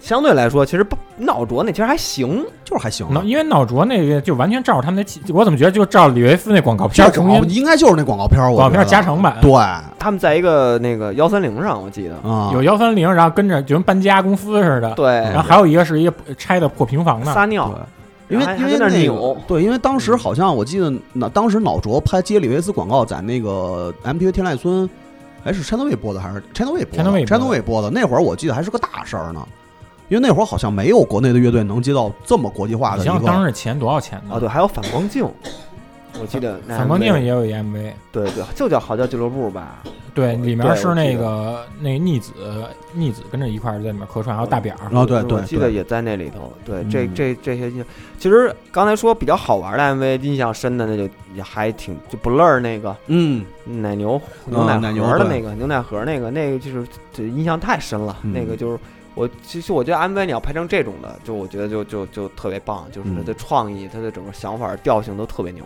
Speaker 3: 相对来说，其实不闹卓那其实还行，
Speaker 5: 就是还行啊，
Speaker 4: 脑因为脑浊那个就完全照着他们那气，我怎么觉得就照李维斯那广告片
Speaker 5: 就
Speaker 4: 儿
Speaker 5: 是
Speaker 4: 重
Speaker 5: 广
Speaker 4: 新
Speaker 5: 哦应该就是那广告片儿，我
Speaker 4: 广告片儿
Speaker 5: 觉得
Speaker 4: 加长版
Speaker 5: 对啊，
Speaker 3: 他们在一个那个幺三零上，我记得，
Speaker 5: 嗯
Speaker 4: 有幺三零，然后跟着就跟搬家公司似的，
Speaker 3: 对，
Speaker 4: 然后还有一个是一个拆的破平房
Speaker 3: 撒
Speaker 4: 的，
Speaker 3: 尿，
Speaker 5: 对啊因为
Speaker 3: 还
Speaker 5: 因
Speaker 3: 还
Speaker 5: 为
Speaker 3: 在那儿
Speaker 5: 那
Speaker 3: 扭
Speaker 5: 个对，因为当时好像我记得，那当时脑浊拍接李维斯广告，在那个 MTV 天籁村，哎是 Channel 播的还是 Channel 播的
Speaker 4: Channel Way 播的
Speaker 5: Channel 播的？那会儿我记得还是个大事儿呢，因为那会儿好像没有国内的乐队能接到这么国际化
Speaker 4: 你
Speaker 5: 的一
Speaker 4: 想想当
Speaker 5: 个。
Speaker 4: 时钱多少钱
Speaker 3: 啊，
Speaker 4: 呢？
Speaker 3: 对，还有反光镜，我记得那
Speaker 4: 反光镜
Speaker 3: MV
Speaker 4: 也有一 MV，
Speaker 3: 对对，就叫好叫俱乐部吧，
Speaker 4: 对，里面是
Speaker 3: 我
Speaker 4: 那
Speaker 3: 记得
Speaker 4: 个那逆子逆子跟着一块儿在里面客串，还有大扁儿，
Speaker 5: 啊，对
Speaker 3: 我
Speaker 5: 对
Speaker 3: 记得
Speaker 5: 对，
Speaker 3: 也在那里头。对，这
Speaker 5: 嗯
Speaker 3: 这这些印象，其实刚才说比较好玩的 MV，印象深的那就也还挺就不乐儿那个
Speaker 5: 嗯，
Speaker 3: 奶牛牛
Speaker 5: 啊
Speaker 3: 奶
Speaker 5: 奶牛
Speaker 3: 盒的
Speaker 5: 对
Speaker 3: 那个牛奶盒那个那个就是这印象太深了，那个
Speaker 5: 嗯
Speaker 3: 就是。我其实我觉得 MV 你要拍成这种的，就我觉得就就就特别棒，就是它的
Speaker 5: 嗯
Speaker 3: 创意、它的整个想法、调性都特别牛。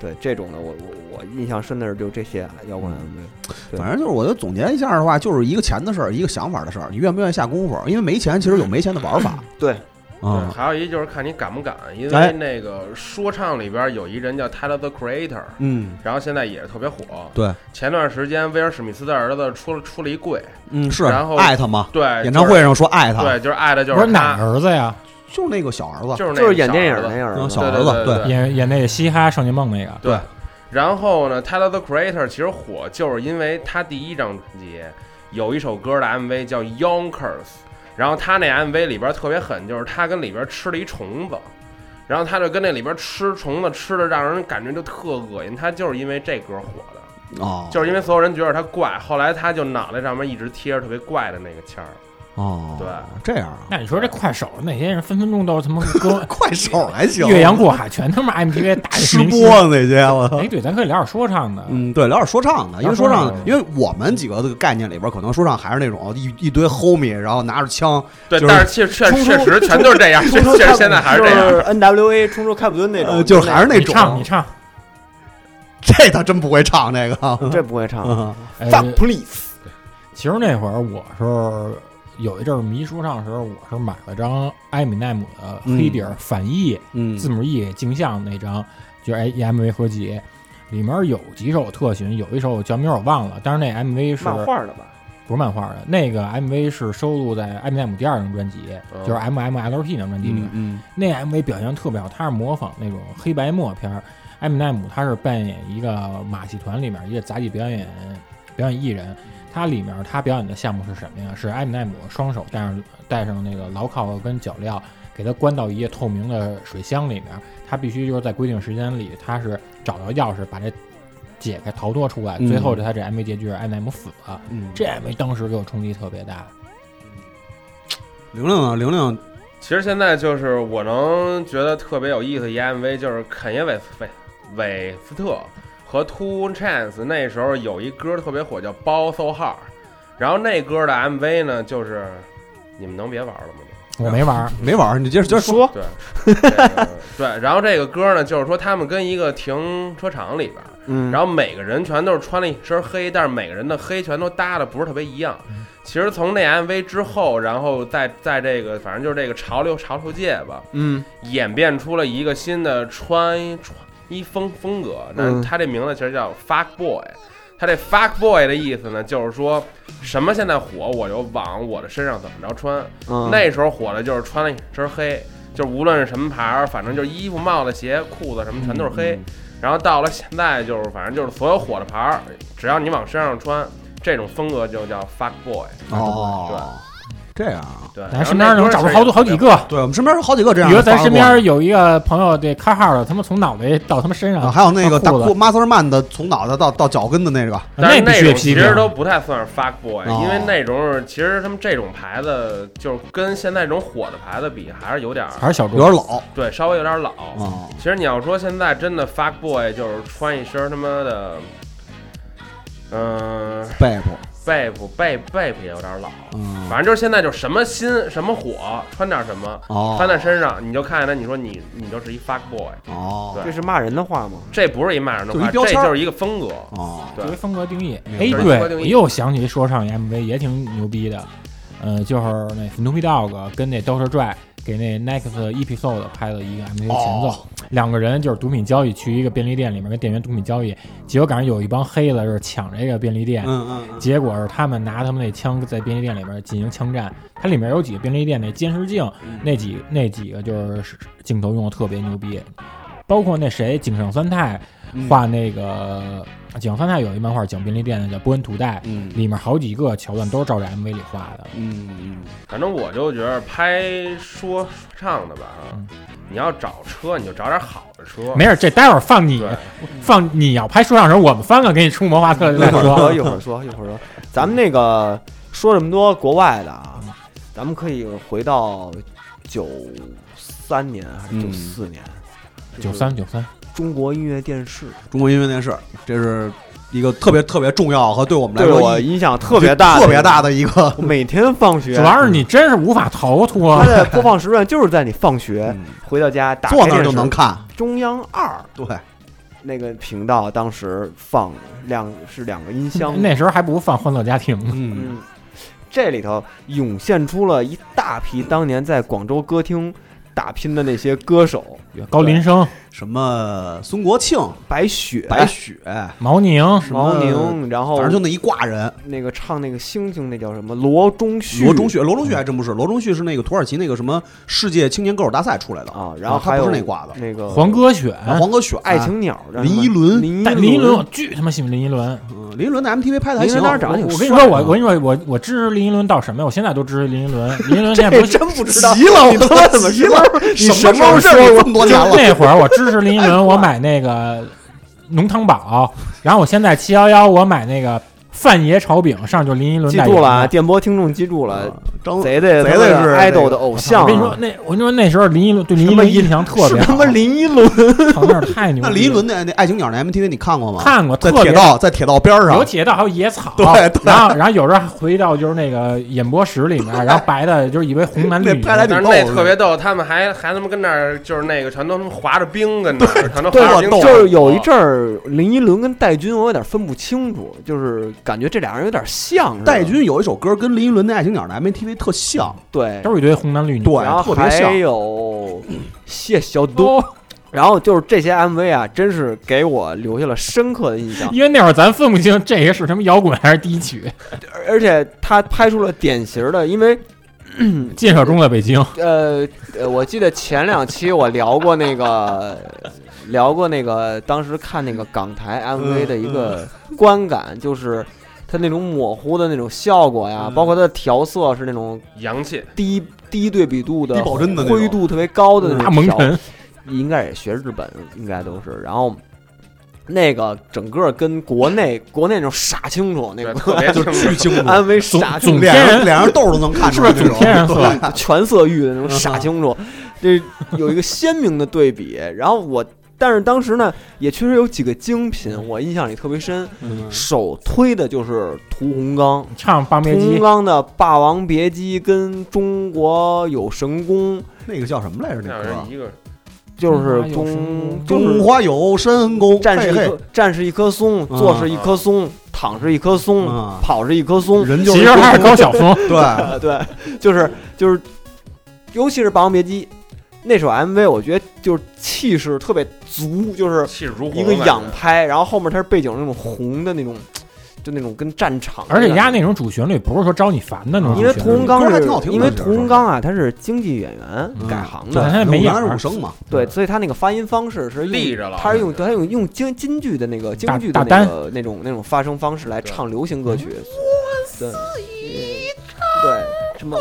Speaker 3: 对这种的，我我我印象深的是就这些摇滚
Speaker 5: 嗯
Speaker 3: MV。对
Speaker 5: 反正就是我觉得总结一下的话，就是一个钱的事儿，一个想法的事儿，你愿不愿意下功夫？因为没钱其实有没钱的玩法
Speaker 3: 对，
Speaker 6: 对，
Speaker 5: 啊，
Speaker 6: 还有一就是看你敢不敢，因
Speaker 5: 哎
Speaker 6: 为那个说唱里边有一人叫 Tyler the Creator，
Speaker 5: 嗯，
Speaker 6: 然后现在也是特别火。
Speaker 5: 对，
Speaker 6: 前段时间威尔史密斯的儿子出了出了一柜，
Speaker 5: 嗯是，
Speaker 6: 然后
Speaker 5: 艾特嘛，
Speaker 6: 对，
Speaker 5: 演唱
Speaker 6: 就
Speaker 5: 会
Speaker 6: 是
Speaker 5: 上说艾特，
Speaker 6: 对，就是爱的就
Speaker 4: 不是哪
Speaker 6: 他，
Speaker 4: 儿子呀？
Speaker 5: 就是那个小儿子，
Speaker 6: 就是那
Speaker 3: 就
Speaker 6: 个
Speaker 3: 是演电影
Speaker 6: 小
Speaker 3: 那
Speaker 6: 儿子
Speaker 3: 样
Speaker 5: 嗯
Speaker 3: 的
Speaker 6: 对
Speaker 5: 小儿子
Speaker 6: 对对
Speaker 5: 对
Speaker 6: 对
Speaker 4: 演演那个嘻哈少年梦那个，
Speaker 6: 对。然后呢，Tyler the Creator 其实火就是因为他第一张专辑有一首歌的 MV 叫 Yonkers，然后他那 MV 里边特别狠，就是他跟里边吃了一虫子。然后他就跟那里边吃虫子，吃的让人感觉就特恶心。他就是因为这歌火的，
Speaker 5: 哦，
Speaker 6: 就是因为所有人觉得他怪，后来他就脑袋上面一直贴着特别怪的那个签儿，
Speaker 5: 哦，
Speaker 6: 对，
Speaker 5: 这样啊，
Speaker 4: 那你说这快手那些人分分钟都 他妈跟
Speaker 5: 快手还行，
Speaker 4: 岳阳过海，全他妈 MTV 大
Speaker 5: 吃
Speaker 4: 明星
Speaker 5: 播。的那些，我操
Speaker 4: 哎，。对，咱可以聊点说唱的。
Speaker 5: 嗯，对，聊点说唱的，因为说唱
Speaker 4: 聊说唱，的
Speaker 5: 因为我们几个这个概念里边，可能说唱还是那种一一堆 homie，然后拿着枪，
Speaker 6: 对，
Speaker 5: 就是
Speaker 6: 但是确确
Speaker 3: 冲出
Speaker 6: 确实全都是这样，确确实现在还是这
Speaker 3: 就
Speaker 6: 样。
Speaker 3: 是 NWA 冲出开普敦那
Speaker 5: 呃，
Speaker 3: 种，
Speaker 5: 就是还是那
Speaker 4: 你唱，
Speaker 5: 种
Speaker 4: 你，唱。
Speaker 5: 这他真不会唱这个。
Speaker 3: 这不会唱，
Speaker 5: 嗯
Speaker 4: 哎
Speaker 5: Fuck police，
Speaker 4: 其实那会儿我是有一阵儿迷说唱的时候，我是买了张艾米奈姆的黑底儿反译、
Speaker 5: 嗯
Speaker 4: 字母 E 镜像那张，就是哎 MV 合集，里面有几首特巡，有一首叫名儿我忘了，但是那 MV 是
Speaker 3: 漫画的吧？
Speaker 4: 不是漫画的，那个 MV 是收录在艾米奈姆第二张专辑，
Speaker 6: 哦
Speaker 4: 就是 MMLP 那张专辑里。
Speaker 5: 嗯嗯
Speaker 4: 那 MV 表现特别好，它是模仿那种黑白默片儿。艾米奈姆他是扮演一个马戏团里面一个杂技表演表演艺人，他里面他表演的项目是什么呀？是艾米奈姆双手戴上戴上那个牢铐跟脚镣，给他关到一个透明的水箱里面，他必须就是在规定时间里，他是找到钥匙把这解开逃脱出来，
Speaker 5: 嗯
Speaker 4: 最后这他这 MV 结局是艾米奈姆死了。
Speaker 5: 嗯，
Speaker 4: 这 MV 当时给我冲击特别大，
Speaker 5: 玲玲啊，玲玲，
Speaker 6: 其实现在就是我能觉得特别有意思一 MV，就是肯耶韦韦韦斯特和 Two Chance 那时候有一歌特别火叫《包 So Hard》，然后那歌的 MV 呢，就是你们能别玩了吗？
Speaker 4: 我没玩儿。
Speaker 5: 没玩儿，你接着接着说。
Speaker 6: 对，这个对，然后这个歌呢，就是说他们跟一个停车场里边，
Speaker 3: 嗯，
Speaker 6: 然后每个人全都是穿了一身黑，但是每个人的黑全都搭的不是特别一样。
Speaker 3: 嗯
Speaker 6: 其实从那 MV 之后，然后在在这个反正就是这个潮流潮流界吧，
Speaker 3: 嗯，
Speaker 6: 演变出了一个新的穿穿衣风风格。那
Speaker 3: 嗯
Speaker 6: 他这名字其实叫 Fuck Boy。他这 fuck boy 的意思呢，就是说什么现在火，我就往我的身上怎么着穿。
Speaker 3: 嗯
Speaker 6: 那时候火的就是穿了一身黑，就是无论是什么牌儿，反正就是衣服、帽子、鞋、裤子什么全都是黑。
Speaker 4: 嗯
Speaker 6: 然后到了现在，就是反正就是所有火的牌儿，只要你往身上穿，这种风格就叫 fuck boy。
Speaker 5: 哦，这样啊，
Speaker 6: 对，
Speaker 4: 哎咱身边能找出好多好几个，
Speaker 5: 对我们身边有好几个这样
Speaker 4: 比
Speaker 5: 的
Speaker 4: 如
Speaker 5: 八卦。
Speaker 4: 咱身边有一个朋友，这卡号的，他妈从脑袋到他妈身
Speaker 5: 啊，
Speaker 4: 上，
Speaker 5: 还有那个大
Speaker 4: 裤
Speaker 5: 裤
Speaker 4: 子，
Speaker 5: 马斯曼的，从脑袋到到脚跟的那个，
Speaker 6: 但是
Speaker 4: 必须
Speaker 6: 那
Speaker 4: 得
Speaker 6: 种
Speaker 4: 批
Speaker 6: 其
Speaker 4: 评
Speaker 6: 实。都不太算是 fuck boy，、
Speaker 5: 哦
Speaker 6: 因为那种其实他们这种牌子就是跟现在这种火的牌子比，还是有点儿
Speaker 4: 还是小
Speaker 5: 有
Speaker 4: 众，
Speaker 5: 点老。
Speaker 6: 对，稍微有点老。
Speaker 5: 哦
Speaker 6: 其实你要说现在真的 fuck boy 就是穿一身他妈的，嗯、
Speaker 5: 背部，
Speaker 6: 贝普贝贝普也有点老，
Speaker 5: 嗯，
Speaker 6: 反正就是现在就什么新什么火，穿点什么，
Speaker 5: 哦，
Speaker 6: 穿在身上你就看见他，你说你你就是一 fuck boy，
Speaker 5: 哦，
Speaker 3: 这
Speaker 6: 对，
Speaker 3: 是骂人的话吗？
Speaker 6: 这不是一骂人的
Speaker 5: 就是
Speaker 6: 话，
Speaker 5: 一标
Speaker 6: 这
Speaker 5: 签儿
Speaker 6: 就是一个风格，
Speaker 5: 哦，
Speaker 6: 对
Speaker 4: 作为风格定义。哎，
Speaker 5: 明
Speaker 4: 对，
Speaker 5: 白
Speaker 6: 风格定
Speaker 4: 我
Speaker 6: 义
Speaker 4: 又想起说唱 MV 也挺牛逼的，呃，就是那 Snoopy Dog 跟那 Doctor Dre 给那 Next Episode 拍了一个 MV 前奏，
Speaker 5: 哦
Speaker 4: 两个人就是毒品交易，去一个便利店里面跟店员毒品交易，结果赶上有一帮黑子是抢这个便利店，
Speaker 5: 嗯嗯嗯，
Speaker 4: 结果是他们拿他们那枪在便利店里边进行枪战，它里面有几个便利店那监视镜，
Speaker 5: 嗯
Speaker 4: 那几那几个就是镜头用的特别牛逼，包括那谁井上酸太画那个井上酸太有一漫画讲便利店的叫《波恩图代》，
Speaker 5: 嗯
Speaker 4: 里面好几个桥段都是照着 MV 里画的。
Speaker 5: 嗯
Speaker 6: 反正我就觉得拍说唱的吧，啊
Speaker 4: 嗯，
Speaker 6: 你要找车你就找点好的车，
Speaker 4: 没事，这待会儿放你
Speaker 6: 对
Speaker 4: 放你要拍说唱的时候，我们三个给你出谋划策
Speaker 3: 一
Speaker 4: 再
Speaker 3: 嗯会儿说，
Speaker 4: 说。
Speaker 3: 一会儿说，一会儿说。咱们那个说这么多国外的啊，
Speaker 5: 嗯
Speaker 3: 咱们可以回到九三年还是
Speaker 5: 嗯
Speaker 3: 九四年？
Speaker 4: 九三九三，
Speaker 3: 中国音乐电视
Speaker 5: 嗯，中国音乐电视，这是一个特别特别重要和对我们来
Speaker 3: 对
Speaker 5: 说
Speaker 3: 我
Speaker 5: 意义
Speaker 3: 影响特别大，
Speaker 5: 特别大。的一个，
Speaker 3: 我每天放学，
Speaker 4: 主要是你真是无法逃脱
Speaker 3: 它。的播放时段就是在你放学
Speaker 5: 嗯
Speaker 3: 回到家打开
Speaker 5: 坐那
Speaker 3: 电
Speaker 5: 儿就
Speaker 3: 视
Speaker 5: 能看。
Speaker 3: 中央二
Speaker 5: 对，
Speaker 3: 那个频道，当时放两是两个音箱，
Speaker 4: 那时候还不如放《欢乐家庭》呢。
Speaker 5: 嗯，
Speaker 3: 嗯，这里头涌现出了一大批当年在广州歌厅打拼的那些歌手，
Speaker 4: 高林生、
Speaker 5: 什么孙国庆、
Speaker 3: 白雪、
Speaker 5: 白雪，
Speaker 4: 毛宁、
Speaker 5: 什
Speaker 3: 毛
Speaker 5: 么
Speaker 3: 宁，然后
Speaker 5: 反正就那一挂人。
Speaker 3: 那个唱那个星星那叫什么罗中旭，
Speaker 5: 罗中旭，罗中旭还真不是，罗中旭是那个土耳其那个什么世界青年歌手大赛出来的
Speaker 3: 啊，然后
Speaker 5: 他
Speaker 3: 还
Speaker 5: 不
Speaker 3: 有
Speaker 5: 是那挂的。
Speaker 3: 那个
Speaker 4: 黄歌选、
Speaker 5: 然后黄格哎选、
Speaker 3: 爱情鸟，啊
Speaker 5: 林依轮
Speaker 3: 林
Speaker 4: 但林依
Speaker 3: 依
Speaker 4: 轮我巨他妈喜欢林依轮。
Speaker 5: 嗯，林依轮的 MTV 拍的还行，
Speaker 3: 林依轮当时长得挺
Speaker 4: 我
Speaker 3: 帅啊
Speaker 4: 跟你说，我我跟你说，我我支持林依轮到什么呀？我现在都支持林依轮。林依轮 现
Speaker 3: 这
Speaker 4: 在不是
Speaker 3: 真不知道，
Speaker 5: 急了，我
Speaker 3: 你他妈怎么
Speaker 5: 急
Speaker 3: 说
Speaker 5: 了？
Speaker 3: 你
Speaker 5: 什
Speaker 3: 什
Speaker 5: 么
Speaker 3: 么
Speaker 5: 时
Speaker 3: 时
Speaker 5: 候
Speaker 3: 候
Speaker 5: 这
Speaker 3: 说过
Speaker 5: 么多
Speaker 4: 就
Speaker 5: 年了？
Speaker 4: 那会儿我支持林依轮，我买那个浓汤宝，然后我现在七幺幺我买那个范爷炒饼上去就淋一轮
Speaker 3: 记
Speaker 4: 带
Speaker 3: 住
Speaker 4: 盐
Speaker 3: 了啊，电波听众记住了，
Speaker 5: 呃张
Speaker 3: 贼贼
Speaker 5: 啊贼贼是
Speaker 3: 爱
Speaker 5: 那
Speaker 3: 豆
Speaker 5: 个
Speaker 3: 的偶
Speaker 4: 我
Speaker 3: 像
Speaker 4: 跟你说
Speaker 3: 啊，，
Speaker 4: 那我跟你说那时候林依轮对林依
Speaker 3: 什么
Speaker 4: 轮
Speaker 3: 一
Speaker 4: 印象特
Speaker 3: 是
Speaker 4: 别
Speaker 3: 他
Speaker 4: 好，
Speaker 3: 妈林依轮，
Speaker 4: 操那儿太牛逼了。
Speaker 5: 那林依轮的那爱情鸟那 MTV 你看过吗？
Speaker 4: 看过，
Speaker 5: 在
Speaker 4: 特别
Speaker 5: 铁道在铁道边儿上
Speaker 4: 有，铁道还有野草，
Speaker 5: 对对
Speaker 4: 然后然后有时候还回到就是那个演播室里面，然后白的就是以为红男绿
Speaker 5: 那
Speaker 4: 女，
Speaker 5: 拍来
Speaker 4: 对
Speaker 5: 挺
Speaker 6: 但是那
Speaker 5: 逗的
Speaker 6: 特别逗，他们还还他妈跟那儿就是那个全都他妈滑着冰跟那儿，全都
Speaker 3: 对
Speaker 6: 滑着冰，
Speaker 3: 就是有
Speaker 6: 啊
Speaker 3: 一阵儿林依轮跟戴军，我有点分不清楚，就是感觉这俩人有点像。是吧
Speaker 5: 戴军有一首歌跟林依轮的爱情鸟的 MTV 特像，
Speaker 3: 对，
Speaker 4: 都是一堆红男绿女。
Speaker 5: 对
Speaker 3: 然后
Speaker 5: 特别像哦
Speaker 3: 还有谢小
Speaker 4: 哦
Speaker 3: 东，然后就是这些 MV 啊，真是给我留下了深刻的印象。
Speaker 4: 因为那会儿咱分不清这个是什么摇滚还是低曲，
Speaker 3: 而而且他拍出了典型的，因为
Speaker 4: 建设中的北京，
Speaker 3: 呃呃，我记得前两期我聊过那个，聊过那个，当时看那个港台
Speaker 5: 嗯
Speaker 3: MV 的一个观感，就是它那种模糊的那种效果呀，
Speaker 5: 嗯
Speaker 3: 包括它的调色是那种
Speaker 6: 洋气，
Speaker 3: 低低对比度的
Speaker 5: 低保真的那种
Speaker 3: 灰度特别高的那
Speaker 4: 大
Speaker 3: 种
Speaker 4: 蒙
Speaker 3: 调
Speaker 4: 尘，
Speaker 3: 应该也学日本，应该都是。然后那个整个跟国内国内那种傻清楚那
Speaker 6: 对，
Speaker 3: 个
Speaker 6: 特 别清楚。
Speaker 5: 清楚
Speaker 3: MV 傻清楚，
Speaker 4: 总总
Speaker 5: 脸
Speaker 4: 天
Speaker 5: 上
Speaker 4: 然
Speaker 5: 脸上痘儿都能看
Speaker 4: 是
Speaker 5: 出
Speaker 4: 不
Speaker 5: 来
Speaker 4: 是
Speaker 5: 这种，
Speaker 4: 总天然色
Speaker 5: 对
Speaker 3: 全色域的那
Speaker 5: 嗯
Speaker 3: 种傻清楚，这有一个鲜明的对比。然后我。但是当时呢，也确实有几个精品，我印象里特别深。
Speaker 5: 嗯
Speaker 3: 首推的就是屠洪刚，
Speaker 4: 唱《八
Speaker 3: 屠
Speaker 4: 面
Speaker 3: 洪
Speaker 4: 鸡》，
Speaker 3: 刚的《霸王别姬》跟《中国有神功》，
Speaker 5: 那个叫什么来着？那
Speaker 6: 那
Speaker 5: 歌啊
Speaker 6: 人一个
Speaker 3: 就是
Speaker 4: 中华有神
Speaker 3: 中就是
Speaker 4: 功
Speaker 5: 中华有神功，
Speaker 3: 站是
Speaker 5: 嘿
Speaker 3: 一
Speaker 5: 嘿
Speaker 3: 棵站是一棵松，
Speaker 5: 嗯
Speaker 3: 坐是一棵松，躺是一棵松
Speaker 5: 嗯，
Speaker 3: 跑是一棵松。
Speaker 5: 人就
Speaker 4: 其
Speaker 5: 是
Speaker 4: 实还是高晓 松。
Speaker 5: 对，
Speaker 3: 呃， 对，就是就是，尤其是《霸王别姬》那首 MV，我觉得就是气势特别足，就是
Speaker 6: 气势如虹，
Speaker 3: 一个仰拍，然后后面它是背景那种红的那种，就那种跟战场一样。
Speaker 4: 而且压那种主旋律不是说招你烦的那种主
Speaker 3: 因
Speaker 4: 旋律，
Speaker 3: 为屠洪
Speaker 5: 歌
Speaker 3: 刚
Speaker 5: 还
Speaker 3: 是
Speaker 5: 挺好听的
Speaker 3: 因为
Speaker 5: 其实
Speaker 3: 屠洪刚啊，他是京剧演员
Speaker 5: 嗯
Speaker 3: 改行
Speaker 4: 对
Speaker 3: 的，
Speaker 4: 他也没啊
Speaker 5: 我
Speaker 4: 眼
Speaker 5: 原来是武
Speaker 4: 儿，
Speaker 5: 生嘛，
Speaker 3: 对，所以他那个发音方式是用
Speaker 6: 立着了
Speaker 3: 他是用他用用京京剧的那个京
Speaker 4: 大
Speaker 3: 剧的
Speaker 4: 大
Speaker 3: 那个那种那种发声方式来唱流行歌曲。对，对，什么？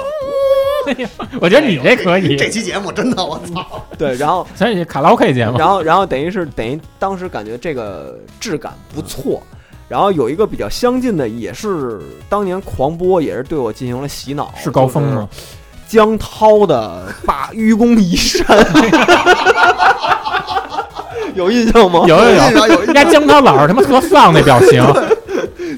Speaker 4: 我觉得你这可以，
Speaker 5: 这期节目真的我操，
Speaker 3: 对，然后
Speaker 4: 咱也卡拉 OK 节目
Speaker 3: 然后然后等于是等于当时感觉这个质感
Speaker 4: 嗯
Speaker 3: 不错。然后有一个比较相近的，也是当年狂播，也是对我进行了洗脑，
Speaker 4: 是高峰吗？？
Speaker 3: 江涛的《罢愚公移山》，有印象吗？
Speaker 4: 有有有，
Speaker 5: 有有
Speaker 4: 人家江涛老是他妈特丧那表情，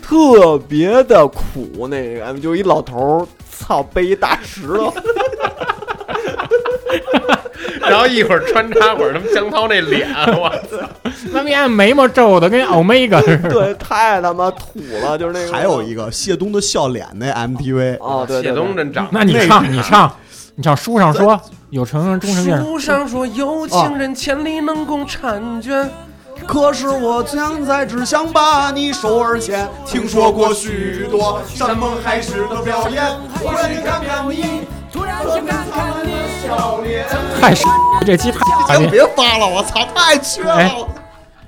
Speaker 3: 特别的苦，那个就一老头儿，操，背一大石头，
Speaker 6: 然后一会儿穿插会儿他们江涛那脸，我
Speaker 4: 那你按眉毛皱的跟欧米伽似的。
Speaker 3: 对，太他妈土了，就是那个。
Speaker 5: 还有一个谢东的笑脸那 MTV，
Speaker 3: 哦，对
Speaker 6: 谢
Speaker 3: 对
Speaker 6: 东
Speaker 3: 对，
Speaker 6: 真长。
Speaker 4: 那你唱，你唱，你唱。书上说有成人终成恋人，
Speaker 6: 书上说有情人千里能共婵娟，
Speaker 5: 可是我将在只想把你手儿牵。听说过许多山盟海誓的表演，突然间看见你，
Speaker 4: 太是这期太
Speaker 5: 行，哎别发了，我操，太缺
Speaker 4: 哎
Speaker 5: 了。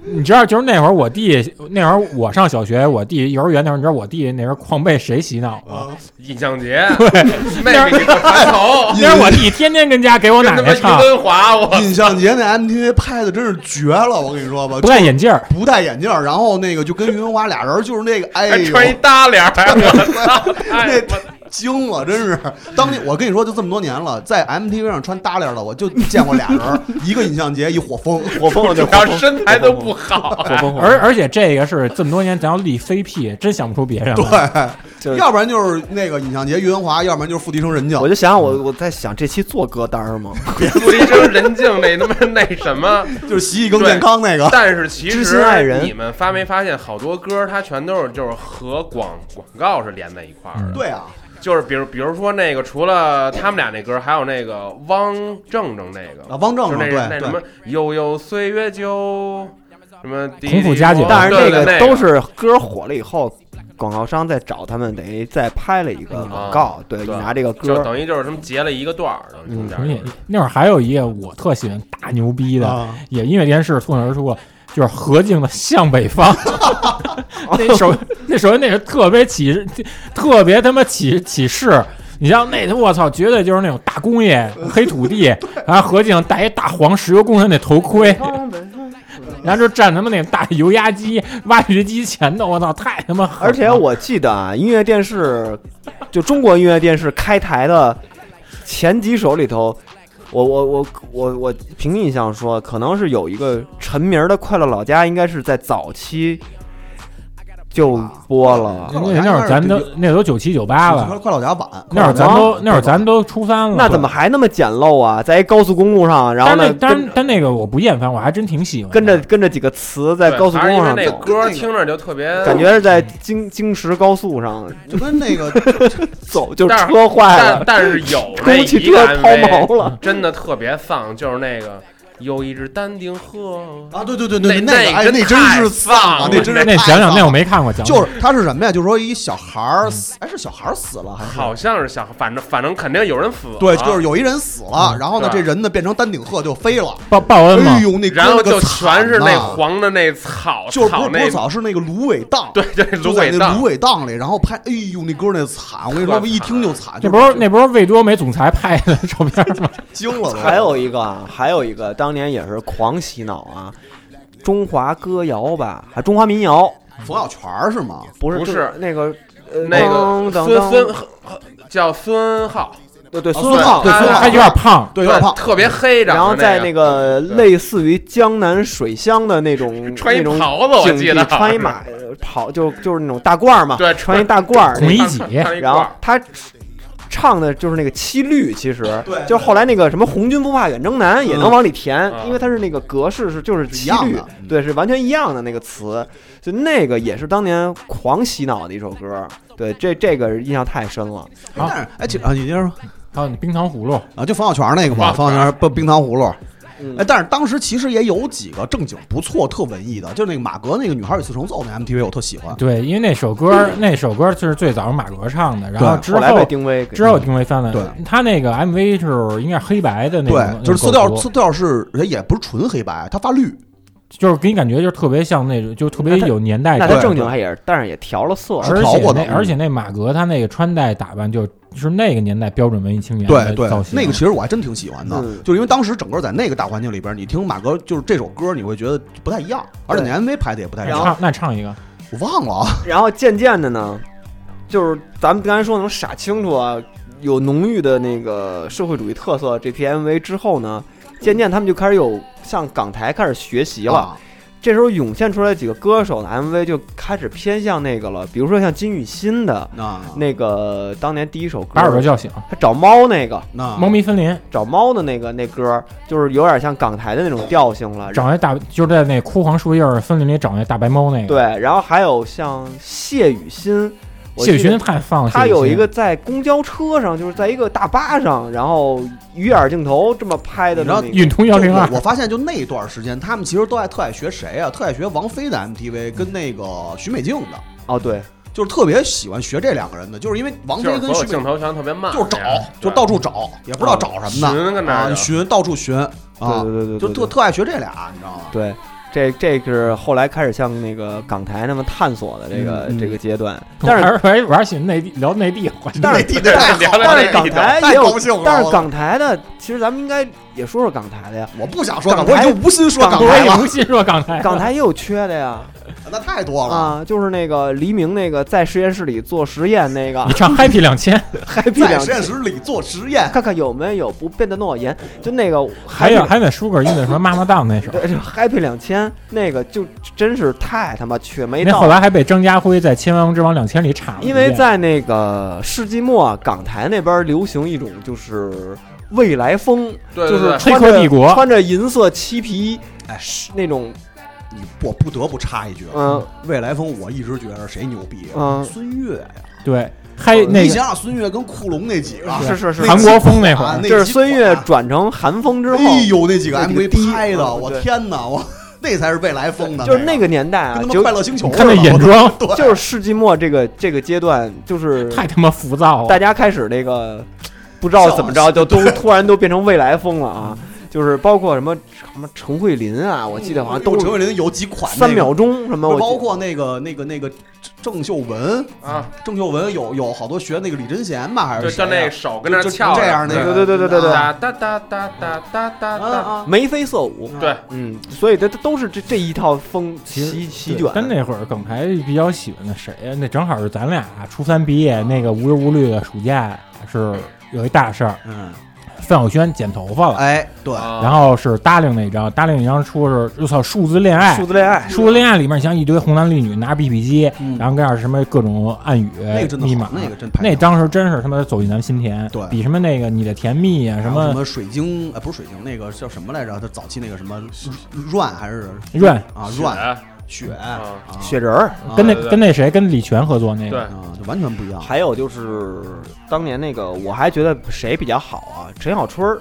Speaker 4: 你知道，就是那会儿我弟，那会儿我上小学，我弟幼儿园那会儿，你知道我弟那时候狂被谁洗脑
Speaker 6: 啊
Speaker 4: 吗？
Speaker 6: 尹相杰，妹妹你给我抬 头，
Speaker 4: 那会儿我弟天天跟家给我
Speaker 6: 跟
Speaker 4: 奶
Speaker 6: 他
Speaker 4: 奶
Speaker 6: 妈
Speaker 4: 唱
Speaker 6: 于，文 华，我
Speaker 3: 哎
Speaker 5: 印象节那 MTV 拍的真是绝了，我跟你说吧，
Speaker 4: 不戴眼镜儿，
Speaker 5: 不戴眼镜儿，然后那个就跟于文华俩人就是那个，哎
Speaker 6: 还
Speaker 5: 呦，
Speaker 6: 穿一搭脸儿，我操！ 哎
Speaker 5: 那惊了，真是。当年我跟你说，就这么多年了，在 MTV 上穿搭链的，我就见过俩人，一个尹相杰，一火风。
Speaker 3: 火风了，
Speaker 6: 我
Speaker 3: 对，
Speaker 6: 主
Speaker 3: 火
Speaker 6: 要
Speaker 3: 风，
Speaker 6: 身材都 不好，
Speaker 3: 火风，火
Speaker 4: 而而且这个是这么多年咱要立 CP，真想不出别人了。
Speaker 3: 就是
Speaker 5: 要不然就是那个尹相杰、于文华，要不然就是付笛声人家
Speaker 3: 我。就想想我我在想这期做歌单吗？
Speaker 6: 付一声人静那他妈那什 么。
Speaker 5: 就是洗洗更健康那个，
Speaker 6: 但是其
Speaker 3: 啊知心爱
Speaker 6: 实
Speaker 3: 人
Speaker 6: 你们发没发现，好多歌它全都是就是和广广告是连在一块儿的，
Speaker 5: 对啊，
Speaker 6: 就是比如比如说那个除了他们俩那歌，还有那个汪正正那个
Speaker 5: 啊，汪正
Speaker 6: 就
Speaker 5: 正
Speaker 6: 那
Speaker 5: 对
Speaker 6: 那什么
Speaker 5: 对，
Speaker 6: 悠悠岁月久，什么滴
Speaker 4: 孔府
Speaker 6: 滴
Speaker 4: 家酒
Speaker 6: 我
Speaker 3: 但是
Speaker 6: 哦对
Speaker 3: 这
Speaker 6: 对那
Speaker 3: 个都是歌火了以后，广告商再找他们，等于再拍了一个广告，对，
Speaker 6: 嗯哦对啊
Speaker 3: 拿这个
Speaker 6: 就
Speaker 3: 歌，
Speaker 6: 等于就是他们截了一个段儿，等于中
Speaker 4: 嗯重
Speaker 6: 间
Speaker 4: 新那会儿还有一个我特喜欢大牛逼的，
Speaker 5: 啊，
Speaker 4: 也音乐电视脱颖而出了，就是何静的《向北方》 那首那首那是特别起特别他妈起起势。你像那我操，绝对就是那种大 工业黑土地，然后何静戴一大黄石油工人那头盔， 然后就站他妈那大油压机、挖掘机前头，我操，太他妈狠了！
Speaker 3: 而且我记得啊，音乐电视，就中国音乐电视开台的前几首里头，我我我我我凭印象说，可能是有一个陈明儿的《快乐老家》，应该是在早期就播了。
Speaker 4: 那那会儿咱都那都九七九八了，
Speaker 5: 快老家晚，
Speaker 4: 那会儿咱都那会儿咱都初三了，
Speaker 3: 那怎么还那么简陋啊？在一高速公路上，然后呢，
Speaker 4: 但
Speaker 3: 跟
Speaker 4: 那但但那个我不厌烦，我还真挺喜欢的。
Speaker 3: 跟着跟着几个词在
Speaker 6: 对
Speaker 3: 高速
Speaker 6: 还
Speaker 3: 公路
Speaker 6: 是因
Speaker 3: 上
Speaker 6: 为那
Speaker 3: 走，
Speaker 6: 歌听着就特别，
Speaker 3: 感觉是在京京石高速上
Speaker 5: 就跟那个
Speaker 3: 走，就
Speaker 6: 但是
Speaker 3: 车坏
Speaker 6: 但
Speaker 3: 了，
Speaker 6: 但是
Speaker 5: ，
Speaker 6: 有那
Speaker 3: 公汽
Speaker 6: 一
Speaker 3: 车
Speaker 6: 个
Speaker 3: 抛
Speaker 6: MV，
Speaker 3: 锚了。
Speaker 6: 真的特别丧，就是那个有一只丹顶鹤
Speaker 5: 啊，对对对
Speaker 6: 那
Speaker 5: 对，那个哎
Speaker 6: 那
Speaker 5: 那真
Speaker 6: 太
Speaker 5: 是
Speaker 6: 丧
Speaker 5: 丧
Speaker 6: 了
Speaker 5: 啊，那真是
Speaker 4: 那
Speaker 5: 太
Speaker 4: 讲讲
Speaker 5: 丧
Speaker 4: 那我
Speaker 5: 了
Speaker 4: 没看过，讲讲
Speaker 5: 就是他是什么呀？就是说一小孩儿死，哎，是小孩儿死了还是？
Speaker 6: 好像是想，反正反正肯定有人死了，
Speaker 5: 对，就是有一人死了，然后呢，这
Speaker 6: 对
Speaker 5: 人呢变成丹顶鹤就飞了，
Speaker 4: 报报恩嘛
Speaker 5: 哎，呦，那哥
Speaker 6: 然后
Speaker 5: 那个
Speaker 6: 就全是那
Speaker 5: 惨呐
Speaker 6: 黄的那草，
Speaker 5: 就是不
Speaker 6: 草
Speaker 5: 是不
Speaker 6: 那
Speaker 5: 是草，是那个芦苇荡，
Speaker 6: 对对
Speaker 5: 就
Speaker 6: 芦
Speaker 5: 在
Speaker 6: 苇
Speaker 5: 那芦
Speaker 6: 荡，
Speaker 5: 苇荡里，然后拍，哎呦，那哥那惨，我跟你说，
Speaker 6: 特
Speaker 5: 一听就惨，
Speaker 4: 那
Speaker 5: 就
Speaker 4: 不是那不是魏多美总裁拍的照片 吗？
Speaker 5: 惊了都，
Speaker 3: 还有一个啊，还有一个，当年也是狂洗脑啊，中华歌谣吧，还中华民谣，
Speaker 5: 冯小泉儿是吗？
Speaker 3: 不是
Speaker 6: 不
Speaker 3: 就是那个呃
Speaker 6: 那个
Speaker 3: 当当
Speaker 6: 孙
Speaker 3: 当
Speaker 6: 孙哦叫孙浩，
Speaker 3: 对对
Speaker 5: 啊
Speaker 3: 孙浩，
Speaker 5: 对
Speaker 6: 他
Speaker 5: 孙浩
Speaker 4: 他有点胖，
Speaker 5: 对，有点胖，
Speaker 6: 特别黑长得，
Speaker 3: 然后在那
Speaker 6: 个
Speaker 3: 个类似于江南水乡的那种
Speaker 6: 穿一
Speaker 3: 那种
Speaker 6: 袍子，我
Speaker 3: 景
Speaker 6: 记
Speaker 3: 地
Speaker 6: 得
Speaker 3: 穿一马跑就就是那种大褂儿嘛，
Speaker 6: 对
Speaker 3: 穿一
Speaker 6: 穿
Speaker 3: 大褂儿
Speaker 4: 红，衣锦
Speaker 6: 穿一
Speaker 3: 然后
Speaker 6: 褂
Speaker 3: 他唱的就是那个七律，其实
Speaker 5: 对
Speaker 3: 就是后来那个什么“红军不怕远征南”也能往里填，
Speaker 6: 嗯
Speaker 3: 因为它是那个格式是就是
Speaker 5: 是一
Speaker 3: 七
Speaker 5: 样
Speaker 3: 律
Speaker 5: 的，嗯
Speaker 3: 对，是完全一样的那个词，就那个也是当年狂洗脑的一首歌，对，这这个印象太深了。
Speaker 4: 好
Speaker 5: 但是哎，其实啊，你接着说
Speaker 4: 还有哦冰糖葫芦，
Speaker 5: 啊，就冯小泉儿那个嘛，
Speaker 6: 冯
Speaker 5: 冯
Speaker 6: 小
Speaker 5: 小
Speaker 6: 泉
Speaker 5: 泉儿不冰糖葫芦，
Speaker 3: 嗯
Speaker 5: 哎，但是当时其实也有几个正经不错、特文艺的，就是那个马格那个《女孩与四重奏》那 MTV 我特喜欢，
Speaker 4: 对，因为那首歌那首歌就是最早是马格唱的，然后之
Speaker 3: 后来被
Speaker 4: 后
Speaker 3: 丁薇给嗯
Speaker 4: 之后定为翻了，
Speaker 5: 嗯对
Speaker 4: 他那个 MV 是应该是黑白的那种，
Speaker 5: 对，就是
Speaker 4: 那种
Speaker 5: 色调
Speaker 4: 构图
Speaker 5: 色调是也不是纯黑白，它发绿，
Speaker 4: 就是给你感觉就是特别像那种，就特别有年代
Speaker 3: 那
Speaker 4: 感
Speaker 3: 他
Speaker 5: 对。
Speaker 3: 正经还也是，但是也调了色，
Speaker 5: 是
Speaker 4: 而
Speaker 5: 调
Speaker 4: 且
Speaker 5: 过的嗯
Speaker 4: 那而且那马格他那个穿戴打扮就是那个年代标准文艺青年
Speaker 5: 对
Speaker 4: 的
Speaker 5: 对
Speaker 4: 造，型，啊
Speaker 5: 那个其实我还真挺喜欢的，
Speaker 3: 嗯
Speaker 5: 就是因为当时整个在那个大环境里边，你听马格就是这首歌，你会觉得不太一样，而且那 MV 拍的也不太一
Speaker 4: 那
Speaker 5: 样，
Speaker 4: 唱那唱一个，
Speaker 5: 我忘了啊，
Speaker 3: 然后渐渐的呢，就是咱们刚才说能傻清楚啊，有浓郁的那个社会主义特色这批 MV 之后呢，渐渐他们就开始有向港台开始学习了。
Speaker 5: 啊
Speaker 3: 这时候涌现出来几个歌手的 MV 就开始偏向那个了，比如说像金宇新的
Speaker 5: 那
Speaker 3: 那个当年第一首歌，
Speaker 4: 把耳朵叫醒，
Speaker 3: 他找猫那个
Speaker 5: 那
Speaker 4: 猫咪森林，
Speaker 3: 找猫的那个那歌，就是有点像港台的那种调性了。
Speaker 4: 找那大就是在那枯黄树叶儿森林里找那大白猫那个，
Speaker 3: 对，然后还有像谢雨欣，我
Speaker 4: 谢雨
Speaker 3: 记得
Speaker 4: 欣太放了，
Speaker 3: 他
Speaker 4: 啊谢雨欣
Speaker 3: 有一个在公交车上，就是在一个大巴上，然后鱼眼镜头这么拍的
Speaker 5: 你知
Speaker 3: 那
Speaker 5: 道
Speaker 3: 么一个
Speaker 4: 运通幺零二
Speaker 5: 就我，我发现就那一段时间，他们其实都爱特爱学谁啊？特爱学王菲的 MTV 跟那个许美静的，
Speaker 3: 哦，对，
Speaker 5: 就是特别喜欢学这两个人的，就是因为王
Speaker 6: 就是
Speaker 5: 菲
Speaker 6: 所
Speaker 5: 跟
Speaker 6: 有
Speaker 5: 许美
Speaker 6: 镜
Speaker 5: 静
Speaker 6: 头全特别慢，
Speaker 5: 就是找
Speaker 6: 那
Speaker 3: 哎
Speaker 6: 样，
Speaker 5: 就
Speaker 6: 对
Speaker 5: 到处找，也
Speaker 3: 啊
Speaker 5: 不知道找什么
Speaker 6: 寻跟
Speaker 5: 呢
Speaker 6: 那儿
Speaker 5: 啊，
Speaker 6: 就
Speaker 5: 寻到处寻
Speaker 3: 对
Speaker 5: 啊，
Speaker 3: 对对对，
Speaker 5: 就
Speaker 3: 对
Speaker 5: 特特爱学这俩，你知道吗？
Speaker 3: 对，这这是后来开始向那个港台那么探索的这个
Speaker 5: 嗯嗯
Speaker 3: 这个阶段，但是
Speaker 4: 还是玩玩起内地聊内地话，
Speaker 3: 但
Speaker 5: 内
Speaker 3: 是
Speaker 5: 地的太好了，
Speaker 3: 但
Speaker 5: 这
Speaker 3: 是港台也
Speaker 5: 太
Speaker 3: 有
Speaker 5: 高兴了，
Speaker 3: 但是
Speaker 5: 我
Speaker 3: 港台的，其实咱们应该也说说港台 的呀，
Speaker 5: 我不想说港，
Speaker 3: 港
Speaker 5: 我已
Speaker 3: 台
Speaker 5: 经无心说
Speaker 3: 港
Speaker 5: 港台
Speaker 4: 我也
Speaker 5: 了，
Speaker 4: 无心说港台，
Speaker 3: 港台也有缺的呀，
Speaker 5: 那太多了。
Speaker 3: 啊，就是那个黎明那个在实验室里做实验那个
Speaker 4: 啊你唱 Happy 两千，
Speaker 3: ，Happy
Speaker 5: 在
Speaker 3: 两
Speaker 5: 实验室里做实验，
Speaker 3: 看看有没有不变的诺言，就那个
Speaker 4: 还有
Speaker 3: Happy-
Speaker 4: 还有那舒格音的什么妈妈档那首，
Speaker 3: 对，就 Happy 两千那个就真是太他妈缺没
Speaker 4: 那后
Speaker 3: 到，
Speaker 4: 来还被张家辉在《千王之王两千》里插了一遍，
Speaker 3: 因为在那个世纪末，港台那边流行一种就是未来风，
Speaker 6: 对
Speaker 3: 就是
Speaker 6: 对对，
Speaker 4: 黑
Speaker 3: 穿
Speaker 4: 客
Speaker 3: 着
Speaker 4: 帝国
Speaker 3: 穿着银色漆皮
Speaker 5: 哎，
Speaker 3: 那种，
Speaker 5: 你我不得不插一句，啊
Speaker 3: 嗯
Speaker 5: 未来风我一直觉得谁牛逼啊？
Speaker 3: 嗯
Speaker 5: 孙悦呀，
Speaker 4: 对，还那
Speaker 5: 你
Speaker 4: 个
Speaker 5: 想想孙悦跟库龙那几个，
Speaker 3: 是是是
Speaker 5: 那
Speaker 4: 韩国风那会
Speaker 5: 啊
Speaker 4: 儿，
Speaker 5: 那
Speaker 3: 就是
Speaker 5: 几
Speaker 3: 孙悦
Speaker 5: 款
Speaker 3: 转成韩风之后，
Speaker 5: 哎呦，那几个
Speaker 3: 那几个
Speaker 5: MV 拍的，
Speaker 3: 低
Speaker 5: 我
Speaker 3: 对
Speaker 5: 天哪，我 那才是未来风的，
Speaker 3: 就是那个年代啊
Speaker 5: 跟，他妈
Speaker 3: 就
Speaker 5: 快乐星球
Speaker 4: 你
Speaker 5: 似
Speaker 4: 看那
Speaker 5: 的，
Speaker 4: 眼
Speaker 5: 我
Speaker 4: 妆
Speaker 5: 对，
Speaker 3: 就是世纪末这个这个阶段，就是
Speaker 4: 太他妈浮躁
Speaker 3: 大
Speaker 4: 了，
Speaker 3: 家开始那个不知道怎么着，就都突然都变成未来风了啊。就是包括什么什么陈慧琳啊，我记得好像都
Speaker 5: 陈慧琳有几款那个
Speaker 3: 三秒钟什么，我记
Speaker 5: 包括那个那个那个郑秀文，
Speaker 6: 啊，
Speaker 5: 郑秀文有有好多学那个李贞贤吧，还是
Speaker 6: 就
Speaker 5: 谁
Speaker 6: 就
Speaker 5: 哎呀
Speaker 6: 那手跟那儿
Speaker 5: 就
Speaker 6: 翘着，
Speaker 5: 这样那个，
Speaker 3: 对对对对对
Speaker 6: 哒哒哒哒哒哒哒
Speaker 5: 啊
Speaker 6: 哒，
Speaker 5: 啊，
Speaker 3: 眉飞色舞，
Speaker 6: 对，
Speaker 3: 嗯，所以这这都是这这一套风
Speaker 4: 其实
Speaker 3: 席席
Speaker 4: 对
Speaker 3: 卷，
Speaker 4: 但那会儿耿台比较喜欢的谁呀？那正好是咱俩初三毕业，那个无忧无虑的暑假是有一大事儿，
Speaker 5: 嗯，
Speaker 4: 范晓萱剪头发了，
Speaker 5: 哎，对，
Speaker 6: 然
Speaker 4: 然后是搭令那张，搭令那张出的是我操数字恋爱
Speaker 3: 数。字恋爱，
Speaker 4: 数字恋爱里面，像一堆红男绿女拿 BB 机，
Speaker 5: 嗯
Speaker 4: 然后跟那儿什么各种暗语、
Speaker 5: 那个真的
Speaker 4: 密
Speaker 5: 好
Speaker 4: 码，
Speaker 5: 那个真拍
Speaker 4: 那
Speaker 5: 得好
Speaker 4: 当时真是他妈走进咱们心田，
Speaker 5: 对
Speaker 4: 比什么那个你的甜蜜啊，
Speaker 5: 还
Speaker 4: 什
Speaker 5: 有什
Speaker 4: 么
Speaker 5: 么水晶，哎，不是水晶，那个叫什么来着？他早期那个什么乱还是
Speaker 4: 愿
Speaker 5: 啊
Speaker 6: 后
Speaker 5: 乱
Speaker 6: 软，
Speaker 5: 雪
Speaker 6: 啊
Speaker 5: 啊
Speaker 3: 雪人儿，
Speaker 5: 啊
Speaker 4: 跟那
Speaker 6: 对对
Speaker 4: 跟那谁跟李泉合作那
Speaker 6: 对
Speaker 4: 个，，
Speaker 5: 啊，就完全不一样。
Speaker 3: 还有就是当年那个，我还觉得谁比较好啊？陈小春儿，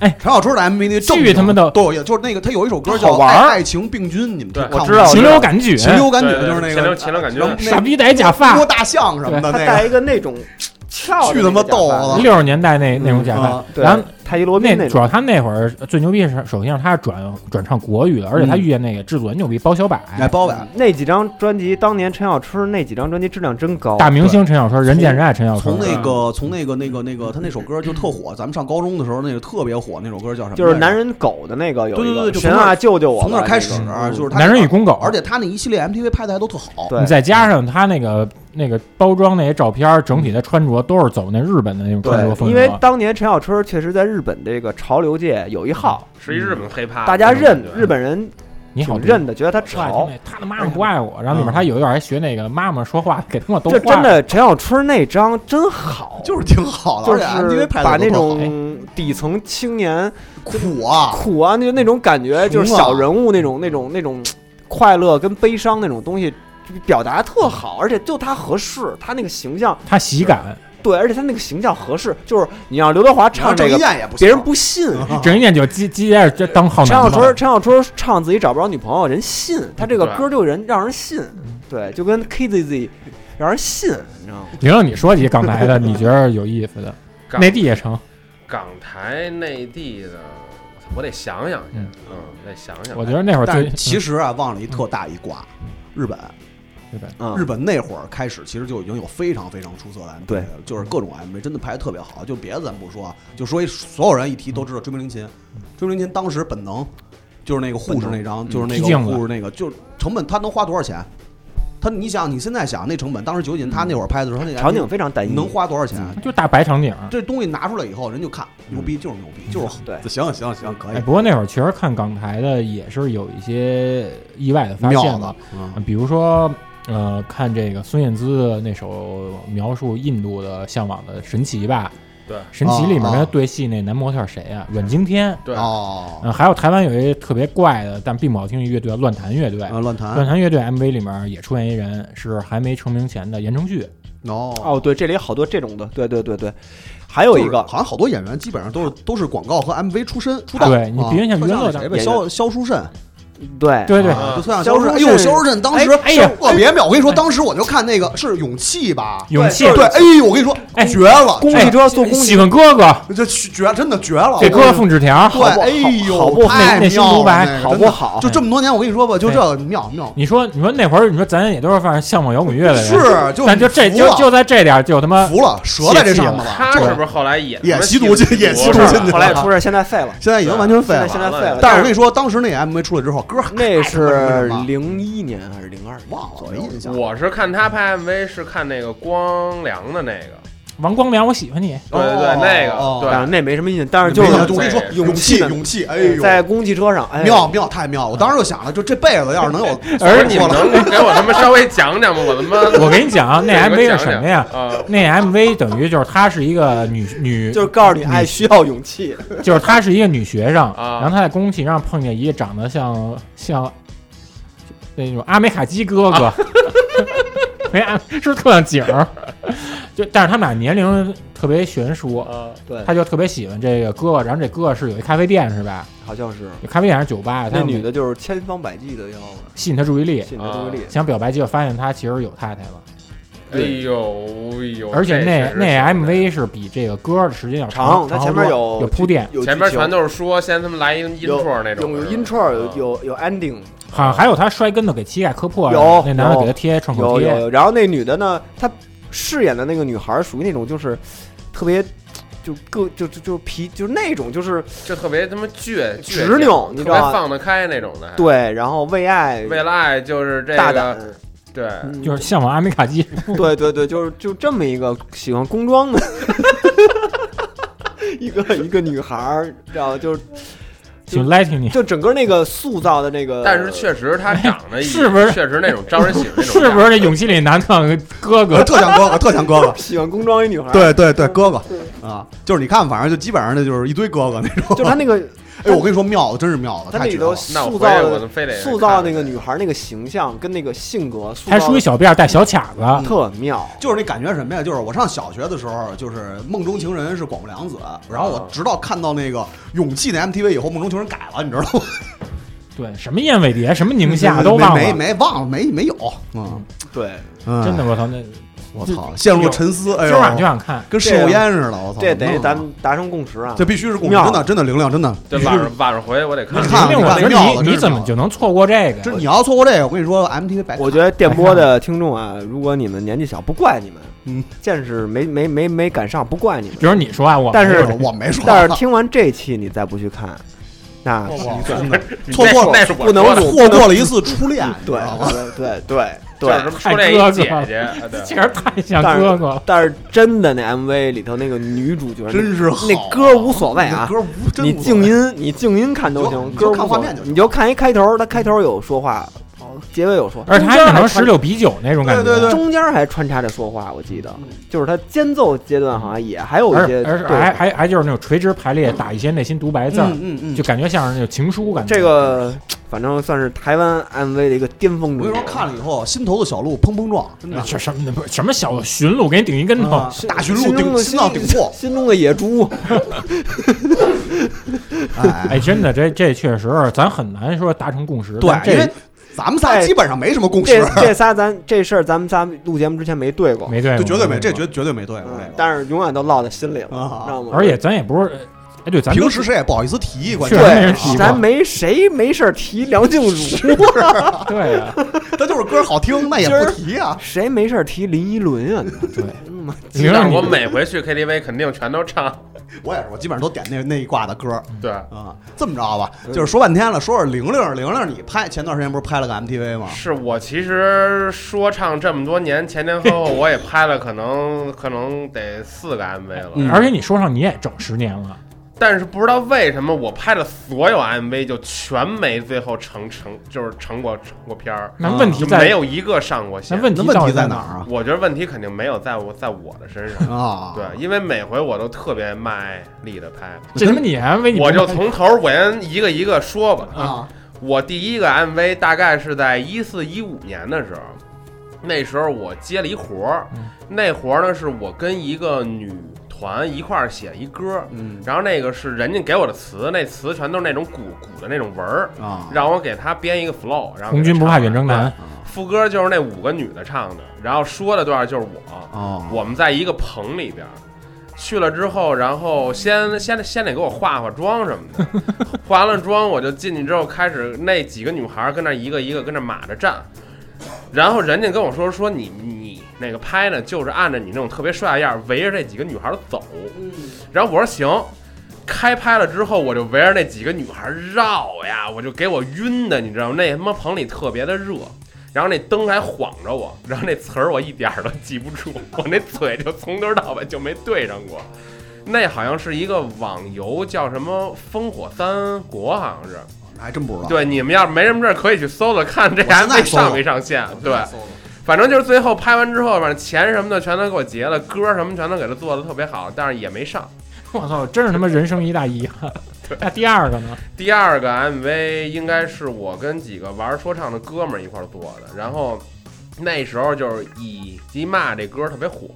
Speaker 5: 哎陈小春的 MV 那正
Speaker 4: 巨哎他妈的
Speaker 5: 都有，就是那个他有一首歌
Speaker 3: 好
Speaker 5: 叫《
Speaker 3: 玩儿
Speaker 5: 爱爱情病菌》，你们
Speaker 6: 对
Speaker 5: 听看
Speaker 3: 我
Speaker 5: 过
Speaker 3: 知道
Speaker 5: 吗
Speaker 4: 禽流感觉，
Speaker 5: 禽流感
Speaker 6: 对
Speaker 5: 菌
Speaker 6: 对
Speaker 5: 就
Speaker 6: 对
Speaker 5: 是那个
Speaker 6: 前流前流感觉
Speaker 5: 然后那
Speaker 4: 傻逼戴假发，
Speaker 5: 摸大象什
Speaker 3: 对，
Speaker 5: 么的
Speaker 3: 他
Speaker 5: 啊那
Speaker 3: 戴一个
Speaker 5: 个，
Speaker 3: 那种翘
Speaker 5: 巨他妈逗啊
Speaker 3: 啊！
Speaker 4: 六十年代那那种假
Speaker 5: 啊
Speaker 4: 发，
Speaker 3: 对
Speaker 4: 然后。
Speaker 3: 泰迪罗宾
Speaker 4: 那
Speaker 3: 那
Speaker 4: 主
Speaker 3: 种，
Speaker 4: 要他那会儿呃最牛逼是，首先是他是转转唱国语的，而且他
Speaker 5: 嗯
Speaker 4: 遇见那个制作人牛逼包小柏，
Speaker 5: 哎，包呗，
Speaker 3: 那几张专辑，当年陈小春那几张专辑质量真高，
Speaker 4: 大明星陈小春，人见人爱陈小春
Speaker 5: 从，那个从那个那个那个他那首歌就特火，咱们上高中的时候那个特别火，那首歌叫什么来着？
Speaker 3: 就是男人狗的那个有一
Speaker 5: 对对
Speaker 3: 个
Speaker 5: 对就
Speaker 3: 神
Speaker 5: 从那
Speaker 3: 啊
Speaker 5: 儿
Speaker 3: 救救我吧，
Speaker 5: 从那儿开始啊
Speaker 3: 那个嗯
Speaker 5: 就是他
Speaker 4: 男人与公狗，
Speaker 5: 而且他那一系列 MTV 拍的还都特好。
Speaker 3: 对
Speaker 4: 你再加上他那个那个包装那些照片，整体的穿着都是走那日本的那种穿着
Speaker 3: 嗯对，
Speaker 4: 风
Speaker 3: 因为
Speaker 4: 格，啊
Speaker 3: 当年陈小春确实在日本这个潮流界有一号，
Speaker 6: 是一日本黑怕，
Speaker 3: 大家认
Speaker 6: 嗯啊对
Speaker 3: 日本人
Speaker 4: 你好
Speaker 3: 挺
Speaker 4: 逼
Speaker 3: 认的，觉得他
Speaker 4: 我爱听
Speaker 3: 潮嗯
Speaker 4: 那。他的妈妈不爱我，然后里面他有一段还学那个妈妈说话，给他们都
Speaker 3: 就
Speaker 4: 坏
Speaker 3: 真的陈小春那张真好，
Speaker 5: 就是挺好的，
Speaker 3: 就是
Speaker 5: 而且 MTV 拍的
Speaker 3: 把那种底层青年
Speaker 5: 苦啊，
Speaker 3: 苦啊，那就那种感觉，就是
Speaker 5: 穷啊
Speaker 3: 小人物那种那种那种快乐跟悲伤那种东西。表达特好，而且就他合适，他那个形象
Speaker 4: 他喜感，
Speaker 3: 对，而且他那个形象合适，就是你让刘德华唱
Speaker 5: 唱郑
Speaker 3: 这个，
Speaker 5: 伊健也不行
Speaker 3: 别人不信，
Speaker 4: 整一点就鸡鸡在这当
Speaker 5: 哦
Speaker 4: 好
Speaker 3: 陈
Speaker 4: 男
Speaker 3: 小
Speaker 4: 嘛。
Speaker 3: 春，陈小春唱自己找不着女朋友，人信他这个
Speaker 6: 对
Speaker 3: 歌就人让人信，
Speaker 5: 嗯
Speaker 3: 对，就跟 KZZ 让人信，你知道吗？
Speaker 4: 玲玲，你说几刚才的，你觉得有意 思的？
Speaker 6: 港
Speaker 4: 内地也成，
Speaker 6: 港台内地的，我得想想去，
Speaker 4: 嗯
Speaker 6: 嗯，得想想。
Speaker 4: 我觉得那会儿
Speaker 5: 但
Speaker 4: 最
Speaker 5: 是其实啊，忘了一特大一挂，日本。
Speaker 4: 日本
Speaker 3: 嗯
Speaker 5: 日本那会儿开始，其实就已经有非常非常出色的 MV，
Speaker 3: 对
Speaker 5: 了就是各种 MV 真的拍的特别好。就别的咱不说啊，就说一所有人一提都知道《追梦铃琴》，《
Speaker 3: 嗯
Speaker 5: 追梦铃琴》当时本能就是那个护士那张，就是那
Speaker 4: 踢
Speaker 3: 啊
Speaker 4: 毽
Speaker 5: 个
Speaker 4: 子
Speaker 5: 护士那个，就是成本他能花多少钱？他你想你现在想那成本，当时九几
Speaker 3: 嗯
Speaker 5: 年他那会儿拍的时候，他那个
Speaker 3: 场景非常单一，
Speaker 5: 能花多少钱？
Speaker 3: 嗯
Speaker 4: 就大白场景。
Speaker 5: 这东西拿出来以后，人就看牛逼就是牛逼就是好。
Speaker 3: 对
Speaker 5: 行行行，可
Speaker 4: 哎，
Speaker 5: 以
Speaker 4: 不过那会儿确实看港台的也是有一些意外的发
Speaker 5: 妙
Speaker 4: 现
Speaker 5: 的
Speaker 4: 吧，
Speaker 5: 嗯
Speaker 4: 嗯比如说。呃，看这个孙燕姿的那首描述印度的向往的《神奇》吧，
Speaker 6: 对
Speaker 4: 《神奇》里面
Speaker 5: 哦哦
Speaker 4: 他对戏那男模特谁啊？阮经天。
Speaker 6: 对，
Speaker 5: 哦，
Speaker 4: 嗯，还有台湾有一特别怪的，但并不好听的乐队，乱弹乐队。
Speaker 5: 啊乱
Speaker 4: 乱
Speaker 5: 弹
Speaker 4: 弹乐队 MV 里面也出现一人，是还没成名前的言承旭。
Speaker 5: 哦，
Speaker 3: 哦，对，这里有好多这种的，对对对对，还有一
Speaker 5: 就是
Speaker 3: 个
Speaker 5: 好像好多演员基本上都是都是广告和 MV 出身出道。
Speaker 4: 对你
Speaker 5: 啊
Speaker 4: 别人像
Speaker 5: 特
Speaker 4: 娱乐
Speaker 5: 那
Speaker 4: 的
Speaker 5: 谁，呗，
Speaker 3: 演
Speaker 5: 萧萧淑慎，
Speaker 3: 对
Speaker 4: 对对，
Speaker 5: 啊
Speaker 6: 啊
Speaker 5: 就特像
Speaker 3: 萧
Speaker 5: 萧
Speaker 3: 淑
Speaker 5: 哎呦，
Speaker 3: 慎
Speaker 5: 萧淑慎当时，
Speaker 4: 哎呀
Speaker 5: 特别妙。我跟你说，当时我就看那个是勇气吧，
Speaker 4: 勇气
Speaker 5: 对，对哎呦，我跟你说，
Speaker 4: 哎
Speaker 5: 绝了，
Speaker 3: 公汽车坐公
Speaker 4: 喜
Speaker 3: 汽，
Speaker 4: 欢哥哥，
Speaker 5: 这绝真的绝了，
Speaker 4: 这
Speaker 5: 我
Speaker 4: 哥奉纸条。
Speaker 5: 对，哎
Speaker 3: 好
Speaker 5: 呦，
Speaker 3: 不好
Speaker 5: 太
Speaker 4: 那那新
Speaker 5: 妙
Speaker 4: 独白
Speaker 5: 了，
Speaker 3: 好
Speaker 5: 好
Speaker 3: 不好
Speaker 5: 就这么多年，我跟你说吧，
Speaker 4: 哎
Speaker 5: 就这个妙妙，
Speaker 4: 你说，你说那会儿，你说咱也都是反正向往摇滚乐的人，
Speaker 5: 是就
Speaker 4: 但就这
Speaker 5: 服
Speaker 4: 就
Speaker 5: 了
Speaker 4: 就在这点儿就他妈
Speaker 5: 服了，折在这上面
Speaker 6: 他
Speaker 5: 了，
Speaker 6: 是不是后来也
Speaker 5: 也
Speaker 6: 他妈
Speaker 5: 吸毒进也吸毒进去
Speaker 3: 后来也出事，现在废了，
Speaker 5: 现在已经啊 完全废
Speaker 3: 现
Speaker 5: 了。
Speaker 3: 在废了，
Speaker 5: 但是我跟你说，当时那 MV 出来之后，歌儿
Speaker 3: 那是
Speaker 5: 什么
Speaker 3: 零一年还是零二？
Speaker 5: 忘了，没印象。
Speaker 6: 我是看他拍 MV 是看那个光良的那个，
Speaker 4: 王光良，我喜欢你，
Speaker 6: 对对对，
Speaker 5: 哦
Speaker 6: 那个
Speaker 5: 哦
Speaker 3: 但是
Speaker 6: 对，
Speaker 3: 那没什么印象，但是
Speaker 5: 就
Speaker 3: 就是是
Speaker 5: 我跟你说，勇气，勇气，哎呦，
Speaker 3: 在公汽车上，哎，
Speaker 5: 妙妙太妙！我当时就想了，就这辈子要是能有，
Speaker 6: 不
Speaker 4: 而
Speaker 6: 是你们能给我他妈稍微讲讲吗？我他妈，
Speaker 4: 我跟你 讲，啊那
Speaker 6: 给我
Speaker 4: MV 是
Speaker 6: 讲
Speaker 4: 什
Speaker 6: 讲
Speaker 4: 么呀？
Speaker 6: 啊，
Speaker 4: 那 MV 等于就是她是一个女 女，
Speaker 3: 就是告诉你哎爱需要勇气，
Speaker 4: 就是她是一个女学生，
Speaker 6: 啊
Speaker 4: 然后她在公汽上碰见一个长得像像那种阿美卡基哥 哥，没啊，是不是特像景儿？就但是他们俩年龄特别悬殊，
Speaker 6: 啊
Speaker 3: 对
Speaker 4: 他就特别喜欢这个哥哥，然后这哥哥是有一咖啡店是吧？
Speaker 3: 好像是
Speaker 4: 有咖啡店还是酒吧？
Speaker 3: 那
Speaker 4: 他
Speaker 3: 女的就是千方百计的要
Speaker 4: 吸引他注意力，啊
Speaker 3: 吸引他注意力，
Speaker 4: 想表白，结果发现他其实有太太了。
Speaker 6: 哎呦哎呦，
Speaker 4: 而且那
Speaker 6: 这确实
Speaker 4: 那
Speaker 6: 是
Speaker 4: MV 是比这个歌时间要
Speaker 3: 长，它
Speaker 4: 长
Speaker 3: 前
Speaker 4: 好
Speaker 3: 面
Speaker 4: 多
Speaker 3: 有
Speaker 4: 有铺垫，
Speaker 3: 有
Speaker 6: 前面
Speaker 3: 剧情
Speaker 6: 全都是说，现在他们来一个 intro 那种，
Speaker 3: 有有
Speaker 6: 是吧
Speaker 3: intro，有
Speaker 6: 嗯
Speaker 3: 有有 ending，
Speaker 4: 好像还有他摔跟头给膝盖磕破了，
Speaker 3: 有
Speaker 4: 那男的
Speaker 3: 有
Speaker 4: 给他贴创口
Speaker 3: 有有
Speaker 4: 贴，
Speaker 3: 有。然后那女的呢，她饰演的那个女孩儿属于那种就是特别。就各就就就皮就是那种就是
Speaker 6: 就特别他妈倔，倔
Speaker 3: 执拗你
Speaker 6: 特
Speaker 3: 知
Speaker 6: 别
Speaker 3: 道吧
Speaker 6: 放得开那种的。，
Speaker 3: 对，然后为爱
Speaker 6: 为了爱哎就是这
Speaker 3: 大胆
Speaker 6: 个，，对，
Speaker 3: 嗯
Speaker 4: 就是向往阿米卡基，
Speaker 3: 对对对，就是就这么一个喜欢工装的 一个一个女孩儿，知道吧就是
Speaker 4: 请 lighting 你，
Speaker 3: 就整个那个塑造的那个，
Speaker 6: 但是确实他长得也
Speaker 4: 哎是不是
Speaker 6: 确实那种招人喜欢那种
Speaker 4: 是
Speaker 6: 样
Speaker 4: 不
Speaker 6: 子？
Speaker 4: 是这勇气里男的哥
Speaker 5: 我
Speaker 4: 哥？
Speaker 5: 特像哥哥，特像 哥哥。
Speaker 3: 喜欢工装一女孩儿，
Speaker 5: 对对对，哥哥啊，就是你看，反正就基本上那就是一堆哥哥那种。
Speaker 3: 就是她那个
Speaker 5: 哎，我跟你说，妙，真是妙了，
Speaker 3: 她那
Speaker 5: 哦太
Speaker 3: 里
Speaker 5: 绝了
Speaker 3: 头。
Speaker 6: 那我
Speaker 3: 塑
Speaker 6: 回去
Speaker 3: 造
Speaker 6: 我
Speaker 3: 的
Speaker 6: 非得
Speaker 3: 塑造那个
Speaker 6: 看看
Speaker 3: 女孩儿那个形象跟那个性格，塑
Speaker 4: 还
Speaker 3: 造
Speaker 4: 梳一
Speaker 3: 得
Speaker 4: 小辫儿，带小卡子，
Speaker 3: 特妙，
Speaker 5: 就是那感觉什么呀？就是我上小学的时候，就是《梦中情人》是广木凉子，然后
Speaker 3: 嗯
Speaker 5: 我直到看到那个《勇气》的 MTV 以后，《梦中情人》改了，你知道 吗？
Speaker 4: 对，什么燕尾蝶，什么宁夏都
Speaker 5: 嗯没
Speaker 4: 忘
Speaker 5: 没
Speaker 4: 了，
Speaker 5: 没忘了，没没有，嗯，
Speaker 3: 对，
Speaker 5: 嗯
Speaker 4: 真的，我操，那
Speaker 5: 我操，陷入了沉思，哎
Speaker 4: 今晚就
Speaker 5: 呦，
Speaker 4: 想看，
Speaker 5: 跟事后烟似的，我操，
Speaker 3: 这得
Speaker 5: 弄
Speaker 3: 咱们达成共识啊
Speaker 5: 这，必须是共鸣，
Speaker 3: 妙
Speaker 5: 真的真的灵亮，真的
Speaker 6: 对
Speaker 5: 必须
Speaker 6: 晚
Speaker 5: 是
Speaker 6: 上晚上回去我得看
Speaker 5: 你看
Speaker 4: 那
Speaker 5: 了
Speaker 4: 我
Speaker 5: 看
Speaker 4: 觉
Speaker 5: 了妙
Speaker 4: 得
Speaker 5: 了
Speaker 4: 你
Speaker 5: 真
Speaker 4: 你
Speaker 5: 是
Speaker 4: 怎么
Speaker 5: 妙
Speaker 4: 就能错过这个
Speaker 5: 真
Speaker 4: 呀？
Speaker 5: 你要错过这个，我跟你说，MTV 白看
Speaker 3: 我觉得电波的听众啊，如果你们年纪小，不怪你们，
Speaker 5: 嗯，
Speaker 3: 见识没没没没赶上，不怪你们
Speaker 4: 比。如你说啊，我
Speaker 3: 但是
Speaker 5: 我我没说，
Speaker 3: 但是听完这期你再不去看，那
Speaker 5: 我
Speaker 3: 是
Speaker 5: 操
Speaker 3: 一个
Speaker 5: 真的
Speaker 6: 你
Speaker 5: 错
Speaker 6: 那
Speaker 5: 过
Speaker 6: 那是我
Speaker 3: 不能
Speaker 6: 说的
Speaker 3: 辱
Speaker 5: 错过了一次初恋，你知
Speaker 3: 对
Speaker 5: 道吗？
Speaker 3: 对对
Speaker 6: 叫什
Speaker 3: 对。
Speaker 6: 么初恋
Speaker 4: 太
Speaker 6: 一
Speaker 4: 哥
Speaker 6: 姐
Speaker 4: 哥了
Speaker 6: 姐，啊对
Speaker 4: 其实太像
Speaker 3: 但
Speaker 4: 哥哥了
Speaker 3: 是。但是真的那 MV 里头那个女主角
Speaker 5: 真是好
Speaker 3: 那歌无所谓啊
Speaker 5: 那，歌无真
Speaker 3: 你
Speaker 5: 无所
Speaker 3: 静
Speaker 5: 谓
Speaker 3: 音你静音看都
Speaker 5: 就
Speaker 3: 行，
Speaker 5: 你就
Speaker 3: 歌无
Speaker 5: 看
Speaker 3: 所
Speaker 5: 画
Speaker 3: 谓
Speaker 5: 面就行
Speaker 3: 你就看一开头，它开头有说话，哦结尾有说，
Speaker 4: 而且他
Speaker 3: 中间
Speaker 4: 可
Speaker 3: 穿
Speaker 4: 能十六比九那种感觉，
Speaker 5: 对对对嗯
Speaker 3: 中间还穿插着说话，我记得就是他间奏阶段好像也还有一些
Speaker 4: 而而
Speaker 3: 对
Speaker 4: 还还还就是那种垂直排列打一些内心独白字儿，
Speaker 5: 嗯嗯嗯，
Speaker 4: 就感觉像是那种情书感觉。
Speaker 3: 这个反正算是台湾 MV 的一个巅峰
Speaker 5: 我
Speaker 3: 之
Speaker 5: 跟
Speaker 3: 作。
Speaker 5: 你说，看了以后心头的小鹿砰砰撞，真的
Speaker 4: 呃这什么什么小驯鹿给你顶一跟头
Speaker 5: 啊，大驯鹿
Speaker 3: 心中
Speaker 5: 顶
Speaker 3: 的
Speaker 5: 心脏顶破，
Speaker 3: 心中的野 猪，
Speaker 5: 哎，
Speaker 4: 哎，真的这这确实咱很难说达成共识。但
Speaker 5: 对，因为
Speaker 4: 这
Speaker 5: 咱们仨基本上没什么共识
Speaker 3: 这，哎这仨咱这事儿咱们仨录节目之前没对过，
Speaker 4: 没对过，
Speaker 5: 就绝对没，这
Speaker 4: 过
Speaker 5: 绝绝对没对过
Speaker 3: 嗯，
Speaker 5: 这个。
Speaker 3: 但是永远都落在心里了，
Speaker 5: 啊
Speaker 3: 知道吗？
Speaker 4: 而且咱也不是，哎，对，咱都
Speaker 5: 平时谁也不好意思提，关键
Speaker 4: 确实没人
Speaker 5: 是
Speaker 4: 提
Speaker 5: 啊
Speaker 4: 过
Speaker 3: 咱没谁没事儿提梁静茹，
Speaker 4: 对啊，
Speaker 5: 他就是歌好听，那也不提啊。
Speaker 3: 谁没事儿提林依轮啊？
Speaker 4: 对，
Speaker 3: 嗯
Speaker 4: 你说
Speaker 6: 但是我
Speaker 4: 你
Speaker 6: 每回去 KTV 肯定全都唱，
Speaker 5: 我也是，我基本上都点那那一挂的歌
Speaker 6: 对，
Speaker 5: 啊。这么着吧，就是说半天了，说说玲玲，玲玲，你拍前段时间不是拍了个 MTV 吗？
Speaker 6: 是我其实说唱这么多年，前前后后我也拍了，可能可能得四个 MV 了。
Speaker 5: 嗯
Speaker 4: 而且你说上你也整十年了，
Speaker 6: 但是不知道为什么我拍的所有 MV 就全没最后成成就是成过成过片儿，
Speaker 4: 那问题
Speaker 6: 就
Speaker 4: 在
Speaker 6: 没有一个上过
Speaker 4: 那
Speaker 6: 线。
Speaker 4: 问
Speaker 5: 那
Speaker 4: 题
Speaker 5: 问
Speaker 4: 到底
Speaker 5: 题在
Speaker 4: 在
Speaker 5: 哪儿啊？
Speaker 6: 我觉得问题肯定没有在我在我的身上，
Speaker 5: 啊，
Speaker 6: 对，因为每回我都特别卖力的拍，
Speaker 4: 这他妈你 MV 你
Speaker 6: 我就
Speaker 4: 不
Speaker 6: 从头我先一个一个说吧。
Speaker 5: 啊，
Speaker 6: 我第一个 MV 大概是在一四一五年的时候，那时候我接了一活儿，
Speaker 4: 嗯
Speaker 6: 那活儿呢是我跟一个女团一块儿写一歌，
Speaker 5: 嗯
Speaker 6: 然后那个是人家给我的词，那词全都是那种鼓鼓的那种文儿，
Speaker 5: 啊，
Speaker 6: 让我给他编一个 flow，然后
Speaker 4: 红军不怕远征
Speaker 6: 难
Speaker 4: 难，，
Speaker 6: 副歌就是那五个女的唱的，然后说的段儿就是我，
Speaker 5: 哦，
Speaker 6: 我们在一个棚里边儿。去了之后，然后先先先得给我化化妆什么的，化完了妆我就进去之后开始那几个女孩儿跟那一个一个跟那码着站，然后人家跟我说说你你那个拍呢，就是按照你那种特别帅的样儿围着这几个女孩儿走，然后我说行。开拍了之后，我就围着那几个女孩儿绕呀，我就给我晕的，你知道吗？那他妈棚里特别的热，然后那灯还晃着我，然后那词儿我一点儿都记不住，我那嘴就从头到尾就没对上过。那好像是一个网游，叫什么《烽火三国》，好像是。
Speaker 5: 还真不知道。
Speaker 6: 对，你们要是没什么事儿，可以去搜搜看这
Speaker 5: 我现在
Speaker 6: MV
Speaker 5: 搜了
Speaker 6: 上没上线。对，
Speaker 5: 我搜了
Speaker 6: 反正就是最后拍完之后，反正钱什么的全都给我结了，歌什么全都给他做的特别好，但是也没上。
Speaker 4: 我操，真是他妈人生一大遗憾。那第二个呢？
Speaker 6: 第二个 MV 应该是我跟几个玩说唱的哥们儿一块儿做的，然后那时候就是《以及骂》这歌儿特别火，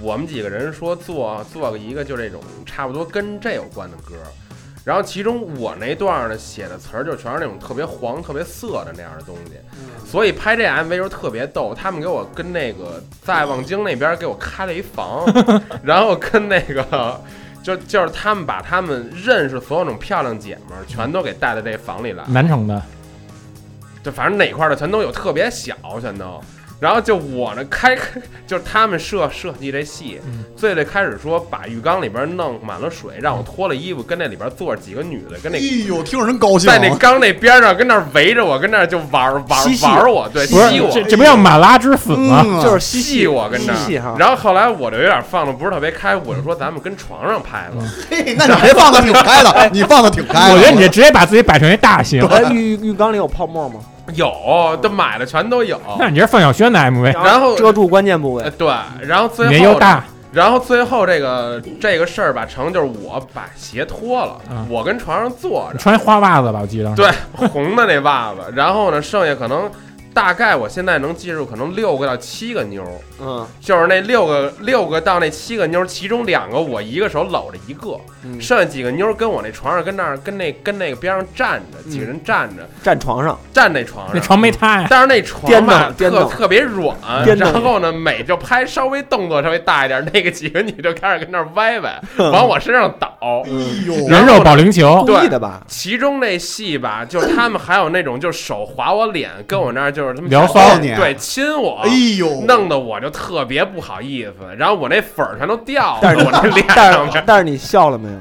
Speaker 6: 我们几个人说做做个一个就这种差不多跟这有关的歌儿，然后其中我那段儿呢写的词儿就全是那种特别黄、特别涩的那样的东西，所以拍这 MV 时候特别逗。他们给我跟那个在望京那边给我开了一房，然后跟那个就就是他们把他们认识所有那种漂亮姐们儿全都给带到这房里来，
Speaker 4: 南城的，
Speaker 6: 就反正哪块儿的全都有，特别小，全都。然后就我呢开， 就是他们设设计这戏，最最开始说把浴缸里边弄满了水，让我脱了衣服跟那里边坐着几个女的，跟那
Speaker 5: 哎呦，听着真高兴啊
Speaker 6: 在！那缸那边上跟那儿围着我，跟那儿就玩玩
Speaker 3: 嬉戏
Speaker 6: 玩我，对，
Speaker 4: 不是
Speaker 6: 吸我。
Speaker 4: 这这不叫马拉之死吗？
Speaker 5: 嗯啊
Speaker 3: 就是
Speaker 6: 嬉
Speaker 3: 嬉
Speaker 6: 戏我跟那
Speaker 3: 嬉戏哈
Speaker 6: 儿，然后后来我就有点放的不是特别开，我就说咱们跟床上拍吧，
Speaker 5: 嘿那你这放的挺开的，你放的挺哎开的。
Speaker 4: 我觉得你这直接把自己摆成一大型，
Speaker 3: 哎，浴浴缸里有泡沫吗？
Speaker 6: 有都买的全都有，
Speaker 4: 那你这是范晓萱的 MV，
Speaker 6: 然后
Speaker 3: 遮住关键部
Speaker 6: 呃
Speaker 3: 位，
Speaker 6: 对，然后最
Speaker 4: 你
Speaker 6: 后
Speaker 4: 又大，
Speaker 6: 然后最后这个这个事儿吧，成就是我把鞋脱了，
Speaker 4: 嗯
Speaker 6: 我跟床上坐
Speaker 4: 你
Speaker 6: 着，
Speaker 4: 穿一花袜子吧，我记得。
Speaker 6: 对，红的那袜子，然后呢，剩下可能大概我现在能记住可能六个到七个妞儿，
Speaker 3: 嗯，
Speaker 6: 就是那六个六个到那七个妞儿，其中两个我一个手搂着一个，
Speaker 3: 嗯
Speaker 6: 剩下几个妞儿跟我那床上跟那儿跟那跟那个边上站着，几个人站着、
Speaker 3: 站床上，
Speaker 6: 站那床上，
Speaker 4: 那床没塌呀，
Speaker 6: 但是那床
Speaker 3: 颠
Speaker 6: 吧
Speaker 3: 倒哎颠
Speaker 6: 特
Speaker 3: 倒
Speaker 6: 特别软，
Speaker 3: 颠倒
Speaker 6: 然后呢，每就拍稍微动作稍微大一点，那个几个女就开始跟那儿歪歪，
Speaker 3: 嗯
Speaker 6: 往我身上倒。
Speaker 5: 哎呦，
Speaker 6: 嗯
Speaker 4: 人肉保龄球，
Speaker 3: 故意的吧？
Speaker 6: 其中那戏吧，就是他们还有那种就是手划我脸，跟我那儿就是他们
Speaker 4: 嗯聊
Speaker 6: 想
Speaker 4: 骚
Speaker 5: 你啊
Speaker 6: 对，亲我，
Speaker 5: 哎呦，
Speaker 6: 弄得我就特别不好意思，然后我那粉儿全都掉到
Speaker 3: 但是
Speaker 6: 我那脸上
Speaker 3: 但是
Speaker 6: 面，
Speaker 3: 但是你笑了没有？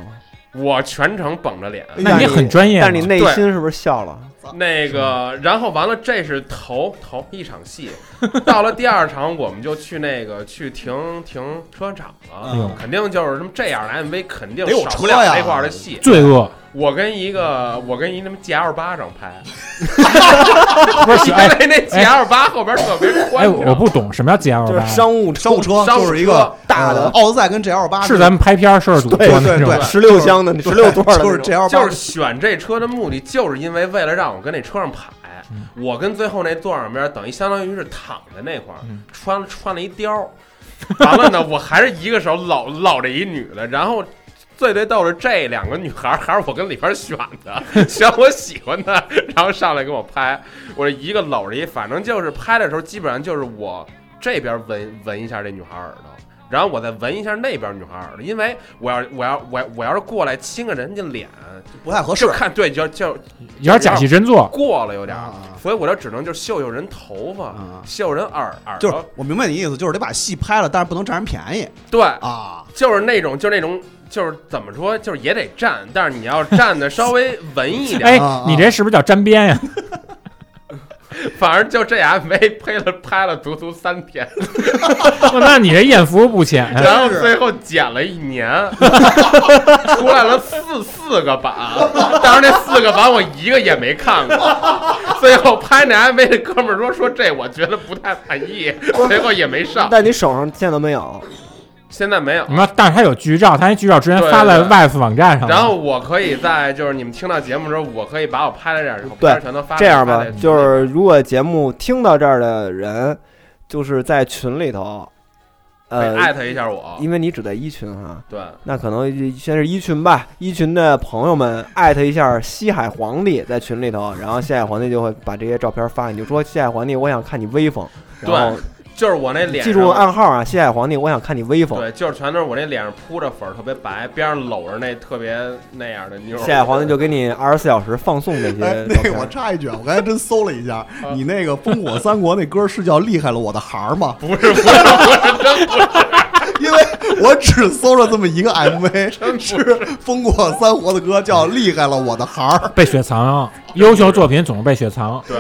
Speaker 6: 我全程绷着脸。
Speaker 4: 那你很专业嘛。
Speaker 3: 但是你内心是不是笑了？
Speaker 6: 那个，然后完了，这是头头一场戏，到了第二场，我们就去那个去停停车场了，
Speaker 4: 嗯
Speaker 6: 肯定就是什么这样的 MV，肯定
Speaker 5: 得有
Speaker 6: 少不
Speaker 5: 车啊
Speaker 6: 了
Speaker 5: 呀
Speaker 6: 那块儿的戏。
Speaker 4: 罪恶
Speaker 6: 我跟一个，我跟一他妈 G L 八上拍，
Speaker 4: 不是
Speaker 6: 因
Speaker 4: 哎
Speaker 6: 为那 G L 八后边特别宽
Speaker 4: 哎，
Speaker 6: 敞。
Speaker 4: 我不懂什么叫 G L
Speaker 3: 就是
Speaker 4: 八，
Speaker 3: 商务车
Speaker 5: 商务车
Speaker 6: 商务
Speaker 5: 就是一
Speaker 6: 车
Speaker 5: 个
Speaker 3: 大的
Speaker 5: 呃奥德赛跟 GL 八
Speaker 4: 是咱们拍片儿摄制组
Speaker 5: 对
Speaker 4: 做那
Speaker 5: 对
Speaker 4: 种
Speaker 5: 对，
Speaker 3: 十六箱的十六座的那种，
Speaker 5: 就是 GL 八
Speaker 6: 就是选这车的目的，就是因为为了让我跟那车上排，我跟最后那座上边等于相当于是躺在那块儿，穿穿了一貂儿，完了呢，我还是一个手搂搂着一女的，然后。最最逗是这两个女孩儿还是我跟里边选的，选我喜欢的，然后上来给我拍，我这一个搂着一，反正就是拍的时候基本上就是我这边闻闻一下这女孩耳朵，然后我再闻一下那边女孩耳朵，因为我要我要我要我要是过来亲个人家脸，
Speaker 5: 不太合适
Speaker 6: 就。看对，就就
Speaker 4: 有点假戏真做。
Speaker 6: 过了有点儿，
Speaker 5: 啊
Speaker 6: 所以我就只能就秀秀人头发，
Speaker 5: 啊
Speaker 6: 秀人耳耳
Speaker 5: 就是
Speaker 6: 朵，
Speaker 5: 我明白你意思，就是得把戏拍了，但是不能占人便宜
Speaker 6: 对，
Speaker 5: 啊。
Speaker 6: 就是那种就是那种就是怎么说，就是也得站，但是你要站的稍微文一 点，
Speaker 4: 哎
Speaker 5: 啊啊，
Speaker 4: 你这是不是叫沾边呀？
Speaker 6: 反正就这 MV 拍了拍了足足三天，
Speaker 4: 哇那你这艳福不浅呀。
Speaker 6: 然后最后剪了一年，出来了四四个版，但是那四个版我一个也没看过。最后拍那 MV 的哥们儿说说这我觉得不太满意，最后也没上，
Speaker 3: 但你手上现在都没有，
Speaker 6: 现在没有
Speaker 4: 你。说，但是他有剧照，他那剧照之前
Speaker 6: 对
Speaker 4: 发在
Speaker 6: 对
Speaker 4: WIFE 网站上了。
Speaker 6: 然后我可以在就是你们听到节目的时候，我可以把我拍的这样，然后
Speaker 3: 对
Speaker 6: 片儿全都发
Speaker 3: 这样吧
Speaker 6: 发在，
Speaker 3: 就是如果节目听到这儿的人，就是在群里头，
Speaker 6: 可以艾
Speaker 3: 呃，
Speaker 6: 特一下我。
Speaker 3: 因为你只在一群哈，
Speaker 6: 对，
Speaker 3: 那可能先是一群吧，一群的朋友们艾特一下西海皇帝在群里头，然后西海皇帝就会把这些照片发，你就说西海皇帝，我想看你威风，然后
Speaker 6: 就是我那脸上
Speaker 3: 记住暗号啊，西海皇帝，我想看你威风。
Speaker 6: 对，就是全都是我那脸上铺着粉儿，特别白，边上搂着那特别那样的妞儿。
Speaker 3: 西海皇帝就给你二十四小时放送这
Speaker 5: 哎
Speaker 3: 些，照
Speaker 5: 那
Speaker 3: 片
Speaker 5: 个我插一句，啊，我刚才真搜了一下，
Speaker 6: 啊
Speaker 5: 你那个《烽火三国》那歌是叫《厉害了我的孩儿》吗？
Speaker 6: 不是不是不是真不是
Speaker 5: 因为我只搜了这么一个 MV，是《烽火三国》的歌叫《厉害了我的孩儿》。
Speaker 4: 被雪藏，优秀作品总是被雪藏。
Speaker 6: 对。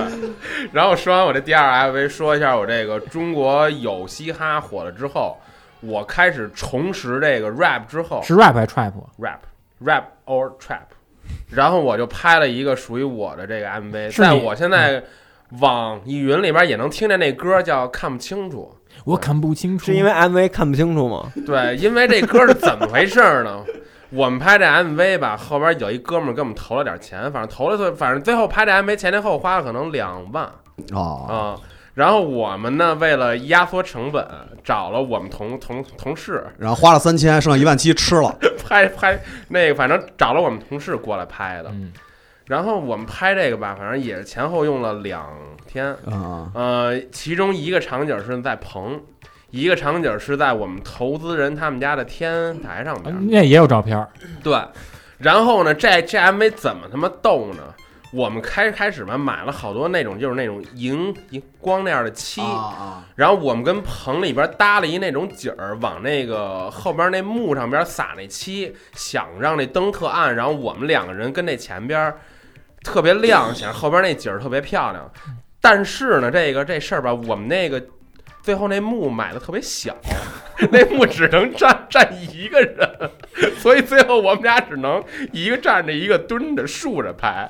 Speaker 6: 然后说完我这第二 MV，说一下我这个中国有嘻哈火了之后，我开始重拾这个 rap 之后
Speaker 4: 是 rap 还是 trap？
Speaker 6: ，rap rap or trap，然后我就拍了一个属于我的这个 MV，
Speaker 4: 是
Speaker 6: 在
Speaker 4: 你
Speaker 6: 我现在网易云里边也能听见那歌叫《看不清楚》。
Speaker 4: 我看不清楚，
Speaker 3: 是因为 MV 看不清楚吗？
Speaker 6: 对，因为这歌是怎么回事儿 呢？我们拍这 MV 吧，后边有一哥们儿给我们投了点钱，反正投了，反正最后拍这 MV 前前后后花了可能两万啊、
Speaker 5: 哦，
Speaker 6: 然后我们呢，为了压缩成本，找了我们同同同事
Speaker 5: 然后花了三千，剩下一万七吃了，
Speaker 6: 拍拍那个，反正找了我们同事过来拍的。
Speaker 4: 嗯
Speaker 6: 然后我们拍这个吧，反正也是前后用了两天。
Speaker 5: 啊、
Speaker 6: 呃，其中一个场景是在棚，一个场景是在我们投资人他们家的天台上边。
Speaker 4: 啊那也有照片儿，
Speaker 6: 对，然后呢，这这 MV 怎么他妈逗呢？我们开开始吧，买了好多那种就是那种荧荧光那样的漆，
Speaker 5: 啊
Speaker 6: 然后我们跟棚里边搭了一那种景儿，往那个后边那幕上边撒那漆，想让那灯特暗，然后我们两个人跟那前边儿特别亮，显后边那景儿特别漂亮。但是呢，这个这事儿吧，我们那个最后那幕买的特别小， 那幕只能站站一个人，所以最后我们俩只能一个站着一个蹲着竖着拍。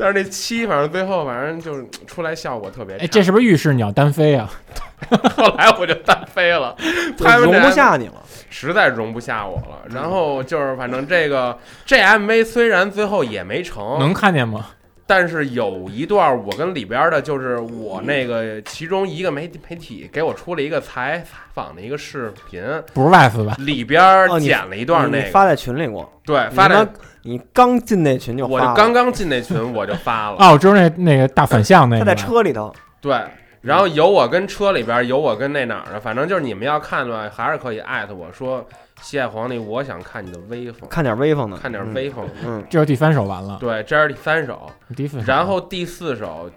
Speaker 6: 但是那漆反正最后反正就是出来效果特别差。
Speaker 4: 哎，这是不是预示你要单飞啊？
Speaker 6: 后来我就单飞了，拍完这
Speaker 3: 容不，下你了。
Speaker 6: 实在容不下我了。然后就是，反正这个这 MV 虽然最后也没成，
Speaker 4: 能看见吗？
Speaker 6: 但是有一段我跟里边的，就是我那个其中一个媒媒体给我出了一个采采访的一个视频，
Speaker 4: 不是 wife 吧？
Speaker 6: 里边
Speaker 3: 哦你
Speaker 6: 剪了一段
Speaker 3: 你
Speaker 6: 那
Speaker 3: 你
Speaker 6: 个，
Speaker 3: 发在群里过，
Speaker 6: 对，
Speaker 3: 你
Speaker 6: 发
Speaker 3: 他
Speaker 6: 的
Speaker 3: 妈，你刚进那群就
Speaker 6: 我
Speaker 3: 发
Speaker 6: 就
Speaker 3: 了
Speaker 6: 刚刚进那群我就发了，
Speaker 4: 啊，我知道那那个大反向那
Speaker 3: 他
Speaker 4: 个
Speaker 3: 在
Speaker 6: 哎
Speaker 4: 吧，
Speaker 3: 车里头，
Speaker 6: 对。然后有我跟车里边，有我跟那哪儿的，反正就是你们要看的话，还是可以艾特我说，谢皇帝，我想看你的威风。
Speaker 3: 看点威风的，
Speaker 6: 看点威风。
Speaker 3: 嗯，嗯，
Speaker 4: 这是第三首完了，
Speaker 6: 对，这是第 三首，
Speaker 4: 第四首，
Speaker 6: 然后第四首，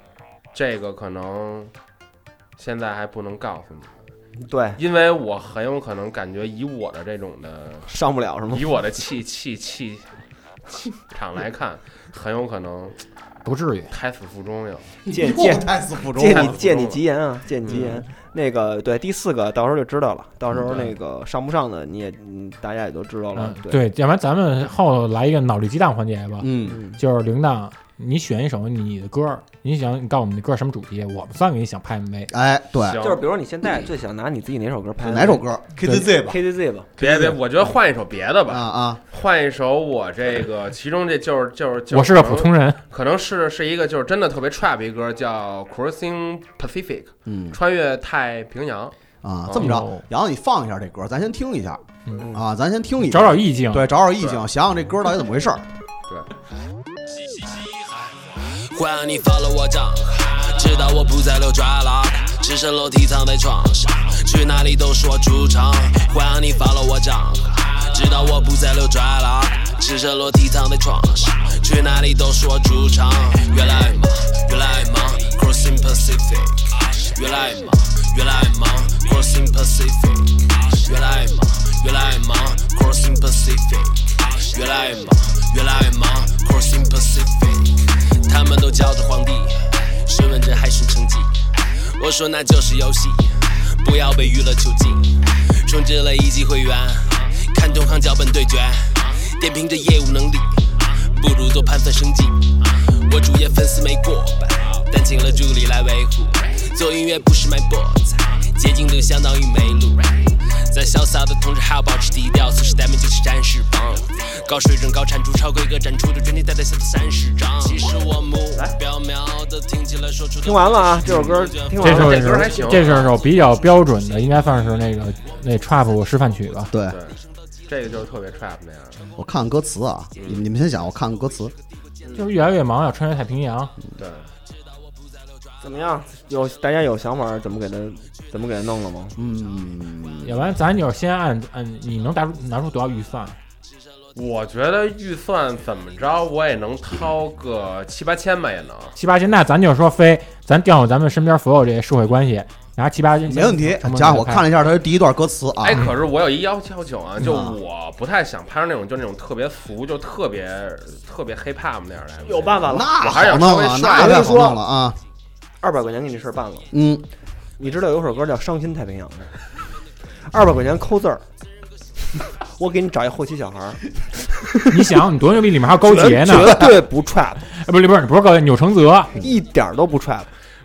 Speaker 6: 这个可能现在还不能告诉你，
Speaker 3: 对，
Speaker 6: 因为我很有可能感觉以我的这种 的，
Speaker 3: 上不了是吗？
Speaker 6: 以我的气气气气场来看，很有可能
Speaker 4: 不至于，
Speaker 6: 胎死腹中哟。
Speaker 3: 借
Speaker 5: 又
Speaker 3: 借
Speaker 5: 胎死腹中
Speaker 3: 借
Speaker 6: 看
Speaker 3: 你
Speaker 6: 不
Speaker 3: 借
Speaker 6: 出
Speaker 3: 你
Speaker 6: 了
Speaker 3: 吉言啊，借你吉言。那个对第四个，到时候就知道了，到时候那个上不上的你也嗯大家也都知道了
Speaker 4: 嗯。，
Speaker 3: 对，
Speaker 4: 对，要不然咱们后来一个脑力激荡环节吧，
Speaker 5: 嗯，
Speaker 3: 嗯，
Speaker 4: 就是铃铛，你选一首你的歌儿，你想你告诉我们的歌儿什么主题，我们算给你想拍 MV。
Speaker 5: 哎，对，
Speaker 6: 行，
Speaker 3: 就是比如说你现在最想拿你自己哪首歌拍？
Speaker 5: 哪首歌？KTZ 吧，
Speaker 3: ？KTZ 吧，
Speaker 6: 别别，我觉得换一首别的
Speaker 5: 啊
Speaker 6: 吧，
Speaker 5: 啊，
Speaker 6: 换一首我这个，其中这就是就是就是
Speaker 4: 我是个普通人，
Speaker 6: 可能是是一个就是真的特别 trap 一歌，叫 Crossing Pacific，
Speaker 5: 嗯
Speaker 6: 穿越太平洋。
Speaker 5: 啊，这么着
Speaker 4: 哦，
Speaker 5: 然后你放一下这歌，咱先听一下
Speaker 4: 嗯
Speaker 5: 啊，咱先听一下，
Speaker 4: 找找意境。
Speaker 5: 对，找找意境，想想这歌到底怎么回事儿。
Speaker 6: 嗯
Speaker 9: 欢迎你 follow 我账号，知道我不再留爪了，只剩楼梯躺在床上，去哪里都是我主场。欢迎你 follow 我账号，知道我不再留爪了，只剩楼梯躺在床上，去哪里都是我主场。越来忙，越来忙，crossing Pacific，越来忙，越来忙，crossing Pacific，越来忙，越来忙，crossing Pacific，越来忙，越来忙，crossing Pacific。他们都叫着皇帝，身份证还剩成绩。我说那就是游戏，不要被娱乐囚禁。充值了一级会员，看东航脚本对决，点评着业务能力，不如做盘算生计。我主页粉丝没过百，但请了助理来维护。做音乐不是卖博彩，捷径就相当于没路。在潇洒的同时还要保持低调，此时待命就是战士帮。高水准、高产出、超规格展出的专辑带来下的三十张。其实我目标瞄的听起来说出的
Speaker 3: 听完了啊，这首歌听完
Speaker 4: 这首
Speaker 3: 了。
Speaker 6: 这歌还行
Speaker 4: 是这首首比较标准的，应该算是那个那 trap 示范曲吧。
Speaker 5: 对
Speaker 6: 对，这个就是特别 trap 那样。
Speaker 5: 我看看歌词啊，你们你们先想，我看看歌词。
Speaker 4: 就是越来越忙，要穿越太平洋。
Speaker 6: 对，
Speaker 3: 怎么样？有大家有想法怎么给他怎么给他弄了吗？
Speaker 5: 嗯，
Speaker 4: 要不然咱就是先按按你能拿出拿出多少预算？
Speaker 6: 我觉得预算怎么着，我也能掏个七八千吧，也能。
Speaker 5: 啊
Speaker 4: 七八千，那咱就说非咱调动咱们身边所有这些社会关系，拿七八千
Speaker 5: 没问题
Speaker 4: 成本。
Speaker 5: 家伙，我
Speaker 4: 来
Speaker 5: 看了一下他第一段歌词啊
Speaker 6: 哎，，可是我有一要要求啊，就
Speaker 5: 嗯
Speaker 6: 我不太想拍成那种就那种特别俗，就特别特别 hip hop 那样的。
Speaker 3: 有办法
Speaker 5: 那
Speaker 3: 了，
Speaker 5: 好弄了，那太好弄了啊。
Speaker 3: 二百块钱给你事儿办了。
Speaker 5: 嗯，
Speaker 3: 你知道有首歌叫《伤心太平洋》吗？ 二百块钱抠字儿， 我给你找一后期小孩儿，
Speaker 4: 你想，你多牛逼，里面还有高
Speaker 3: 绝
Speaker 4: 杰呢，
Speaker 3: 绝对不 trap，
Speaker 4: 啊不是不是不是高杰，钮承泽，
Speaker 3: 一点儿都不 trap。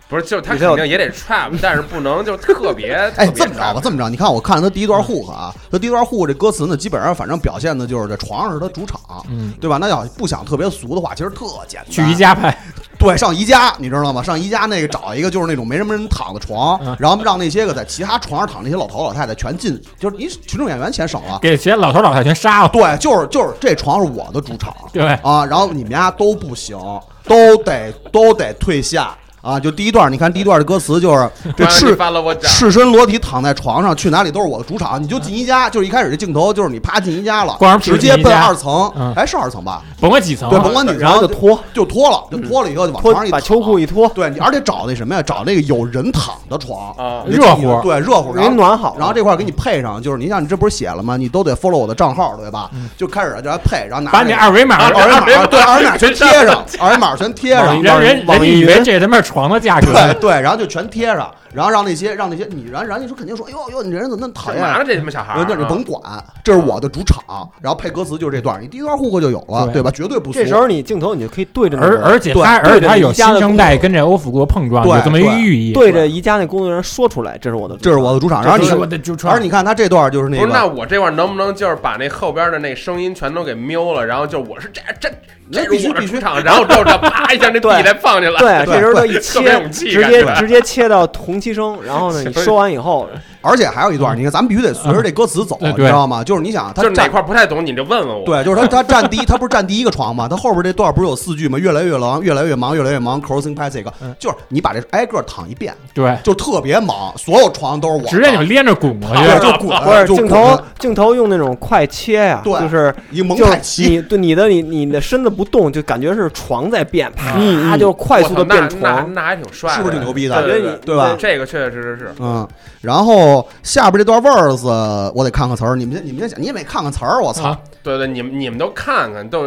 Speaker 6: 不是，就是他
Speaker 3: 你知道
Speaker 6: 肯定也得 trap，但是不能就特别。
Speaker 5: 哎，
Speaker 6: 特别
Speaker 5: 这么着吧，
Speaker 6: trap
Speaker 5: 这么着，你看我看他第一段 hook 啊，他第一段 hook 这歌词呢，基本上反正表现的就是这床上是他主场，
Speaker 4: 嗯，
Speaker 5: 对吧？那要不想特别俗的话，其实特简单。
Speaker 4: 去宜家拍，
Speaker 5: 对，上宜家，你知道吗？上宜家那个找一个就是那种没什么人躺的床
Speaker 4: 嗯，
Speaker 5: 然后让那些个在其他床上躺那些老头老太太全进，就是你群众演员钱省了。
Speaker 4: 给些老头老太全杀 了。
Speaker 5: 对，就是就是这床是我的主场，
Speaker 4: 对
Speaker 5: 啊，然后你们家都不行，都得都得退下啊！就第一段，你看第一段的歌 词就是
Speaker 6: 关了你
Speaker 5: 这赤
Speaker 6: 发了我掌，
Speaker 5: 赤身裸体躺在床上，去哪里都是我的主场。你就进宜家，就是一开始这镜头就是你啪进宜家了
Speaker 4: 光是，
Speaker 5: 直接
Speaker 4: 进宜
Speaker 5: 奔
Speaker 4: 家
Speaker 5: 二层
Speaker 4: 嗯，
Speaker 5: 哎，是二层吧？
Speaker 4: 甭管几层
Speaker 5: 对，
Speaker 4: 啊，
Speaker 5: 甭管你，
Speaker 3: 然后就脱
Speaker 5: 就脱了，就脱了以后就往
Speaker 3: 脱
Speaker 5: 床上一
Speaker 3: 把
Speaker 5: 躺
Speaker 3: 秋裤一脱，
Speaker 5: 对，你而且找那什么呀？找那个有人躺的床
Speaker 6: 啊
Speaker 5: 你就
Speaker 4: 热
Speaker 5: 记
Speaker 4: 乎
Speaker 5: 着对，热乎，然后
Speaker 3: 人暖好了
Speaker 5: 然后这块儿给你配上，就是你像你这不是写了吗？你都得 follow 我的账号，对吧？
Speaker 6: 嗯
Speaker 5: 就开始就来配，然后拿
Speaker 4: 把
Speaker 5: 那
Speaker 4: 你
Speaker 5: 个
Speaker 4: 二维码
Speaker 6: 啊
Speaker 5: 二维
Speaker 6: 二维码
Speaker 5: 码，对，二维码全贴
Speaker 6: 全
Speaker 5: 上，二维码全贴上
Speaker 4: 人，人人
Speaker 3: 网
Speaker 4: 人
Speaker 3: 易云
Speaker 4: 以为这他妈是床的价格，
Speaker 5: 对对，然后就全贴上，然后让那些让那些你，然然后你说肯定说，哎呦哎呦，你这人怎么那么讨
Speaker 6: 干
Speaker 5: 厌
Speaker 6: 嘛
Speaker 5: 啊
Speaker 6: 呢？？这他妈小孩儿
Speaker 5: 那
Speaker 6: 啊，
Speaker 5: 你甭管，这是我的主场，然后配歌词就是这段，你第一段互过就有了，
Speaker 4: 对
Speaker 5: 对吧？绝对不俗。
Speaker 3: 这时候你镜头你就可以对着那
Speaker 4: 而
Speaker 3: 个
Speaker 4: 而且
Speaker 5: 对
Speaker 4: 它而
Speaker 3: 对
Speaker 4: 且
Speaker 3: 着
Speaker 4: 它有
Speaker 3: 宜
Speaker 4: 新
Speaker 3: 家的
Speaker 4: 生代跟这欧复国碰撞，
Speaker 5: 对
Speaker 4: 有这么一
Speaker 5: 对
Speaker 4: 寓意。
Speaker 3: 对着宜家那工作人员说出来，这是我的主场，
Speaker 5: 这是我的主场，然后
Speaker 4: 这
Speaker 5: 你
Speaker 4: 是我的主场
Speaker 5: 而你看他这段就是那
Speaker 6: 不是，那
Speaker 5: 个，
Speaker 6: 我这块儿能不能就是把那后边的那声音全都给瞄了，然后就是我是这这
Speaker 5: 那
Speaker 6: 这
Speaker 5: 必
Speaker 6: 是
Speaker 5: 须
Speaker 6: 我的
Speaker 5: 必须
Speaker 6: 主场，然后之后这啪一下那
Speaker 3: 对
Speaker 6: 地再放进来，
Speaker 3: 对，这时候 他
Speaker 5: 对
Speaker 3: 一
Speaker 6: 特别有
Speaker 3: 切，
Speaker 6: 气
Speaker 3: 直
Speaker 6: 感
Speaker 3: 接
Speaker 6: 对
Speaker 3: 直接切到同期声，然 后呢，你说完以后，
Speaker 5: 而且还有一段，你看咱们必须得随着这歌词走，
Speaker 4: 嗯
Speaker 5: 你
Speaker 4: 对
Speaker 5: 知道吗？就是你想
Speaker 6: 就
Speaker 5: 他
Speaker 6: 是哪
Speaker 5: 站。
Speaker 6: 块儿不太懂你就问问我。
Speaker 5: 对，就是他，他站第一，他不是站第一个床吗？他后边这段不是有四句吗？越来越狼，越来越忙，越来越忙，crossing Pacific，就是
Speaker 4: 嗯
Speaker 5: 你把这挨个躺一遍，
Speaker 4: 对，
Speaker 5: 就特别忙，所有床都是我的，
Speaker 4: 直接就连着滚过
Speaker 5: 对，
Speaker 4: 去。
Speaker 5: 就滚，
Speaker 3: 不是
Speaker 5: 就
Speaker 3: 镜
Speaker 5: 滚
Speaker 3: 头镜头用那种快切呀，
Speaker 5: 对
Speaker 3: 就是
Speaker 5: 一蒙
Speaker 3: 就
Speaker 5: 太
Speaker 3: 是
Speaker 5: 奇，
Speaker 3: 你对你的你你的身子不动，就感觉是床在变，
Speaker 5: 嗯
Speaker 3: 啪
Speaker 5: 嗯
Speaker 3: 就快
Speaker 6: 我
Speaker 3: 速的
Speaker 6: 操，那
Speaker 3: 变
Speaker 6: 那
Speaker 3: 床，
Speaker 6: 那还挺帅的，
Speaker 5: 是不是挺牛逼的
Speaker 6: 对对
Speaker 3: 感觉你
Speaker 5: 对吧
Speaker 6: 这个确确实实是。
Speaker 5: 嗯，然后下边这段 verse 我得看看词儿，你们先你们先想，你也没看看词儿，我操！
Speaker 4: 啊
Speaker 6: 对对，你们你们都看看，都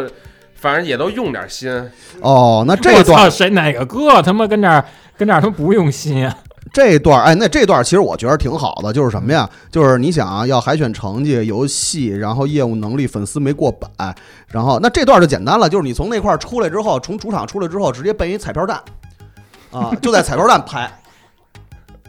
Speaker 6: 反正也都用点心。
Speaker 5: 哦，那这
Speaker 4: 我
Speaker 5: 段
Speaker 4: 操，谁哪个哥他妈跟这儿跟这儿他妈不用心 啊？
Speaker 5: 这段，哎，那这段其实我觉得挺好的，就是什么呀？就是你想啊，要海选成绩、游戏，然后业务能力、粉丝没过百，然后那这段就简单了，就是你从那块儿出来之后，从主场出来之后，直接奔一彩票站，啊，就在彩票站拍，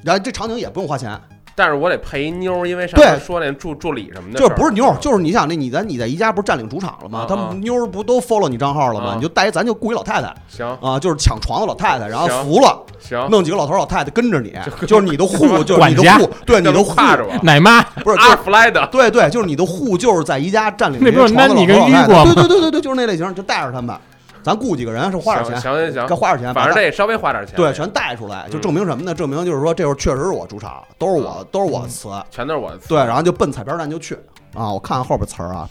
Speaker 5: 然后这场景也不用花钱，
Speaker 6: 但是我得配一妞儿，因为上次
Speaker 5: 对
Speaker 6: 说那助助理什么的事
Speaker 5: 就
Speaker 6: 儿，
Speaker 5: 是不是妞儿，就是你想那你在你在宜家不是占领主场了
Speaker 6: 啊
Speaker 5: 吗
Speaker 6: 啊？
Speaker 5: 他们妞儿不都 follow 你账号了
Speaker 6: 啊
Speaker 5: 吗？你就带一咱就雇一老太太
Speaker 6: 行
Speaker 5: 啊，就是抢床的老太太，然后
Speaker 6: 行嗯
Speaker 5: 服了，
Speaker 6: 行，
Speaker 5: 弄几个老头儿老太太跟着你，就是你的户，就是
Speaker 4: 管
Speaker 5: 你的
Speaker 4: 家
Speaker 5: 户，对你的户，
Speaker 6: 挎着我，
Speaker 4: 奶妈，
Speaker 5: 不是就
Speaker 6: 阿
Speaker 5: 是
Speaker 6: 弗莱德，
Speaker 5: 对对，就是你的户就是在宜家占领
Speaker 4: 那不
Speaker 5: 些
Speaker 4: 是
Speaker 5: 床
Speaker 4: 那
Speaker 5: 的
Speaker 4: 你
Speaker 5: 老
Speaker 4: 跟
Speaker 5: 头老太
Speaker 4: 一过
Speaker 5: 太，
Speaker 4: 吗
Speaker 5: 对对对对对，就是那类型，就带着他们，咱雇几个人是花点
Speaker 6: 行
Speaker 5: 钱，
Speaker 6: 行行
Speaker 5: 该
Speaker 6: 行，
Speaker 5: 花点钱，
Speaker 6: 反
Speaker 5: 把
Speaker 6: 正
Speaker 5: 它
Speaker 6: 这稍微花点钱，
Speaker 5: 对全带出来，就证明什么呢？证明就是说这会儿确实是我主场，都是
Speaker 4: 嗯
Speaker 5: 我都是我词，
Speaker 6: 全都是我的
Speaker 5: 对，然后就奔彩票站就去啊！我看看后边词儿啊，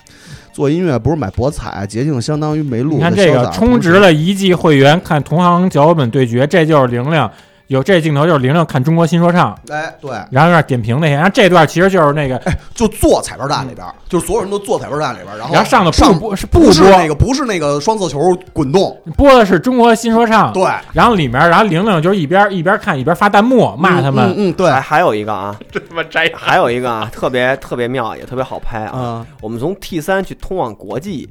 Speaker 5: 做音乐不是买博彩，捷径相当于没路。
Speaker 4: 你看这个充值，了一季会员，看同行脚本对决，这就是玲玲。有这镜头就是玲玲看中国新说唱，
Speaker 5: 哎，对，
Speaker 4: 然后有点点评那些，然后这段其实就是那个，
Speaker 5: 就坐彩票站里边儿，就是所有人都坐彩票站里边儿，然
Speaker 4: 嗯
Speaker 5: 后
Speaker 4: 然后上的
Speaker 5: 上
Speaker 4: 不不是不
Speaker 5: 不是
Speaker 4: 播
Speaker 5: 那个不是那个双色球滚动，
Speaker 4: 播的是中国新说唱，
Speaker 5: 对，
Speaker 4: 然后里面，然后玲玲就是一边一边看一边发弹幕骂他们，哎
Speaker 5: 嗯嗯，对，
Speaker 3: 还还有一个啊，
Speaker 6: 这他妈摘
Speaker 3: 还有一个啊，特别特别妙，也特别好拍啊。
Speaker 5: 嗯，
Speaker 3: 我们从 T 三去通往国际，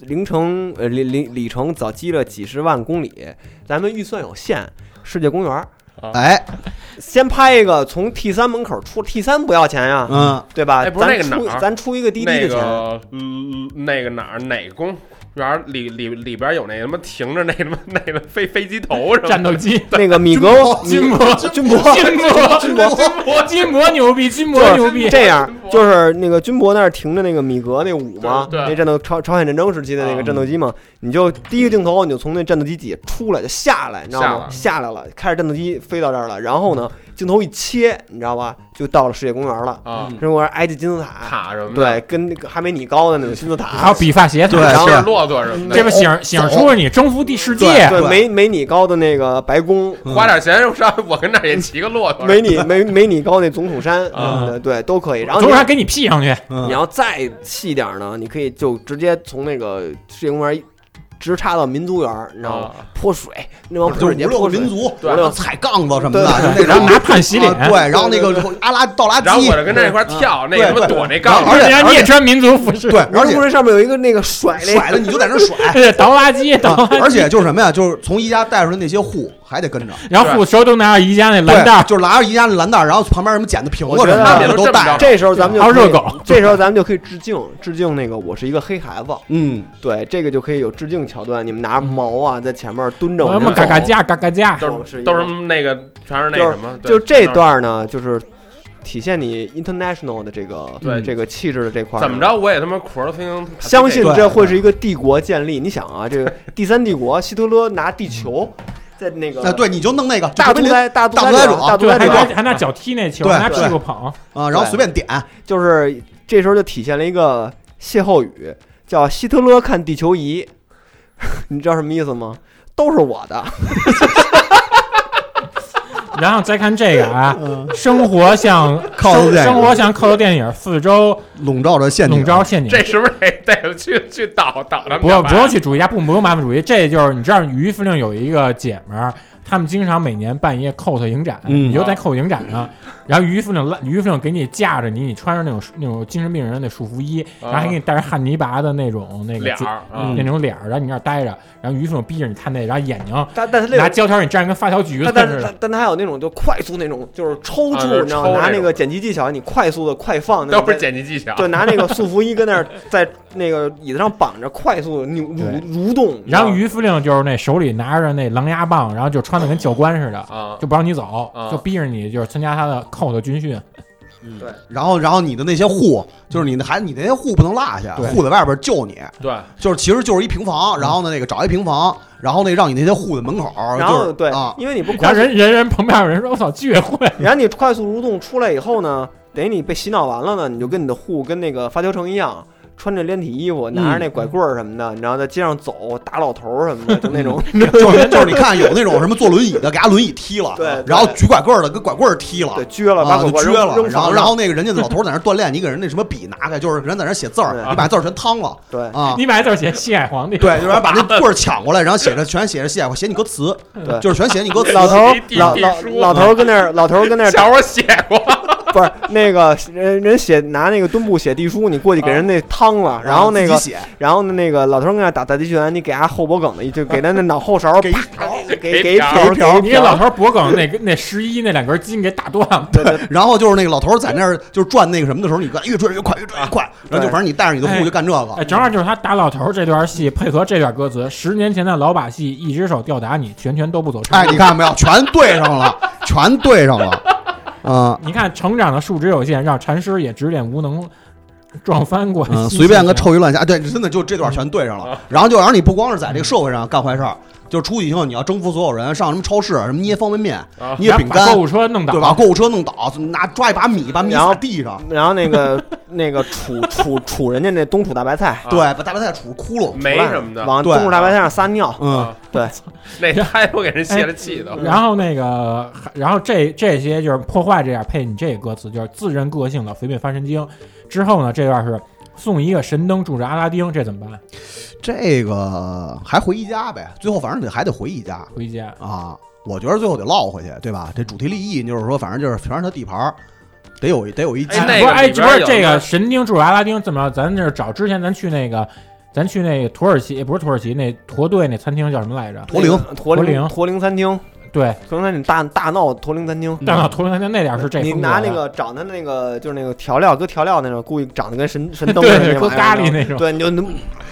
Speaker 3: 凌程呃里里里程早积了几十万公里，咱们预算有限，世界公园儿
Speaker 5: 哎，
Speaker 3: 先拍一个从 T 三门口出，T 三不要钱呀，
Speaker 5: 嗯，
Speaker 3: 对吧？
Speaker 6: 哎不是那个
Speaker 3: 咱出
Speaker 6: 哪儿
Speaker 3: 咱出一个滴滴
Speaker 6: 那
Speaker 3: 的钱，
Speaker 6: 个嗯那个哪儿哪个公园里里里边有那什么停着那什么 那个飞飞机头
Speaker 5: 嗯
Speaker 6: 什 么
Speaker 4: 战斗机，
Speaker 3: 那个米格
Speaker 4: 金箔，金箔，金箔，金箔，金箔牛逼，金箔
Speaker 3: 就
Speaker 4: 牛
Speaker 3: 是
Speaker 4: 逼，
Speaker 3: 这 样，就是那个军博那儿停着那个米格那五嘛，
Speaker 6: 对对
Speaker 3: 那战斗朝朝鲜战争时期的那个战斗机嘛，你就第一个镜头你就从那战斗机底下出来就下来，你知道吗？下来了，开着战斗机飞到这儿了，然后呢，镜头一切，你知道吧，就到了世界公园了。
Speaker 6: 啊
Speaker 4: 嗯
Speaker 3: 世界公园挨着金字嗯塔，
Speaker 6: 塔什么
Speaker 3: 对
Speaker 6: 的，，
Speaker 3: 跟那个还没你高的那种金字
Speaker 4: 还有
Speaker 3: 塔，
Speaker 4: 比发鞋，
Speaker 5: 对
Speaker 6: 骑着
Speaker 5: 是
Speaker 6: 骆驼什么
Speaker 4: 这
Speaker 6: 的，
Speaker 4: 不醒醒出了你征服地世界，
Speaker 3: 对，没没你高的那个白 宫，
Speaker 6: 花点钱上我跟那儿也骑个骆驼，
Speaker 3: 没你没没你高那总统山什
Speaker 6: 啊
Speaker 3: 么的，对，都可以。然后
Speaker 4: 总
Speaker 3: 你
Speaker 4: 还给你 P 上去，
Speaker 5: 嗯
Speaker 3: 你要再细点儿呢，你可以就直接从那个世界公园一直插到民族园儿，你知道吗？
Speaker 6: 啊
Speaker 3: 泼水，那帮
Speaker 5: 就
Speaker 3: 泼水
Speaker 5: 是
Speaker 3: 节
Speaker 5: 五六
Speaker 3: 泼
Speaker 5: 个
Speaker 3: 水
Speaker 5: 民，族，
Speaker 3: 对啊
Speaker 5: 然后踩杠子什么的，就那
Speaker 4: 然后
Speaker 5: 种
Speaker 4: 拿炭洗脸，
Speaker 5: 啊对，然后那个阿拉道拉基，
Speaker 6: 然后我就跟那一块儿跳，那个
Speaker 5: 对
Speaker 6: 什么
Speaker 5: 对
Speaker 6: 躲那杠
Speaker 5: 然后
Speaker 6: 子，
Speaker 5: 而且
Speaker 4: 然后你也穿民族服饰，
Speaker 5: 对，
Speaker 3: 然
Speaker 5: 而
Speaker 3: 后不
Speaker 5: 且
Speaker 3: 是上面有一个那个甩那
Speaker 5: 甩的你就在那甩。
Speaker 4: 对，倒垃圾，倒
Speaker 5: 啊
Speaker 4: 垃圾，
Speaker 5: 而且就是什么呀？就是从宜家带出来那些户，还得跟着。
Speaker 4: 然后手都拿着宜家那
Speaker 5: 对
Speaker 4: 蓝袋儿，
Speaker 5: 就是拿着宜家的蓝袋儿，然后旁边什么捡的瓶子
Speaker 3: 我觉
Speaker 5: 什
Speaker 3: 得
Speaker 5: 么
Speaker 3: 他们
Speaker 5: 的
Speaker 6: 也都
Speaker 5: 都
Speaker 6: 这么
Speaker 5: 带
Speaker 6: 着
Speaker 5: 着。
Speaker 3: 这时候咱们就
Speaker 4: 还有
Speaker 3: 可以
Speaker 4: 热 狗
Speaker 3: 这时候咱们就可以致敬致敬那个我是一个黑孩子，
Speaker 5: 嗯，
Speaker 3: 对，这个就可以有致敬桥段。你们拿毛啊在前面蹲着我
Speaker 4: 什
Speaker 3: 们
Speaker 4: 么
Speaker 3: 走，
Speaker 4: 嘎嘎架嘎嘎架，
Speaker 6: 都
Speaker 3: 我
Speaker 6: 是
Speaker 3: 是一
Speaker 6: 都
Speaker 3: 个
Speaker 6: 是那个全是那
Speaker 3: 就是
Speaker 6: 什么，对
Speaker 3: 就这段呢，就是体现你 international 的这个
Speaker 4: 对
Speaker 3: 这个气质的这块。
Speaker 6: 怎么？着我也他妈 crossing，
Speaker 3: 相信
Speaker 5: 对
Speaker 3: 这会是一个帝国建立。你想啊，这个第三帝国，希特勒拿地球 在那个
Speaker 5: 啊，对，你就弄那个
Speaker 3: 大独
Speaker 5: 独
Speaker 3: 裁大
Speaker 5: 大
Speaker 3: 独
Speaker 5: 独裁
Speaker 3: 裁
Speaker 5: 者
Speaker 3: 大独裁
Speaker 4: 对，还拿
Speaker 3: 者，
Speaker 4: 还拿脚踢那球，
Speaker 5: 对
Speaker 4: 拿
Speaker 5: 对
Speaker 4: 屁股捧，
Speaker 5: 啊，然后随便点，
Speaker 3: 就是这时候就体现了一个歇后语，叫希特勒看地球仪。 你知道什么意思吗？都是我的，
Speaker 4: 然后再看这个啊，生活像
Speaker 5: 嗯靠
Speaker 4: 生
Speaker 5: 电影
Speaker 4: 生活像靠头电影，四周
Speaker 5: 笼罩着陷阱。啊
Speaker 4: 笼罩陷阱。啊
Speaker 6: 这是不是得得去去倒倒他 们
Speaker 4: 不
Speaker 6: 干
Speaker 4: 用
Speaker 6: 嘛
Speaker 4: 不用去主义家，不不用马马主义，这就是你知道，于司令有一个姐们儿，他们经常每年办一个 COT 影展，
Speaker 5: 嗯
Speaker 4: 你就在 COT 影展 上，然后于司令拉于司令给你架着你，你穿着那种那种精神病人的束缚衣，然后还给你戴着汉尼拔的那种那个
Speaker 6: 啊脸
Speaker 4: 嘴
Speaker 6: 儿啊
Speaker 4: 嗯那种脸儿，然后你那儿待着，然后于司令逼着你看那，然后眼睛
Speaker 3: 但但他那
Speaker 4: 拿
Speaker 3: 个。
Speaker 4: 胶条你蘸跟发条橘子
Speaker 3: 但
Speaker 4: 似
Speaker 3: 但
Speaker 4: 的
Speaker 3: 但，但他还有那种就快速那种，就是抽
Speaker 6: 啊
Speaker 3: 搐，
Speaker 6: 就是
Speaker 3: 你知道
Speaker 6: 抽
Speaker 3: 吗？拿
Speaker 6: 那
Speaker 3: 那
Speaker 6: 种
Speaker 3: 个剪辑技巧，你快速的快放，那
Speaker 6: 都
Speaker 3: 种
Speaker 6: 是
Speaker 3: 在
Speaker 6: 剪辑技巧，
Speaker 3: 对，拿那个束缚衣跟那儿在那个椅子上绑着，快速地扭
Speaker 4: 对
Speaker 3: 蠕蠕动。
Speaker 4: 然后
Speaker 3: 鱼
Speaker 4: 于司令就是那手里拿着那狼牙棒，然后就穿的跟教官似的，
Speaker 6: 啊
Speaker 4: 就不让你走
Speaker 6: 啊，
Speaker 4: 就逼着你就是参加他的 COT 军训。
Speaker 5: 然后，然后你的那些护，就是你的还你那些护不能落下，
Speaker 4: 对
Speaker 5: 护在外边救你，
Speaker 6: 对，
Speaker 5: 就是其实就是一平
Speaker 3: 嗯
Speaker 5: 房，然后呢那个找一平房，然后那让你那些护在门口，
Speaker 3: 然
Speaker 5: 就
Speaker 3: 后
Speaker 5: 是
Speaker 3: 对
Speaker 5: 啊，，
Speaker 3: 因为你 不
Speaker 4: 然
Speaker 3: 快
Speaker 4: 后
Speaker 3: 速，
Speaker 4: 人人人旁边有人说：“我操，居委会
Speaker 3: 然后你快速蠕动出来以后呢，等于你被洗脑完了呢，你就跟你的护跟那个发条城一样。穿着连体衣服，拿着那拐棍儿什么的，你知道，在街上走，打老头儿什么的，就那种。
Speaker 5: 嗯就是 就是你看有那种什么坐轮椅的，给他轮椅踢了，
Speaker 3: 对对
Speaker 5: 然后举拐棍儿的跟拐棍儿踢了，
Speaker 3: 对，撅了，把
Speaker 5: 啊，
Speaker 3: 狗
Speaker 5: 就
Speaker 3: 撅
Speaker 5: 撅
Speaker 3: 扔
Speaker 5: 了，
Speaker 3: 扔
Speaker 5: 然后
Speaker 3: 房
Speaker 5: 然
Speaker 3: 上。
Speaker 5: 后那个人家老头在那儿锻炼，你给人那什么笔拿开，就是人在那儿写字儿，
Speaker 3: 对
Speaker 5: 你把字儿全趟了
Speaker 3: 对
Speaker 5: 啊！”，
Speaker 4: 你把字写西海皇帝，
Speaker 5: 对，就是把那棍儿抢过来，然后写着全写着谢，我写你歌词，
Speaker 3: 对
Speaker 5: 就是全写你歌词。
Speaker 3: 老头儿
Speaker 6: 地
Speaker 3: 老
Speaker 6: 地
Speaker 3: 老
Speaker 6: 书
Speaker 3: 老头儿跟那儿，老头儿跟那儿
Speaker 6: 小时候写过，
Speaker 3: 不是那个人人写拿那个墩布写地书，你过去给人那汤了，然后那
Speaker 5: 啊自
Speaker 3: 个
Speaker 5: 己写
Speaker 3: 然后那个老头儿跟那打打地拳，你给他后脖梗子一就给他那脑后勺
Speaker 5: 给一
Speaker 3: 啪
Speaker 6: 给
Speaker 3: 给给一
Speaker 6: 瓢
Speaker 3: 瓢
Speaker 6: 给
Speaker 3: 给一
Speaker 4: 你给老
Speaker 3: 瓢，
Speaker 4: 头儿脖梗那根那十一那两根筋给打断了。
Speaker 5: 然后就是那个老头儿在那儿就是转那个什么的时候，你看越转越快，越转越快，然后就反正你带上你的
Speaker 4: 哎
Speaker 5: 护就干这
Speaker 4: 哎，
Speaker 5: 个。
Speaker 4: 正好就是他打老头儿这段戏配合这段歌词，十年前的老把戏，一只手吊打你，拳拳都不走。
Speaker 5: 哎，你看没有，全对上了，全对上了。嗯
Speaker 4: 你看成长的数值有限，让禅师也指点无能，撞翻过。
Speaker 5: 嗯，随便个臭鱼烂虾，对，真的就这段全对上了。然后就然后你不光是在这个社会上干坏事儿，就出去以后你要征服所有人，上什么超市什么捏方便面
Speaker 6: 啊、
Speaker 5: 捏饼干
Speaker 4: 把购，物车弄倒，
Speaker 5: 对吧？购物车弄倒，拿抓一把米把米
Speaker 3: 然
Speaker 5: 撒
Speaker 3: 后啊
Speaker 5: 地上，
Speaker 3: 然后那个那个杵杵杵人家那冬储大白菜，
Speaker 6: 啊
Speaker 5: 对，把大白菜杵窟窿。
Speaker 6: 没什么的，
Speaker 3: 往
Speaker 5: 对
Speaker 3: 冬储大白菜上撒尿，
Speaker 5: 嗯，
Speaker 6: 啊
Speaker 3: 对，
Speaker 6: 那他又给人泄了气的，
Speaker 4: 然后那个，还然后这这些就是破坏这样配你这个歌词，就是自认个性的随便发神经。之后呢，这段是送一个神灯住着阿拉丁，这怎么办？
Speaker 5: 这个还回宜家呗，最后反正得还得回宜家
Speaker 4: 回家。
Speaker 5: 啊。我觉得最后得落回去，对吧？这主题立意就是说，反正就是全是他地盘儿，得有一得有一
Speaker 6: 哎那个
Speaker 5: 家。
Speaker 4: 不是，哎，
Speaker 6: 里
Speaker 4: 不
Speaker 6: 边
Speaker 4: 是
Speaker 6: 有
Speaker 4: 这
Speaker 6: 那
Speaker 4: 个神丁住着阿拉丁怎么着？咱这找之前咱去那个，咱去那个土耳其，不是土耳其，那驼队那餐厅叫什么来着？
Speaker 5: 驼铃
Speaker 3: 驼
Speaker 4: 驼铃
Speaker 3: 铃驼铃餐厅，
Speaker 4: 对，
Speaker 3: 驼铃餐厅大大闹驼铃餐厅。
Speaker 6: 嗯
Speaker 4: 但到驼队那点嗯儿是这
Speaker 3: 你
Speaker 4: 风格
Speaker 3: 拿
Speaker 4: 的
Speaker 3: 那个长得那个就是那个调料搁调料那种，故意长得跟神神灯似
Speaker 4: 对
Speaker 3: 的那
Speaker 4: 搁
Speaker 3: 玩意
Speaker 4: 咖
Speaker 3: 儿
Speaker 4: 喱
Speaker 3: 你知道吗
Speaker 4: 那种
Speaker 3: 对，你就 能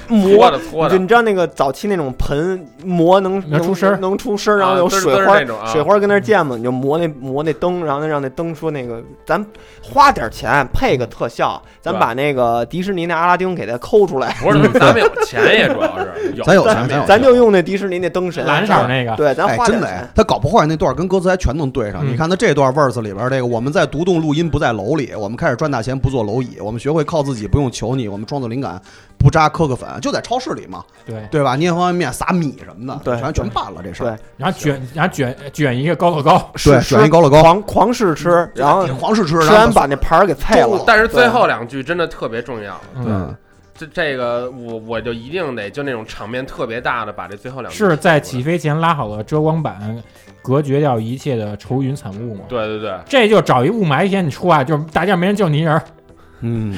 Speaker 6: 搓
Speaker 3: 磨
Speaker 6: 的搓
Speaker 3: 就
Speaker 6: 的，
Speaker 3: 你知道那个早期那种盆磨能
Speaker 4: 能出声儿
Speaker 3: 能出声儿，然
Speaker 6: 啊
Speaker 3: 后有
Speaker 6: 滋儿
Speaker 3: 水
Speaker 6: 滋儿
Speaker 3: 花
Speaker 6: 那种啊
Speaker 3: 水花跟那儿溅嘛，你就磨那磨那灯，然后让那灯说那个咱花点钱配个特效，咱
Speaker 6: 对
Speaker 3: 把那个迪士尼那阿拉丁给它抠出来，
Speaker 6: 不是咱们有钱也主要是有
Speaker 5: 咱有钱，
Speaker 3: 咱
Speaker 5: 有
Speaker 3: 咱
Speaker 5: 钱。
Speaker 3: 就用那迪士尼那灯神
Speaker 4: 蓝色儿那个，
Speaker 3: 对，咱
Speaker 5: 哎，
Speaker 3: 花
Speaker 5: 真
Speaker 3: 点
Speaker 5: 的哎
Speaker 3: 钱，，
Speaker 5: 他搞破坏那段跟歌词还全能对上。
Speaker 4: 嗯
Speaker 5: 你看他这段 verse 里边这个，我们在独栋录音不在楼里，我们开始赚大钱不坐蝼蚁，我们学会靠自己不用求你，我们创作灵感不扎可可粉，就在超市里嘛，
Speaker 4: 对。
Speaker 5: 对吧？捏方便面撒米什么的，
Speaker 3: 对
Speaker 5: 全全办了这事儿。
Speaker 4: 然后卷，然后卷卷一个高乐高，
Speaker 5: 对，
Speaker 3: 吃
Speaker 5: 选一高嗯乐高，
Speaker 3: 狂狂试吃，然后
Speaker 5: 给皇室吃，
Speaker 3: 吃
Speaker 5: 然
Speaker 3: 完
Speaker 5: 后
Speaker 3: 把那盘儿给配
Speaker 5: 粥了
Speaker 3: 了，
Speaker 6: 但是最后两句真的特别重要，
Speaker 4: 嗯，
Speaker 5: 嗯，
Speaker 6: 这这个我我就一定得就那种场面特别大的把这最后两句
Speaker 4: 是在
Speaker 6: 起
Speaker 4: 起飞前拉好了遮光板，隔绝掉一切的愁云惨雾嘛。
Speaker 6: 对对 对，
Speaker 4: 这就找一雾霾天你出来，就是大家没人救你一人儿，
Speaker 5: 嗯，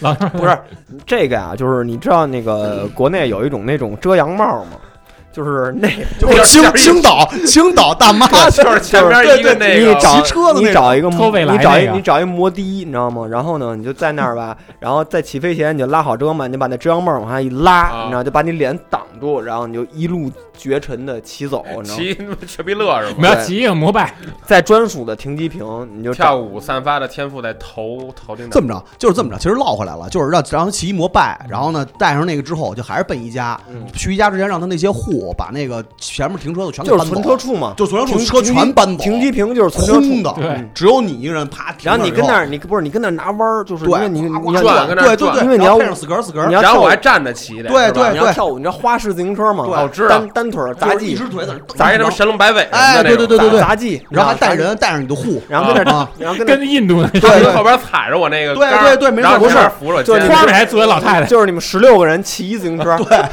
Speaker 4: 老 头儿
Speaker 3: 不是这个呀、就是你知道那个国内有一种那种遮阳帽吗？就是那
Speaker 5: 就是青青岛青岛大妈，
Speaker 6: 就是前面一个那
Speaker 3: 你
Speaker 6: 个
Speaker 3: 找
Speaker 5: 骑车的那
Speaker 3: 你找一个
Speaker 4: 拖未来
Speaker 3: 你找
Speaker 4: 那
Speaker 3: 一
Speaker 4: 个
Speaker 3: 你找一摩的，你知道吗？然后呢，你就在那儿吧，然后在起飞前你就拉好遮阳板，你就把那遮阳棒往下一
Speaker 6: 啊
Speaker 3: 拉，你知道，就把你脸挡住，然后你就一路绝尘的骑走，你知道吗？
Speaker 6: 骑瘸逼乐是
Speaker 4: 我们
Speaker 6: 吗？
Speaker 4: 要骑一个摩拜，
Speaker 3: 在专属的停机坪，你就
Speaker 6: 跳
Speaker 3: 找
Speaker 6: 舞散发的天赋在头头顶
Speaker 5: 这么着，就是这么着。其实落回来了，就是让让他骑一摩拜，然后呢带上那个之后，就还是奔宜家。
Speaker 3: 嗯
Speaker 5: 去宜家之前，让他那些户把那个前面停车的全给
Speaker 3: 就
Speaker 5: 搬
Speaker 3: 是
Speaker 5: 走，
Speaker 3: 存车处嘛，
Speaker 5: 就所有
Speaker 3: 停
Speaker 5: 车
Speaker 3: 停
Speaker 5: 全
Speaker 3: 机
Speaker 5: 搬走，
Speaker 3: 停机坪就是存车
Speaker 5: 空的
Speaker 3: 处。
Speaker 4: 对
Speaker 5: 嗯只有你一个人啪。停
Speaker 3: 然后你跟那
Speaker 5: 儿
Speaker 3: 儿，你不是你跟那儿拿弯儿，就是因为
Speaker 5: 对，
Speaker 3: 你
Speaker 5: 呱
Speaker 3: 你
Speaker 5: 呱
Speaker 3: 要
Speaker 6: 转跟那儿
Speaker 5: 对对对，
Speaker 6: 转
Speaker 3: 因为你要
Speaker 5: 然后配上死格死格，
Speaker 3: 你要
Speaker 6: 然后
Speaker 3: 跳舞
Speaker 6: 我还站着骑的，
Speaker 5: 对
Speaker 6: 是吧
Speaker 5: 对
Speaker 3: 你要跳舞，你知道花式自行车吗？
Speaker 5: 对
Speaker 6: 我知道
Speaker 3: 单单腿儿
Speaker 5: 就是
Speaker 3: 杂技
Speaker 5: 一，只腿在那儿
Speaker 6: 砸一什么神龙摆尾什么
Speaker 5: 哎
Speaker 6: 的那种，
Speaker 5: 对对对对对
Speaker 3: 杂技，
Speaker 5: 然后还带
Speaker 3: 杂技，
Speaker 5: 人带上你的户，
Speaker 3: 然后跟那
Speaker 5: 啊
Speaker 3: 儿，然后跟那儿
Speaker 4: 跟印度那
Speaker 5: 对
Speaker 6: 后边踩着我那个
Speaker 5: 对
Speaker 6: 呃杆儿，
Speaker 5: 对对没
Speaker 6: 然后
Speaker 5: 错不
Speaker 6: 前面
Speaker 5: 是
Speaker 6: 扶着我
Speaker 3: 就是
Speaker 6: 肩
Speaker 4: 花着还作为老太太，
Speaker 3: 就是你们十六个人骑一自行 车，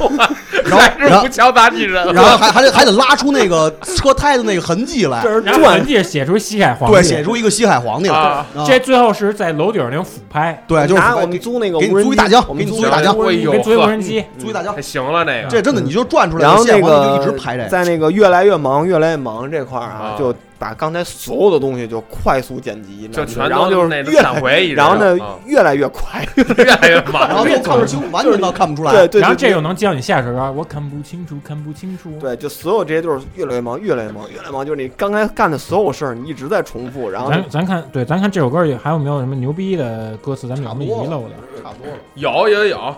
Speaker 5: 然后
Speaker 6: 还是不瞧杂技人，
Speaker 5: 然后还还得还得拉出那个车胎的那个痕迹 来
Speaker 3: 这，是
Speaker 4: 然后
Speaker 3: 转
Speaker 4: 人家写出西海皇帝，
Speaker 5: 对，写出一个西海皇帝来。
Speaker 6: 啊
Speaker 5: 啊
Speaker 4: 这最后是在楼顶上那种俯拍，
Speaker 5: 对，就是
Speaker 3: 拿我们租那个
Speaker 5: 给你
Speaker 3: 无人
Speaker 5: 租一
Speaker 3: 机
Speaker 5: 大疆
Speaker 3: 我
Speaker 5: 给
Speaker 3: 们
Speaker 5: 你
Speaker 3: 租
Speaker 5: 租一大疆
Speaker 6: 哎呦
Speaker 4: 跟追无人
Speaker 6: 呵
Speaker 4: 机，
Speaker 5: 租一大疆
Speaker 6: 还，行了那个，
Speaker 5: 这真的你就转出来
Speaker 3: 嗯
Speaker 5: 了。
Speaker 3: 然后
Speaker 5: 西海
Speaker 3: 那
Speaker 5: 皇帝
Speaker 3: 个
Speaker 5: 就一直拍这个，
Speaker 3: 在那个越来越忙、越来越忙这块儿啊
Speaker 6: 啊，
Speaker 3: 就把刚才所有的东西就快速剪辑，
Speaker 6: 就全
Speaker 3: 然后
Speaker 6: 都
Speaker 3: 就是
Speaker 6: 那种
Speaker 3: 越
Speaker 6: 闪 回一直
Speaker 3: 然后呢
Speaker 6: 啊
Speaker 3: 越来越 快，
Speaker 6: 越来越忙，
Speaker 5: 然后就看不清，完全都看不出
Speaker 3: 对
Speaker 5: 来。
Speaker 3: 对，
Speaker 4: 然后
Speaker 3: 对
Speaker 4: 这又能教你下一首歌，我看不清楚，看不清楚。
Speaker 3: 对，就所有这些就是越来越忙、越来越忙、越来越忙，就是你刚才干的所有事儿，你一直在重复，然后
Speaker 4: 咱咱看，对，咱看这首歌里还有没有什么牛逼的歌词，咱们有没有遗漏的？
Speaker 5: 差不多了。
Speaker 6: 有有有，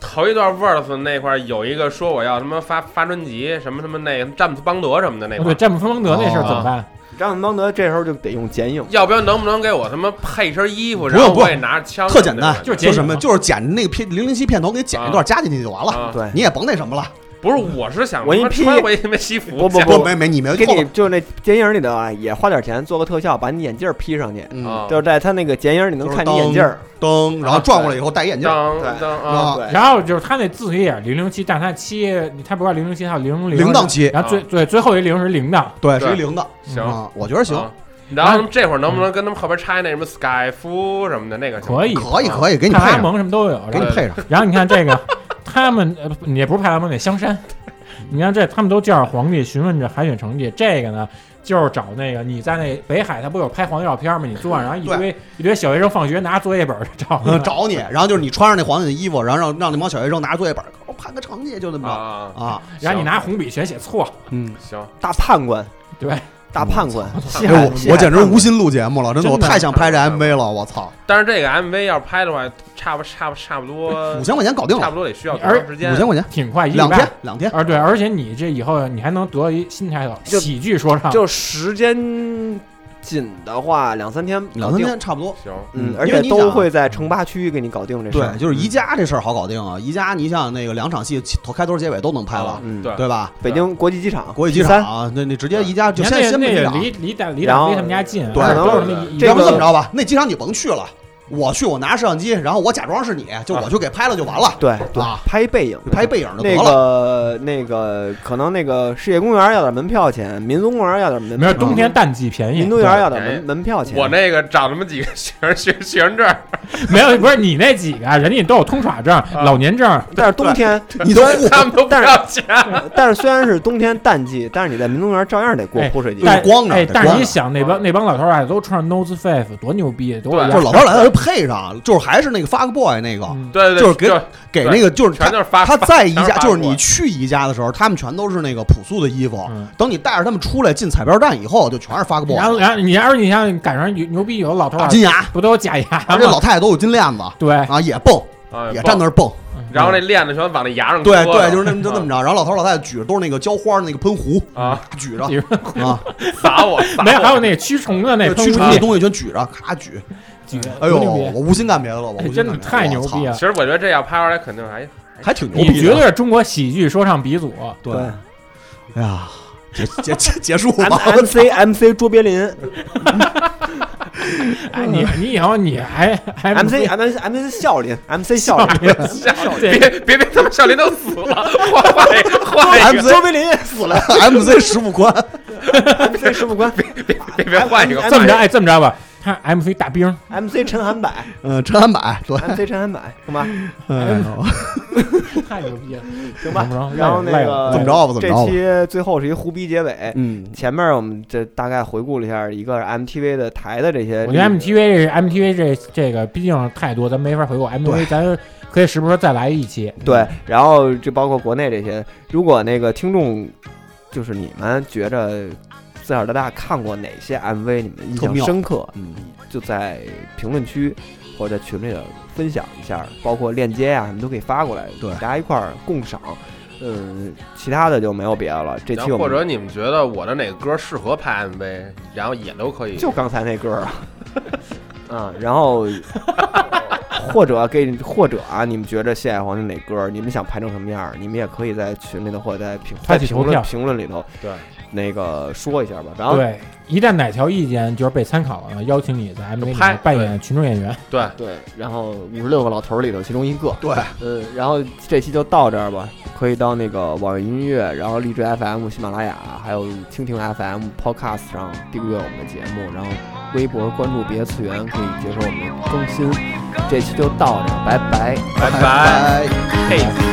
Speaker 6: 头一段 verse 那块儿有一个说我要什么发发专辑，什么什么那个詹姆斯邦德什么的那
Speaker 4: 哦
Speaker 6: 块
Speaker 4: 对，
Speaker 6: 儿，
Speaker 4: 詹姆斯邦德那事
Speaker 5: 哦
Speaker 4: 儿怎么办？
Speaker 3: 张文邦德这时候就得用剪影，
Speaker 6: 要不要能不能给我他妈配一身衣服，
Speaker 5: 不用
Speaker 6: 然后
Speaker 5: 不用
Speaker 6: 我也拿着枪什
Speaker 5: 特
Speaker 6: 么的，
Speaker 5: 简单，
Speaker 4: 就是
Speaker 5: 就
Speaker 4: 剪
Speaker 5: 什么，
Speaker 4: 影
Speaker 5: 就是剪那个片零零七片头，给剪一段加进去就完了。
Speaker 6: 啊，
Speaker 3: 对，
Speaker 5: 你也甭那什么了，
Speaker 6: 不是，我是想
Speaker 3: 文艺
Speaker 6: 他妈
Speaker 3: 批
Speaker 6: 穿回他妈西服，
Speaker 3: 不不
Speaker 5: 不没没你没
Speaker 3: 给
Speaker 5: 错
Speaker 3: 你就是那剪影里的啊，也花点钱做个特效，把你眼镜儿 P 上去，
Speaker 5: 嗯，
Speaker 6: 啊，
Speaker 3: 就是在他那个剪影里能看你眼镜儿，
Speaker 5: 灯，然后转过来以后戴眼镜，
Speaker 6: 当
Speaker 3: 对
Speaker 6: 当啊，
Speaker 5: 啊
Speaker 3: 对，
Speaker 4: 然后就是他那字体也是零零七，但是他七，他不是零零七，他零零
Speaker 5: 铃铛七
Speaker 4: 然后最
Speaker 6: 啊
Speaker 4: 对最后一零是铃铛，
Speaker 5: 对，
Speaker 6: 对
Speaker 5: 是一铃铛。
Speaker 6: 行
Speaker 5: 啊，我觉得行，
Speaker 6: 啊然后这会儿能不能跟他们后边插一那什么 sky 夫什么的那个？
Speaker 4: 可以，
Speaker 5: 可以
Speaker 6: 啊
Speaker 5: 可以，给你
Speaker 4: 派
Speaker 5: 配
Speaker 4: 拉
Speaker 5: 上，
Speaker 4: 蒙什么都有。然
Speaker 5: 给你
Speaker 4: 后
Speaker 5: 配上。
Speaker 4: 然后你看这个，他们呃不也不是派拉蒙，那香山。你看这，他们都叫着皇帝询问着海选成绩。这个呢，就是找那个你在那北海，他不有拍黄帝照片吗？你坐上，然后一堆一堆小学生放学拿作业本儿找你
Speaker 5: 嗯，找你，然后就是你穿上那皇帝的衣服，然后让让那帮小学生拿作业本，给我判个成绩，就那
Speaker 6: 啊
Speaker 5: 么
Speaker 6: 啊，
Speaker 5: 着啊。
Speaker 4: 然后你拿红笔全写错，
Speaker 5: 嗯，
Speaker 6: 行，
Speaker 3: 大判 官，
Speaker 4: 对，
Speaker 3: 大判 官，西海
Speaker 5: 哎
Speaker 3: 西海
Speaker 5: 我我简直
Speaker 3: 判官
Speaker 5: 无心录节目了，真的，我
Speaker 4: 真的
Speaker 5: 太想拍这 MV 了，我操，
Speaker 6: 但是这个 MV 要是拍的话，差不差不差不多，
Speaker 5: 五千块钱搞定
Speaker 6: 差
Speaker 5: 了，
Speaker 6: 不多得需要多
Speaker 4: 而
Speaker 6: 长时间？
Speaker 5: 五千块钱，
Speaker 4: 挺快，一礼
Speaker 5: 两
Speaker 4: 拜啊
Speaker 5: 天。两天，
Speaker 4: 而对，而且你这以后你还能得一新抬头，
Speaker 3: 就
Speaker 4: 喜剧说唱。
Speaker 3: 就时间紧的话，两三天搞定
Speaker 5: 两三，天差不多。
Speaker 6: 行，
Speaker 3: 嗯
Speaker 5: 嗯，
Speaker 3: 而
Speaker 5: 因为
Speaker 3: 且
Speaker 5: 你
Speaker 3: 都
Speaker 5: 想
Speaker 3: 会在城八区给你搞定这事儿。
Speaker 5: 对，就是宜家这事儿好搞定啊，宜家你想那个两场戏头开头结尾都能拍
Speaker 6: 啊
Speaker 5: 了，
Speaker 3: 嗯
Speaker 6: 对
Speaker 5: 对吧？
Speaker 3: 北京国际机场，
Speaker 5: 国际机
Speaker 3: P 三
Speaker 5: 场啊，那你直接宜家就
Speaker 4: 你看
Speaker 5: 先
Speaker 4: 那
Speaker 5: 先
Speaker 4: 那
Speaker 5: 啊奔机
Speaker 4: 也
Speaker 5: 场，
Speaker 4: 离离大离
Speaker 3: 然
Speaker 4: 大
Speaker 3: 后
Speaker 4: 飞他们家近，
Speaker 5: 对
Speaker 4: 而且都是
Speaker 3: 对
Speaker 4: 那么一
Speaker 3: 这
Speaker 5: 要不
Speaker 3: 个
Speaker 5: 这么着吧，那机场你甭去了，我去我拿摄像机，然后我假装是你，就我就给拍了就 完了，
Speaker 3: 对对
Speaker 5: 啊，
Speaker 3: 拍背影
Speaker 5: 你，拍背影就得
Speaker 3: 那
Speaker 5: 了。
Speaker 3: 个那个可能那个世界公园要点门票钱，民族公园要点门
Speaker 4: 没
Speaker 3: 票
Speaker 4: 有
Speaker 3: 钱，
Speaker 4: 冬天淡季便宜，
Speaker 3: 民族园要点
Speaker 6: 便宜
Speaker 3: 门门票钱。
Speaker 6: 我那个长那么几个学生学学生证儿，
Speaker 4: 没有不是你那几个啊，人家都有通耍证、
Speaker 3: 啊
Speaker 4: 老年证，
Speaker 3: 但是冬天，
Speaker 5: 你都户
Speaker 6: 他们都不
Speaker 3: 但是
Speaker 6: 要钱。
Speaker 3: 但是虽然是冬天淡季，但是你在民族公园照样得过
Speaker 4: 哎
Speaker 3: 泼水节。
Speaker 4: 但
Speaker 5: 光着
Speaker 4: 哎，
Speaker 5: 得
Speaker 4: 但是
Speaker 5: 光啊
Speaker 4: 你
Speaker 5: 着
Speaker 4: 想那帮那帮老头儿啊，都穿着 nose face，多牛逼，多
Speaker 6: 对
Speaker 5: 就是老头儿来了就配上，就是还是那个 fuck boy 那个，
Speaker 4: 嗯
Speaker 6: 对对，
Speaker 5: 就是给
Speaker 6: 就
Speaker 5: 给那个就是
Speaker 6: 全
Speaker 5: 他
Speaker 6: 都是发
Speaker 5: 他在宜
Speaker 6: 全是
Speaker 5: 家，
Speaker 6: 发
Speaker 5: 就是你
Speaker 6: 过
Speaker 5: 去宜家的时候，他们全都是那个朴素的衣服
Speaker 4: 嗯。
Speaker 5: 等你带着他们出来进彩票站以后，就全是 fuck boy，
Speaker 4: 然后然后你要是你想赶上牛牛逼有的老头儿
Speaker 5: 大
Speaker 4: 啊，
Speaker 5: 金牙，
Speaker 4: 不都有假牙
Speaker 5: 而且
Speaker 4: 吗？
Speaker 5: 老太太都有金链子
Speaker 4: 对，
Speaker 5: 啊，也蹦，
Speaker 6: 啊
Speaker 5: 也站那，儿蹦。
Speaker 4: 嗯
Speaker 6: 然后那链子全往那牙上
Speaker 5: 对
Speaker 6: 搁着
Speaker 5: 对，就是那么就那么着。然后老头老太太举着都是那个浇花的那个喷壶
Speaker 6: 啊，
Speaker 5: 举着
Speaker 4: 举
Speaker 5: 啊，
Speaker 6: 砸我，砸我
Speaker 4: 没有还有那个驱虫的那
Speaker 5: 驱虫
Speaker 4: 喷雾
Speaker 5: 的东西全举着，咔举。
Speaker 4: 剂
Speaker 5: 哎呦，
Speaker 4: 多牛逼
Speaker 5: 我无心干别的了，我无
Speaker 4: 哎
Speaker 5: 心
Speaker 4: 真的
Speaker 5: 干别
Speaker 4: 太牛逼
Speaker 5: 了
Speaker 4: 了
Speaker 6: 其！实我觉得这要拍出来肯定还
Speaker 5: 我操，还挺牛
Speaker 4: 你
Speaker 5: 逼啊
Speaker 4: 绝
Speaker 5: 的。
Speaker 4: 对是中国喜剧说唱鼻 祖，
Speaker 5: 对，哎呀，结结结结束吧
Speaker 3: M。M C M C 卓别林
Speaker 4: 哎，你你以后你还还
Speaker 3: ，M C M C M C 笑林，M C 笑林，
Speaker 6: 吓我，
Speaker 4: 对
Speaker 6: 别别别，他妈少林都死了，换换一个换一
Speaker 5: MC
Speaker 6: 个，
Speaker 3: 卓别林也死了
Speaker 5: MC 石富宽，
Speaker 3: ，M C 石富宽，
Speaker 6: 别别别换一个，
Speaker 4: 这么
Speaker 6: 换一
Speaker 4: 着，
Speaker 6: 个
Speaker 4: 哎，这么着吧，他是 MC 大兵，
Speaker 3: MC 陈涵柏
Speaker 5: 嗯，陈安柏，对，
Speaker 3: ，MC 陈涵柏，行吧，
Speaker 5: 哎呦
Speaker 4: 太牛逼了，
Speaker 3: 行吧
Speaker 4: 不成。
Speaker 3: 然后
Speaker 4: 赖
Speaker 3: 那
Speaker 4: 了赖
Speaker 3: 个
Speaker 4: 了
Speaker 5: 怎么着吧，怎么
Speaker 3: 这
Speaker 5: 着吧，
Speaker 3: 期最后是一胡逼结尾。
Speaker 5: 嗯，
Speaker 3: 前面我们这大概回顾了一下，一个是 MTV 的台的呃这些
Speaker 4: 我
Speaker 3: 历史，
Speaker 4: 觉得 MTV 这是 MTV 这这个毕竟太多，咱没法回顾 MTV，咱可以时不时再来一期。
Speaker 3: 对，然后就包括国内这些。如果那个听众就是你们觉着自小到大看过哪些 MV，你们印
Speaker 5: 特
Speaker 3: 象
Speaker 5: 妙
Speaker 3: 深刻，
Speaker 5: 嗯，
Speaker 3: 就在评论区或者在群里头分享一下，包括链接啊，什么都可以发过来，
Speaker 5: 对
Speaker 3: 大家一块儿共赏。嗯，其他的就没有别的了。这
Speaker 6: 然
Speaker 3: 期
Speaker 6: 后
Speaker 3: 我
Speaker 6: 或
Speaker 3: 们
Speaker 6: 者你们觉得我的哪个歌适合拍 MV，然后也都可以。
Speaker 3: 就刚才那歌儿 啊，嗯，然后或者给你或者啊，你们觉着谢海黄是哪歌儿，你们想拍成什么样儿，你们也可以在群里头或者在评在
Speaker 4: 发起
Speaker 3: 评
Speaker 4: 投
Speaker 3: 论
Speaker 4: 票
Speaker 3: 评论里头
Speaker 6: 对
Speaker 3: 那个说一下吧。然后
Speaker 4: 对，一旦哪条意见就是被参考了，邀请你在 MV 里
Speaker 6: 拍
Speaker 4: 面扮演群众演员。
Speaker 6: 对，
Speaker 3: 对，然后五十六个老头儿里头其中一个，
Speaker 5: 对，
Speaker 3: 呃，然后这期就到这儿吧。可以到那个网易音乐，然后荔枝 FM、喜马拉雅，还有蜻蜓 FM、Podcast 上订阅我们的节目，然后微博关注别次元，可以接收我们的更新。这期就到这儿，拜拜。
Speaker 6: 拜拜，
Speaker 5: 拜。
Speaker 6: 嘿。